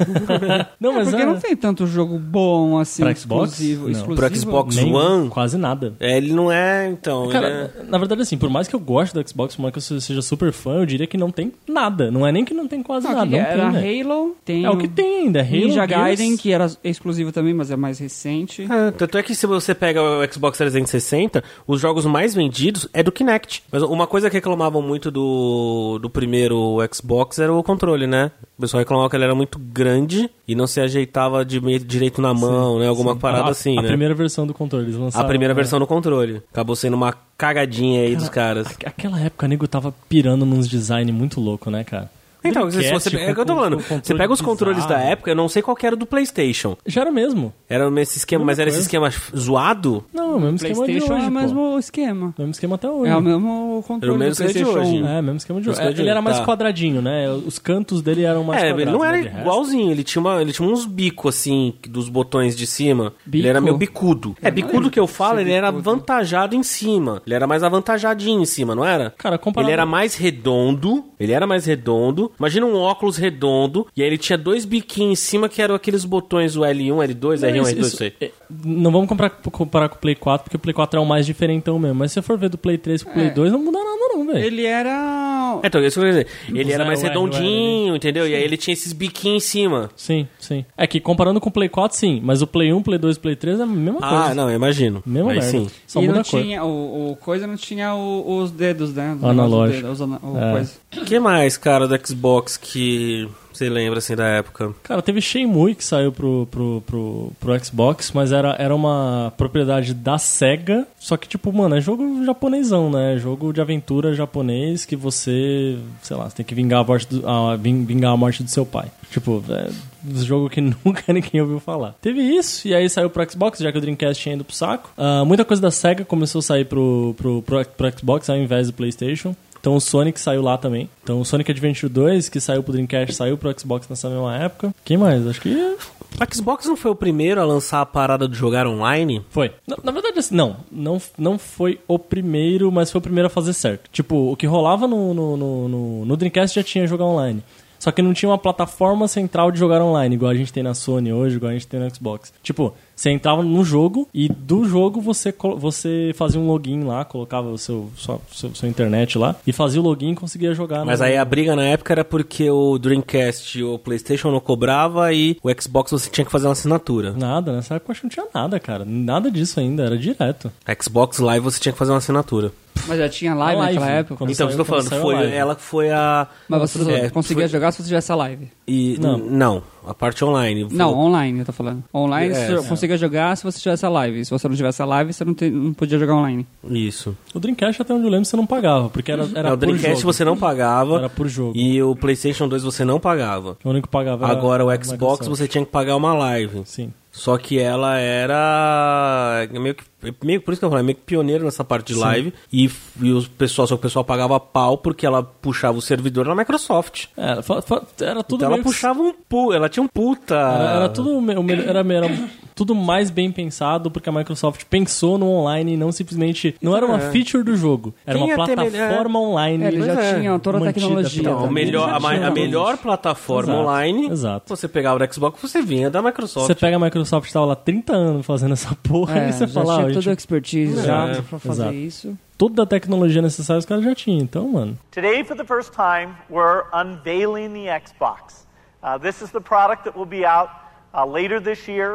[SPEAKER 3] não,
[SPEAKER 2] É
[SPEAKER 3] mas
[SPEAKER 2] porque
[SPEAKER 3] é-
[SPEAKER 1] né?
[SPEAKER 2] não tem tanto jogo bom assim,
[SPEAKER 3] Pra Xbox?
[SPEAKER 2] exclusivo.
[SPEAKER 3] Não.
[SPEAKER 2] exclusivo.
[SPEAKER 1] Pro Xbox
[SPEAKER 3] nem-
[SPEAKER 1] One,
[SPEAKER 3] Quase nada.
[SPEAKER 1] é, ele não é, então, ele é-
[SPEAKER 3] Cara, na verdade, assim, por mais que eu goste do Xbox, por mais que eu seja super fã, eu diria que não tem nada. Não é nem que não tem quase
[SPEAKER 2] Não,
[SPEAKER 3] nada.
[SPEAKER 2] que
[SPEAKER 3] Não
[SPEAKER 2] era
[SPEAKER 3] tem, né?
[SPEAKER 2] Halo, tem
[SPEAKER 3] É o que tem ainda. É Halo,
[SPEAKER 2] Ninja
[SPEAKER 3] Gears. Ah,
[SPEAKER 2] Gaiden, que era exclusivo também, mas é mais recente.
[SPEAKER 1] É, tanto é que se você pega o Xbox 360, os jogos mais vendidos é do Kinect. Mas uma coisa que reclamavam muito do, do primeiro Xbox era o controle, né? O pessoal reclamava que ele era muito grande e não se ajeitava de meio- direito na mão, né? Alguma
[SPEAKER 3] Sim.
[SPEAKER 1] parada
[SPEAKER 3] a,
[SPEAKER 1] assim,
[SPEAKER 3] a
[SPEAKER 1] né?
[SPEAKER 3] primeira versão do controle. Eles
[SPEAKER 1] A
[SPEAKER 3] lançaram,
[SPEAKER 1] primeira
[SPEAKER 3] né?
[SPEAKER 1] versão do controle. Acabou sendo uma cagadinha aí dos caras.
[SPEAKER 3] A- Aquela época, o nego tava pirando nos design muito louco, né, cara?
[SPEAKER 1] Então, se
[SPEAKER 3] Dreamcast
[SPEAKER 1] você, é o que eu tô
[SPEAKER 3] com-
[SPEAKER 1] falando.
[SPEAKER 3] com controle
[SPEAKER 1] Você pega os controles da
[SPEAKER 3] bizarro.
[SPEAKER 1] época, eu não sei qual que era o do PlayStation.
[SPEAKER 3] Já era mesmo.
[SPEAKER 1] Era esse esquema, mas era esse
[SPEAKER 3] coisa.
[SPEAKER 1] esquema zoado?
[SPEAKER 3] Não, é o mesmo esquema de
[SPEAKER 2] PlayStation
[SPEAKER 3] hoje,
[SPEAKER 2] é
[SPEAKER 3] pô.
[SPEAKER 2] o mesmo esquema.
[SPEAKER 3] Mesmo esquema até hoje.
[SPEAKER 2] É o mesmo controle
[SPEAKER 1] Era o mesmo
[SPEAKER 2] do
[SPEAKER 1] que é de
[SPEAKER 2] PlayStation
[SPEAKER 1] hoje.
[SPEAKER 2] 1.
[SPEAKER 3] É, mesmo esquema de jogo.
[SPEAKER 1] esquema de
[SPEAKER 3] É, ele era
[SPEAKER 1] jogo,
[SPEAKER 3] mais
[SPEAKER 1] tá.
[SPEAKER 3] quadradinho, né? Os cantos dele eram mais
[SPEAKER 1] é,
[SPEAKER 3] quadrados.
[SPEAKER 1] ele não era
[SPEAKER 3] né, de resto.
[SPEAKER 1] igualzinho, ele tinha, uma, ele tinha uns bicos assim, dos botões de cima.
[SPEAKER 2] Bico?
[SPEAKER 1] Ele era meio bicudo. É, bicudo que eu falo,
[SPEAKER 2] Esse
[SPEAKER 1] ele era
[SPEAKER 2] bicudo.
[SPEAKER 1] avantajado em cima. Ele era mais avantajadinho em cima, não era?
[SPEAKER 3] Cara, comparado-
[SPEAKER 1] Ele era mais redondo, ele era mais redondo. Imagina um óculos redondo, e aí ele tinha dois biquinhos em cima que eram aqueles botões, o L1, L2,
[SPEAKER 3] Não,
[SPEAKER 1] R1, L2,
[SPEAKER 3] isso- isso-
[SPEAKER 1] isso aí.
[SPEAKER 3] é, Não vamos comparar, comparar com o Play 4, porque o Play 4 é o mais diferentão mesmo. Mas se você for ver do Play 3 pro Play 2, não muda nada não, velho.
[SPEAKER 2] Ele era.
[SPEAKER 1] É, Então, isso que eu queria dizer. Ele
[SPEAKER 3] Os
[SPEAKER 1] era mais
[SPEAKER 3] R1,
[SPEAKER 1] redondinho, entendeu? E aí ele tinha esses biquinhos em cima.
[SPEAKER 3] Sim, sim. É que comparando com o Play 4, sim. Mas o Play 1, Play 2 Play 3 é a mesma coisa.
[SPEAKER 1] Ah, não, eu imagino.
[SPEAKER 3] Mesma
[SPEAKER 1] aí
[SPEAKER 3] merda.
[SPEAKER 1] sim.
[SPEAKER 3] Só
[SPEAKER 2] e
[SPEAKER 3] muda
[SPEAKER 2] não
[SPEAKER 3] a cor.
[SPEAKER 2] tinha. O, o coisa não tinha o- os dedos, né? Do
[SPEAKER 3] Analógico.
[SPEAKER 2] negócio do dedo, os ana- o
[SPEAKER 3] É.
[SPEAKER 2] coisa.
[SPEAKER 1] O que mais, cara, do Xbox que você lembra assim da época?
[SPEAKER 3] Cara, teve Shenmue que saiu pro, pro, pro, pro Xbox, mas era, era uma propriedade da SEGA. Só que, tipo, mano, é jogo japonesão, né? É Jogo de aventura japonês que você, sei lá, você tem que vingar a morte do, a, vin- vingar a morte do seu pai. Tipo, é um jogo que nunca ninguém ouviu falar. Teve isso, e aí saiu pro Xbox, já que o Dreamcast tinha ido pro saco. Ah, muita coisa da SEGA começou a sair pro, pro, pro, pro Xbox ao invés do PlayStation. Então o Sonic saiu lá também. Então o Sonic Adventure 2, que saiu pro Dreamcast, saiu pro Xbox nessa mesma época. Quem mais? Acho que
[SPEAKER 1] O Xbox não foi o primeiro a lançar a parada de jogar online?
[SPEAKER 3] foi. Na, na verdade, assim, não, não. Não foi o primeiro, mas foi o primeiro a fazer certo. Tipo, o que rolava no, no, no, no- no Dreamcast já tinha jogar online. Só que não tinha uma plataforma central de jogar online, igual a gente tem na Sony hoje, igual a gente tem no Xbox. Tipo, você entrava no jogo e do jogo você, colo- você fazia um login lá, colocava o seu, sua, seu- sua internet lá e fazia o login e conseguia jogar.
[SPEAKER 1] Mas
[SPEAKER 3] no-
[SPEAKER 1] aí a briga na época era porque o Dreamcast e o PlayStation não cobrava e o Xbox você tinha que fazer uma assinatura.
[SPEAKER 3] Nada, nessa época eu acho que não tinha nada, cara. Nada disso ainda, era direto.
[SPEAKER 1] Xbox Live você tinha que fazer uma assinatura.
[SPEAKER 2] Mas já tinha live,
[SPEAKER 3] A live,
[SPEAKER 2] naquela época?
[SPEAKER 3] quando
[SPEAKER 1] Então,
[SPEAKER 3] saiu-
[SPEAKER 1] isso que eu tô
[SPEAKER 3] quando
[SPEAKER 1] falando,
[SPEAKER 3] saiu a
[SPEAKER 1] foi-
[SPEAKER 3] live.
[SPEAKER 1] ela foi a.
[SPEAKER 2] Mas você só
[SPEAKER 1] É,
[SPEAKER 2] conseguia
[SPEAKER 1] foi-
[SPEAKER 2] jogar se você tivesse a live.
[SPEAKER 1] E,
[SPEAKER 2] Não.
[SPEAKER 1] não. não, a parte online.
[SPEAKER 2] Não, online, eu tô falando. Online
[SPEAKER 1] É,
[SPEAKER 2] você
[SPEAKER 1] é.
[SPEAKER 2] conseguia jogar se você tivesse a live. Se você não tivesse a live, você não, te- não podia jogar online.
[SPEAKER 1] Isso.
[SPEAKER 3] O Dreamcast, até onde eu lembro, você não pagava, porque era, era
[SPEAKER 1] Não, É, o
[SPEAKER 3] por
[SPEAKER 1] Dreamcast
[SPEAKER 3] jogo.
[SPEAKER 1] você não pagava.
[SPEAKER 3] Era por jogo.
[SPEAKER 1] E o PlayStation 2 você não pagava.
[SPEAKER 3] O único que pagava era
[SPEAKER 1] Agora
[SPEAKER 3] a
[SPEAKER 1] o Xbox
[SPEAKER 3] Microsoft.
[SPEAKER 1] você tinha que pagar uma live.
[SPEAKER 3] Sim.
[SPEAKER 1] Só que ela era é, meio que meio, por isso que eu falei, é meio que pioneiro nessa parte de
[SPEAKER 3] Sim.
[SPEAKER 1] live e, e o pessoal, só que o pessoal pagava pau porque ela puxava o servidor na Microsoft.
[SPEAKER 3] É, fa- fa- era
[SPEAKER 1] então
[SPEAKER 3] tudo meio
[SPEAKER 1] ela
[SPEAKER 3] que-
[SPEAKER 1] puxava um pu, ela tinha um puta.
[SPEAKER 3] Era, era tudo o me- o melhor- era, era tudo mais bem pensado porque a Microsoft pensou no online e não simplesmente não era uma
[SPEAKER 1] É.
[SPEAKER 3] feature do jogo, era
[SPEAKER 1] Quem
[SPEAKER 3] uma
[SPEAKER 1] ia ter melhor-
[SPEAKER 3] plataforma online.
[SPEAKER 2] É, eles já
[SPEAKER 1] Pois é.
[SPEAKER 2] tinham toda a
[SPEAKER 3] Mantida
[SPEAKER 2] tecnologia.
[SPEAKER 3] pela-
[SPEAKER 1] Então, a
[SPEAKER 2] também.
[SPEAKER 1] melhor,
[SPEAKER 2] Eles já
[SPEAKER 1] a, ma-
[SPEAKER 2] tinham
[SPEAKER 1] a
[SPEAKER 2] tudo.
[SPEAKER 1] melhor plataforma
[SPEAKER 3] Exato,
[SPEAKER 1] online,
[SPEAKER 3] exato.
[SPEAKER 1] você pegava o Xbox, você vinha da Microsoft.
[SPEAKER 3] Você pega a Microsoft tava lá 30 anos fazendo essa porra
[SPEAKER 2] É,
[SPEAKER 3] e você
[SPEAKER 2] já
[SPEAKER 3] fala,
[SPEAKER 2] tinha
[SPEAKER 3] "Ah,
[SPEAKER 2] toda a
[SPEAKER 3] gente,
[SPEAKER 2] expertise já
[SPEAKER 1] É,
[SPEAKER 2] pra fazer
[SPEAKER 3] exato.
[SPEAKER 2] isso.
[SPEAKER 3] toda a tecnologia necessária os caras já tinham, então, mano.
[SPEAKER 12] Today, for the first time, we're unveiling the Xbox. Uh, this is the product that will be out uh, later this year,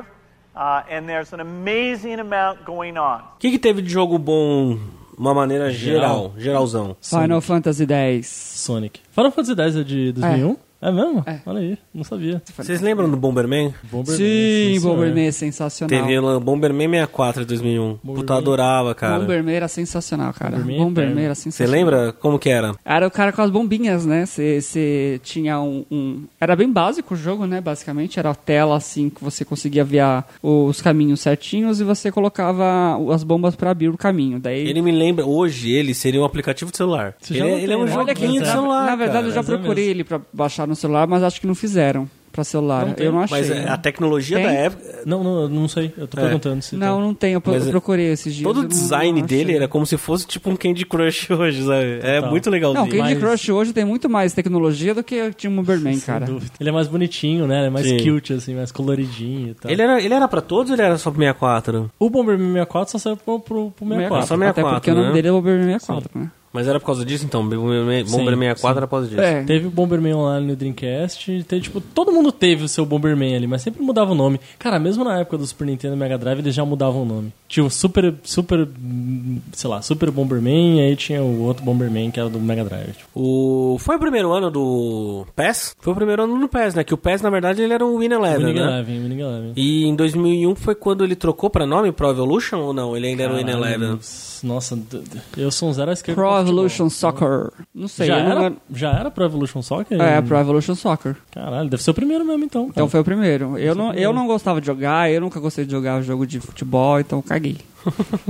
[SPEAKER 12] uh, and there's an amazing amount going on.
[SPEAKER 1] O que, que teve de jogo bom, uma maneira geral,
[SPEAKER 3] Geral.
[SPEAKER 1] geralzão?
[SPEAKER 2] Final Fantasy X.
[SPEAKER 3] Sonic. Final Fantasy X é de 2001? É, mesmo? Olha aí, não sabia.
[SPEAKER 1] Vocês lembram do Bomberman?
[SPEAKER 3] Bomberman,
[SPEAKER 2] Sim,
[SPEAKER 3] sim, senhor.
[SPEAKER 2] Bomberman é sensacional.
[SPEAKER 1] Teve o Bomberman 64 de 2001. Puta, adorava, cara.
[SPEAKER 2] Bomberman era sensacional, cara.
[SPEAKER 3] Bomberman é
[SPEAKER 2] Bomberman
[SPEAKER 3] eterno.
[SPEAKER 2] era
[SPEAKER 1] Você
[SPEAKER 2] sensacional.
[SPEAKER 1] lembra como que era?
[SPEAKER 2] Era o cara com as bombinhas, né? Você tinha um, um- Era bem básico o jogo, né? Basicamente, era a tela assim que você conseguia ver a- os caminhos certinhos e você colocava o- as bombas pra abrir o caminho. Daí.
[SPEAKER 1] Ele me lembra, hoje ele seria um aplicativo de celular.
[SPEAKER 3] Você
[SPEAKER 1] Ele,
[SPEAKER 3] já não
[SPEAKER 1] ele é
[SPEAKER 3] tem,
[SPEAKER 1] um
[SPEAKER 3] né?
[SPEAKER 2] Olha que
[SPEAKER 1] joguinho de
[SPEAKER 2] na-
[SPEAKER 1] celular.
[SPEAKER 2] Na verdade,
[SPEAKER 1] cara.
[SPEAKER 2] eu já
[SPEAKER 3] mas é
[SPEAKER 2] procurei
[SPEAKER 3] mesmo.
[SPEAKER 2] ele pra baixar no celular, mas acho que não fizeram pra celular.
[SPEAKER 3] Não tem.
[SPEAKER 2] eu não achei. né?
[SPEAKER 1] Mas é, a tecnologia
[SPEAKER 2] Tem?
[SPEAKER 1] da época.
[SPEAKER 3] É. Não, não, eu não sei. Eu tô
[SPEAKER 1] É.
[SPEAKER 3] perguntando se tá.
[SPEAKER 2] Não, não tem. Eu, pro-
[SPEAKER 1] Mas é-
[SPEAKER 2] eu procurei esses dias.
[SPEAKER 1] Todo
[SPEAKER 2] eu
[SPEAKER 1] o
[SPEAKER 2] não-
[SPEAKER 1] design
[SPEAKER 2] não
[SPEAKER 1] dele
[SPEAKER 2] achei.
[SPEAKER 1] era como se fosse tipo um Candy Crush hoje, sabe? É
[SPEAKER 3] Total.
[SPEAKER 1] muito
[SPEAKER 2] Então. Não,
[SPEAKER 1] legalzinho.
[SPEAKER 2] Candy
[SPEAKER 3] Mas-
[SPEAKER 2] Crush hoje tem muito mais tecnologia do que tinha o Bomberman,
[SPEAKER 3] Sem
[SPEAKER 2] cara.
[SPEAKER 3] dúvida. Ele é mais bonitinho, né? Ele é mais
[SPEAKER 1] Sim.
[SPEAKER 3] cute, assim, mais coloridinho e tal.
[SPEAKER 1] Ele é- era, ele era pra todos ou ele era só pro 64?
[SPEAKER 3] O Bomberman 64 só saiu pro, pro, pro 64.
[SPEAKER 1] só
[SPEAKER 2] Até
[SPEAKER 1] 64,
[SPEAKER 2] porque o nome
[SPEAKER 1] né?
[SPEAKER 2] dele é Bomberman 64, né?
[SPEAKER 1] Mas era por causa disso então? Bomberman
[SPEAKER 3] Sim,
[SPEAKER 1] Bomberman 64
[SPEAKER 3] sim.
[SPEAKER 1] era por causa disso.
[SPEAKER 2] É.
[SPEAKER 3] Teve o Bomberman Online no Dreamcast. Teve, tipo, todo mundo teve o seu Bomberman ali, mas sempre mudava o nome. Cara, mesmo na época do Super Nintendo e Mega Drive, eles já mudavam o nome. Tinha o Super, Super, hum, sei lá, Super Bomberman, e aí tinha o outro Bomberman que era do Mega Drive. Tipo,
[SPEAKER 1] O... Foi o primeiro ano do PES? Foi o primeiro ano do PES, né? Que o PES, na verdade, ele era um Win Eleven,
[SPEAKER 3] Winning
[SPEAKER 1] né?
[SPEAKER 3] Eleven, Winning Eleven.
[SPEAKER 1] E em 2001 foi quando ele trocou pra nome Pro Evolution ou não? Ele ainda era o Win
[SPEAKER 3] Caralho,
[SPEAKER 1] Eleven.
[SPEAKER 3] Nossa, d- d- eu sou um zero à esquerda.
[SPEAKER 2] Pro
[SPEAKER 3] pra futebol. então.
[SPEAKER 2] Evolution Soccer. Não sei,
[SPEAKER 3] Já
[SPEAKER 2] eu não
[SPEAKER 3] era, Hum.
[SPEAKER 2] lembro.
[SPEAKER 3] já era Pro Evolution Soccer?
[SPEAKER 2] É, Pro Evolution Soccer.
[SPEAKER 3] Caralho, deve ser o primeiro mesmo então.
[SPEAKER 2] Então
[SPEAKER 3] cara.
[SPEAKER 2] foi o primeiro. Eu
[SPEAKER 3] é
[SPEAKER 2] não, eu não gostava de jogar, eu nunca gostei de jogar jogo de futebol, então eu caguei.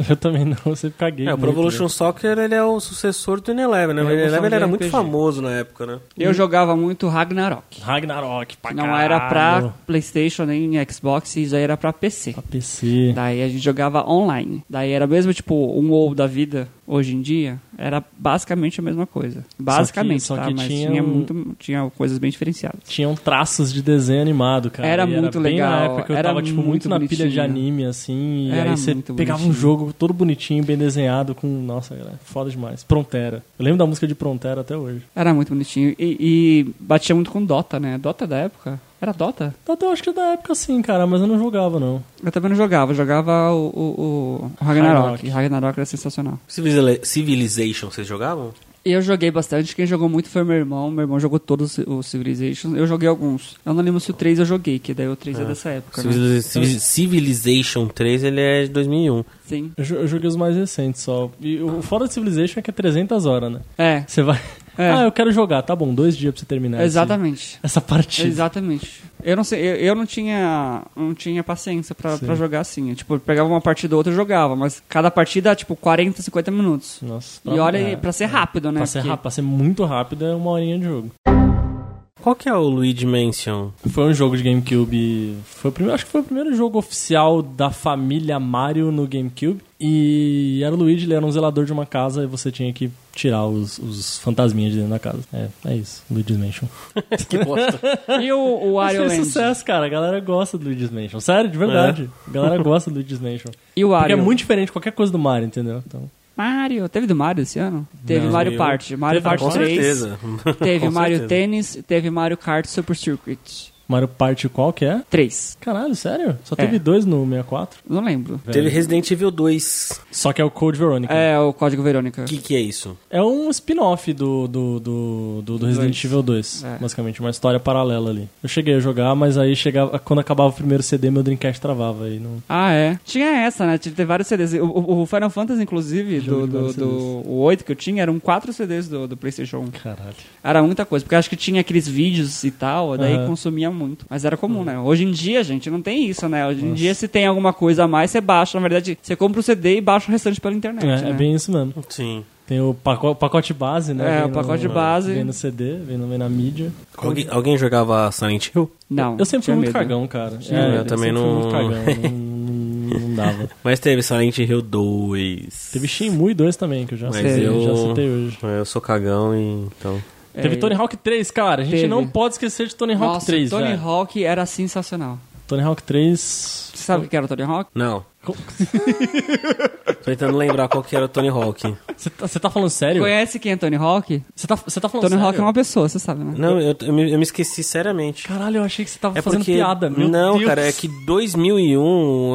[SPEAKER 3] Eu também não, eu sempre caguei.
[SPEAKER 1] É, o
[SPEAKER 3] muito,
[SPEAKER 1] Pro Evolution
[SPEAKER 3] né?
[SPEAKER 1] Soccer ele é o sucessor do Win Eleven, né? O
[SPEAKER 2] Eu
[SPEAKER 1] Win Eleven
[SPEAKER 2] gostava
[SPEAKER 1] ele
[SPEAKER 2] de
[SPEAKER 1] era muito
[SPEAKER 2] RPG.
[SPEAKER 1] famoso na época, né?
[SPEAKER 3] Hum.
[SPEAKER 2] Eu jogava muito Ragnarok.
[SPEAKER 3] Ragnarok, pra
[SPEAKER 2] Não era pra
[SPEAKER 3] Ah, caralho.
[SPEAKER 2] Playstation nem Xbox, isso aí era pra PC.
[SPEAKER 3] Pra PC.
[SPEAKER 2] Daí a gente jogava online. Daí era mesmo tipo um WoW da vida hoje em dia, era basicamente a mesma coisa. Basicamente,
[SPEAKER 3] só
[SPEAKER 2] tá?
[SPEAKER 3] que
[SPEAKER 2] Mas
[SPEAKER 3] tinha
[SPEAKER 2] tinha,
[SPEAKER 3] um-
[SPEAKER 2] muito, tinha coisas bem diferenciadas.
[SPEAKER 3] Tinham traços de desenho animado, cara.
[SPEAKER 2] Era
[SPEAKER 3] E
[SPEAKER 2] muito
[SPEAKER 3] bem
[SPEAKER 2] legal,
[SPEAKER 3] Na época que eu
[SPEAKER 2] era
[SPEAKER 3] tava, tipo, muito,
[SPEAKER 2] muito
[SPEAKER 3] na pilha de
[SPEAKER 2] bonitinho.
[SPEAKER 3] anime, assim. E
[SPEAKER 2] Era
[SPEAKER 3] aí você
[SPEAKER 2] muito
[SPEAKER 3] pegava um
[SPEAKER 2] bonitinho.
[SPEAKER 3] jogo todo bonitinho, bem desenhado, com. Nossa, cara, foda demais. Prontera. Eu lembro da música de Prontera até hoje.
[SPEAKER 2] Era muito bonitinho. E, e batia muito com Dota, né? Dota da época? Era Dota?
[SPEAKER 3] Até eu acho que é da época sim, cara, mas eu não jogava, não.
[SPEAKER 2] Eu também não jogava, eu jogava o, o, o
[SPEAKER 3] Ragnarok.
[SPEAKER 2] Ragnarok. Ragnarok era sensacional.
[SPEAKER 1] Civili- Civilization, vocês jogavam?
[SPEAKER 2] E eu joguei bastante, quem jogou muito foi meu irmão. Meu irmão jogou todos os Civilizations, eu joguei alguns. Eu não lembro se o 3 eu joguei, que daí o 3 é, dessa época, né?
[SPEAKER 1] Civili- Civi- Civilization 3 ele é de 2001.
[SPEAKER 2] Sim.
[SPEAKER 3] Eu, jo- eu joguei os mais recentes só. E o foda de Civilization é que é 300 horas, né?
[SPEAKER 2] É,
[SPEAKER 3] Você vai.
[SPEAKER 2] É.
[SPEAKER 3] Ah, eu quero jogar. Tá bom, dois dias pra você terminar. esse-
[SPEAKER 2] exatamente.
[SPEAKER 3] Essa partida.
[SPEAKER 2] Exatamente. Eu não sei, eu, eu não tinha não tinha paciência pra, pra jogar assim. Eu, tipo, eu pegava uma partida ou outra e jogava, mas cada partida, tipo, 40, 50 minutos.
[SPEAKER 3] Nossa,
[SPEAKER 2] E olha,
[SPEAKER 3] é,
[SPEAKER 2] aí, pra ser rápido, né?
[SPEAKER 3] pra ser
[SPEAKER 2] Porque-
[SPEAKER 3] rápido, pra ser muito rápido é uma horinha de jogo.
[SPEAKER 1] Qual que é o Luigi Mansion?
[SPEAKER 3] Foi um jogo de GameCube. Foi o primeiro, acho que foi o primeiro jogo oficial da família Mario no GameCube. E era o Luigi, ele era um zelador de uma casa e você tinha que tirar os, os fantasminhas de dentro da casa. É, é isso. Luigi's Mansion.
[SPEAKER 2] que bosta. E o, o
[SPEAKER 3] Isso
[SPEAKER 2] Wario
[SPEAKER 3] fez
[SPEAKER 2] Land?
[SPEAKER 3] sucesso, cara. A galera gosta do Luigi's Mansion. Sério, de verdade.
[SPEAKER 2] É.
[SPEAKER 3] A galera gosta do Luigi's Mansion.
[SPEAKER 2] E o
[SPEAKER 3] Porque é
[SPEAKER 2] Wario?
[SPEAKER 3] muito diferente de qualquer coisa do Mario, entendeu? Então...
[SPEAKER 2] Mario, teve do Mario esse ano? Teve
[SPEAKER 3] Não,
[SPEAKER 2] Mario
[SPEAKER 3] eu-
[SPEAKER 2] Party, Mario
[SPEAKER 3] Teve,
[SPEAKER 2] Party
[SPEAKER 3] com
[SPEAKER 2] 3.
[SPEAKER 3] certeza.
[SPEAKER 2] Teve
[SPEAKER 3] Com
[SPEAKER 2] Mario
[SPEAKER 3] certeza.
[SPEAKER 2] Tennis, teve Mario Kart Super Circuit.
[SPEAKER 3] Mario Party qual que é?
[SPEAKER 2] Três.
[SPEAKER 3] Caralho, sério? Só
[SPEAKER 2] É.
[SPEAKER 3] teve dois no 64?
[SPEAKER 2] Não lembro.
[SPEAKER 1] Teve Resident Evil 2.
[SPEAKER 3] Só que é o Code Veronica.
[SPEAKER 2] É, o Código Verônica.
[SPEAKER 1] O que, que é isso?
[SPEAKER 3] É um spin-off do, do, do, do- do Resident
[SPEAKER 1] Dois.
[SPEAKER 3] Evil 2,
[SPEAKER 2] É.
[SPEAKER 3] basicamente, uma história paralela ali. Eu cheguei a jogar, mas aí chegava, quando acabava o primeiro CD, meu Dreamcast travava aí. Não...
[SPEAKER 2] Ah, é. Tinha essa, né? Tinha- Teve vários CDs. O, o- o Final Fantasy, inclusive, do,
[SPEAKER 3] de
[SPEAKER 2] do,
[SPEAKER 3] vários
[SPEAKER 2] do o 8 que eu tinha, eram quatro CDs do, do PlayStation 1.
[SPEAKER 3] Caralho.
[SPEAKER 2] Era muita coisa, porque eu acho que tinha aqueles vídeos e tal, daí
[SPEAKER 3] Aham.
[SPEAKER 2] consumia muito. Mas era comum, né? Hoje em dia, gente, não tem isso, né? Hoje em dia, se tem alguma coisa a mais, você baixa. Na verdade, você compra o CD e baixa o restante pela internet.
[SPEAKER 3] É,
[SPEAKER 2] né?
[SPEAKER 3] é bem isso mesmo.
[SPEAKER 1] Sim.
[SPEAKER 3] Tem o paco- pacote base, né?
[SPEAKER 2] É,
[SPEAKER 3] Vem
[SPEAKER 2] o pacote
[SPEAKER 3] no-
[SPEAKER 2] base.
[SPEAKER 3] Vem no CD, vem, no, vem na mídia.
[SPEAKER 1] Alguém, alguém jogava Silent Hill?
[SPEAKER 2] Não.
[SPEAKER 3] Eu sempre fui
[SPEAKER 2] tinha
[SPEAKER 3] muito
[SPEAKER 2] medo.
[SPEAKER 3] cagão, cara. É,
[SPEAKER 1] Tinha medo. Eu também
[SPEAKER 3] sempre fui
[SPEAKER 1] não-
[SPEAKER 3] muito cagão, não, não dava.
[SPEAKER 1] Mas teve Silent Hill 2.
[SPEAKER 3] Teve Shenmue 2 também, que eu já,
[SPEAKER 1] Mas
[SPEAKER 3] citei,
[SPEAKER 1] eu é,
[SPEAKER 3] já citei hoje.
[SPEAKER 1] Eu sou cagão e então.
[SPEAKER 3] Teve Tony Hawk 3, cara. A gente
[SPEAKER 2] É, Teve.
[SPEAKER 3] não pode esquecer de Tony Hawk
[SPEAKER 2] Nossa,
[SPEAKER 3] 3,
[SPEAKER 2] Tony
[SPEAKER 3] velho.
[SPEAKER 2] Hawk era sensacional.
[SPEAKER 3] Tony Hawk 3...
[SPEAKER 2] Você sabe o que era o Tony Hawk?
[SPEAKER 1] Não. Tô tentando lembrar qual que era o Tony Hawk.
[SPEAKER 3] Você tá, você tá falando sério?
[SPEAKER 2] Conhece quem é Tony Hawk?
[SPEAKER 3] Você tá, você tá falando
[SPEAKER 2] Tony Hawk é
[SPEAKER 3] sério?
[SPEAKER 2] uma pessoa, você sabe, né?
[SPEAKER 1] Não, eu, eu me, eu me esqueci seriamente.
[SPEAKER 3] Caralho, eu achei que você tava
[SPEAKER 1] É
[SPEAKER 3] Tá fazendo
[SPEAKER 1] porque...
[SPEAKER 3] piada. Meu
[SPEAKER 1] não,
[SPEAKER 3] Deus.
[SPEAKER 1] cara, é que 2001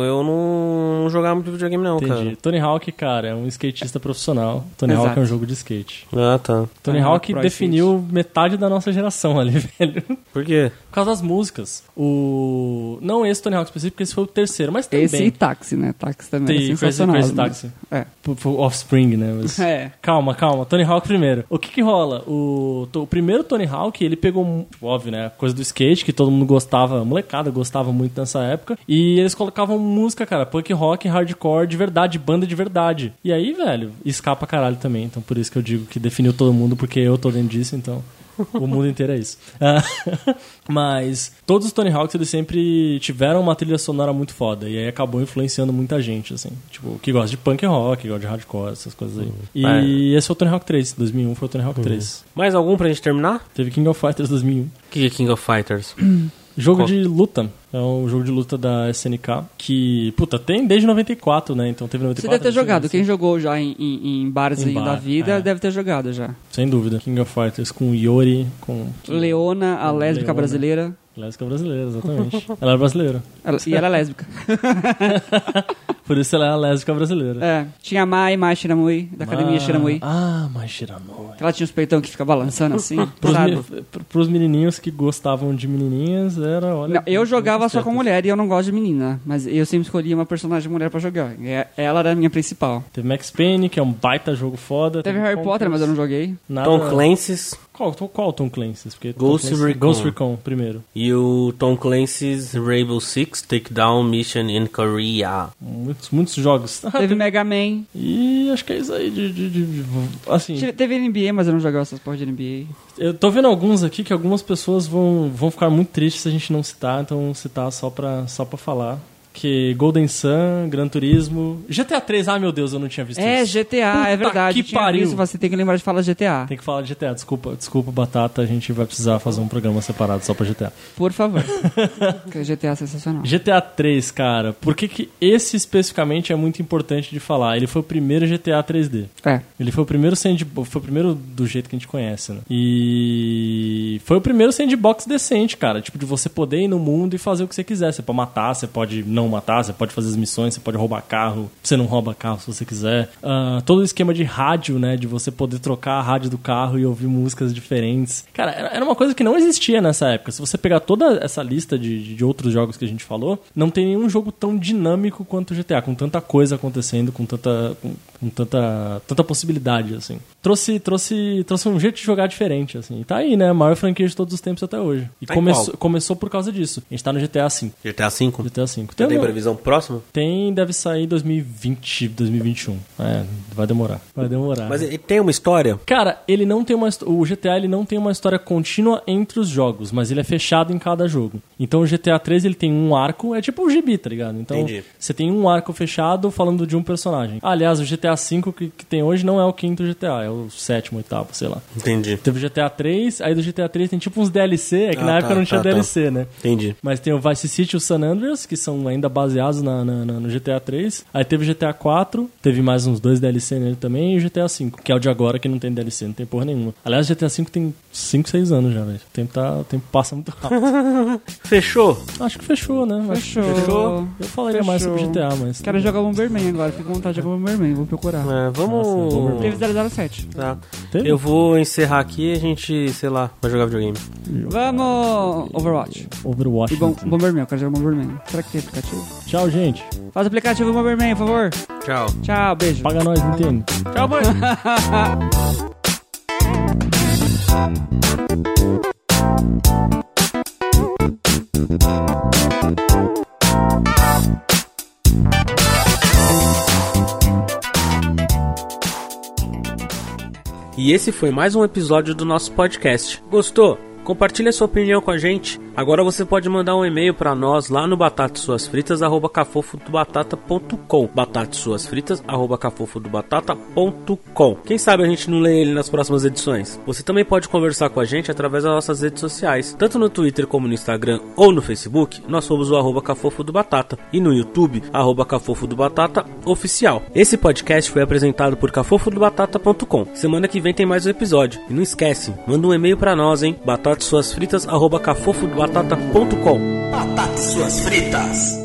[SPEAKER 1] eu não, não jogava muito videogame, não,
[SPEAKER 3] Entendi. Tony Hawk, cara, é um skatista profissional. Tony
[SPEAKER 1] Exato.
[SPEAKER 3] Hawk é um jogo de skate.
[SPEAKER 1] cara. Ah, tá.
[SPEAKER 3] Tony
[SPEAKER 1] Ah,
[SPEAKER 3] Hawk
[SPEAKER 1] Pro
[SPEAKER 3] definiu metade da nossa geração ali, velho.
[SPEAKER 1] Por quê?
[SPEAKER 3] Por causa das músicas. O... Não esse Tony Hawk específico, porque esse foi o terceiro, mas também.
[SPEAKER 2] Esse e táxi, né? Táxi também
[SPEAKER 3] Tem
[SPEAKER 2] era
[SPEAKER 3] Crazy,
[SPEAKER 2] sensacional.
[SPEAKER 3] Crazy
[SPEAKER 2] né?
[SPEAKER 3] Taxi.
[SPEAKER 2] É.
[SPEAKER 3] Pro- pro Offspring, né? Mas-
[SPEAKER 2] É.
[SPEAKER 3] Calma, calma. Tony Hawk primeiro. O que que rola? O, to- o primeiro Tony Hawk, ele pegou, um- óbvio, né? a Coisa do skate, que todo mundo gostava, a molecada gostava muito nessa época. E eles colocavam música, cara, punk rock, hardcore, de verdade, banda de verdade. E aí, velho, escapa caralho também. Então por isso que eu digo que definiu todo mundo, porque eu tô dentro disso, então... O mundo inteiro é isso. Ah, Mas todos os Tony Hawks eles sempre tiveram uma trilha sonora muito foda. E aí acabou influenciando muita gente, assim. Tipo, que gosta de punk rock, que gosta de hardcore, essas coisas aí. E
[SPEAKER 1] É.
[SPEAKER 3] esse foi o Tony Hawk 3. 2001 foi o Tony Hawk
[SPEAKER 2] Uhum.
[SPEAKER 3] 3.
[SPEAKER 1] Mais algum pra gente terminar?
[SPEAKER 3] Teve King of Fighters 2001.
[SPEAKER 1] O que que é King of Fighters?
[SPEAKER 3] Jogo
[SPEAKER 1] Qual?
[SPEAKER 3] de luta. É um jogo de luta da SNK que, puta, tem desde 94, né? Então teve
[SPEAKER 2] Você deve
[SPEAKER 3] 94.
[SPEAKER 2] ter
[SPEAKER 3] deixa eu ver
[SPEAKER 2] jogado.
[SPEAKER 3] se-
[SPEAKER 2] Quem jogou já em, em, em bares
[SPEAKER 3] Em
[SPEAKER 2] aí
[SPEAKER 3] bar,
[SPEAKER 2] da vida
[SPEAKER 3] é.
[SPEAKER 2] deve ter jogado já.
[SPEAKER 3] Sem dúvida. King of Fighters com Yori, com.
[SPEAKER 2] Leona, a lésbica
[SPEAKER 3] Leona.
[SPEAKER 2] brasileira.
[SPEAKER 3] Lésbica brasileira, exatamente. Ela é brasileira.
[SPEAKER 2] Ela- e ela é lésbica.
[SPEAKER 3] Por isso ela é a lésbica brasileira.
[SPEAKER 2] É. Tinha a Mai, Mai Shiramui, da academia
[SPEAKER 3] Ma-
[SPEAKER 2] Shiramui.
[SPEAKER 3] Ah, Mai Shiramui.
[SPEAKER 2] Ela tinha os peitão que fica balançando assim,
[SPEAKER 3] Pros,
[SPEAKER 2] sabe?
[SPEAKER 3] me- pr- pros menininhos que gostavam de menininhas, era, olha...
[SPEAKER 2] Não, eu jogava só
[SPEAKER 3] certo.
[SPEAKER 2] com mulher e eu não gosto de menina. Mas eu sempre escolhia uma personagem mulher pra jogar. E é- Ela era a minha principal.
[SPEAKER 3] Teve Max Payne, que é um baita jogo foda.
[SPEAKER 2] Teve Harry
[SPEAKER 3] Tom
[SPEAKER 2] Potter, mas eu não
[SPEAKER 3] Clancy.
[SPEAKER 2] joguei.
[SPEAKER 3] Nada-
[SPEAKER 1] Tom Clancy's
[SPEAKER 3] Qual, to- qual Tom Clancy's? Porque Tom
[SPEAKER 1] Ghost
[SPEAKER 3] Clancy-
[SPEAKER 1] Recon.
[SPEAKER 3] Ghost Recon, primeiro.
[SPEAKER 1] e o Tom Clancy's Rainbow Six Takedown Mission in Korea.
[SPEAKER 3] Muitos, muitos jogos.
[SPEAKER 2] Teve Mega Man.
[SPEAKER 3] E acho que é isso aí de... de- de- de- assim,
[SPEAKER 2] Tive- Teve NBA, mas eu não jogava essas porras de NBA.
[SPEAKER 3] eu tô vendo alguns aqui que algumas pessoas vão, vão ficar muito tristes se a gente não citar, então vamos citar só pra, só pra falar. Que Golden Sun, Gran Turismo... GTA 3, ah, meu Deus, eu não tinha visto
[SPEAKER 2] É,
[SPEAKER 3] isso.
[SPEAKER 2] GTA, é
[SPEAKER 3] Puta
[SPEAKER 2] verdade.
[SPEAKER 3] que
[SPEAKER 2] eu tinha
[SPEAKER 3] pariu.
[SPEAKER 2] visto, mas você tem que lembrar de falar GTA.
[SPEAKER 3] Tem que falar de GTA, desculpa, desculpa, Batata, a gente vai precisar fazer um programa separado só pra GTA.
[SPEAKER 2] Por favor. Porque GTA é sensacional.
[SPEAKER 3] GTA 3, cara, por que, que esse especificamente é muito importante de falar? Ele foi o primeiro GTA 3D.
[SPEAKER 2] É.
[SPEAKER 3] Ele foi o primeiro sandbox, foi o primeiro do jeito que a gente conhece, né? E foi o primeiro sandbox decente, cara, tipo de você poder ir no mundo e fazer o que você quiser. Você pode matar, você pode não matar, você pode fazer as missões, você pode roubar carro, você não rouba carro se você quiser. Ah, todo o esquema de rádio, né, de você poder trocar a rádio do carro e ouvir músicas diferentes. Cara, era era uma coisa que não existia nessa época. Se você pegar toda essa lista de, de- de outros jogos que a gente falou, não tem nenhum jogo tão dinâmico quanto o GTA, com tanta coisa acontecendo, com tanta, com, com tanta, tanta possibilidade, assim. Trouxe, trouxe, trouxe um jeito de jogar diferente, assim. E tá aí, né? A maior franquia de todos os tempos até hoje. E
[SPEAKER 1] Tá em
[SPEAKER 3] começou,
[SPEAKER 1] qual?
[SPEAKER 3] começou por causa disso. A gente tá no GTA V.
[SPEAKER 1] GTA V?
[SPEAKER 3] GTA V. Tem
[SPEAKER 1] tem previsão próxima?
[SPEAKER 3] Tem, deve sair 2020, 2021. É, vai demorar. Vai demorar.
[SPEAKER 1] Mas ele tem uma história?
[SPEAKER 3] Cara, ele não tem uma histó- o GTA ele não tem uma história contínua entre os jogos, mas ele é fechado em cada jogo. Então o GTA 3 ele tem um arco, é tipo o gibi, tá ligado? Então
[SPEAKER 1] Entendi.
[SPEAKER 3] você tem um arco fechado falando de um personagem. Aliás, o GTA V que, que tem hoje não é o quinto GTA, é o sétimo, oitavo, sei lá.
[SPEAKER 1] Entendi.
[SPEAKER 3] Teve o GTA 3, aí do GTA 3 tem tipo uns DLC, é que
[SPEAKER 1] Ah,
[SPEAKER 3] na
[SPEAKER 1] tá,
[SPEAKER 3] época não tinha
[SPEAKER 1] tá, tá.
[SPEAKER 3] DLC, né?
[SPEAKER 1] Entendi.
[SPEAKER 3] Mas tem o Vice City e o San Andreas, que são ainda baseados na, na- na- no GTA 3. Aí teve o GTA 4, teve mais uns dois DLC nele também, e o GTA 5, que é o de agora, que não tem DLC, não tem porra nenhuma. Aliás, o GTA 5 tem 5, 6 anos já, velho. O tempo, tá, o tempo passa muito rápido.
[SPEAKER 1] Fechou?
[SPEAKER 3] Acho que fechou, né? Acho que
[SPEAKER 2] Fechou.
[SPEAKER 3] fechou. Eu falaria mais sobre GTA, mas.
[SPEAKER 2] Quero jogar Bomberman agora, fico com vontade de jogar Bomberman, vou procurar.
[SPEAKER 1] É, vamos.
[SPEAKER 2] Teve 007.
[SPEAKER 1] Tá. Eu vou encerrar aqui e a gente, sei lá, vai jogar videogame.
[SPEAKER 2] Vamos! Overwatch.
[SPEAKER 3] Overwatch. né?
[SPEAKER 2] E bom, Bomberman, eu quero jogar Bomberman. Será que tem aplicativo?
[SPEAKER 3] Tchau, gente.
[SPEAKER 2] Faz o aplicativo Bomberman, por favor.
[SPEAKER 1] Tchau.
[SPEAKER 2] Tchau, beijo.
[SPEAKER 3] Paga nós, Nintendo.
[SPEAKER 2] Tchau, mãe.
[SPEAKER 1] E esse foi mais um episódio do nosso podcast. Gostou? Compartilhe a sua opinião com a gente. Agora você pode mandar um e-mail para nós lá no batatasuasfritas@cafofodobatata.com. batatasuasfritas@cafofodobatata.com. Quem sabe a gente não lê ele nas próximas edições. Você também pode conversar com a gente através das nossas redes sociais, tanto no Twitter como no Instagram ou no Facebook. Nós somos o arroba Cafofo do Batata e no YouTube arroba Cafofo do Batata oficial. Esse podcast foi apresentado por cafofodobatata.com. Semana que vem tem mais um episódio. E não esquece, manda um e-mail pra nós, hein? batatasuasfritas@cafofodobatata.com.
[SPEAKER 13] Batata suas fritas.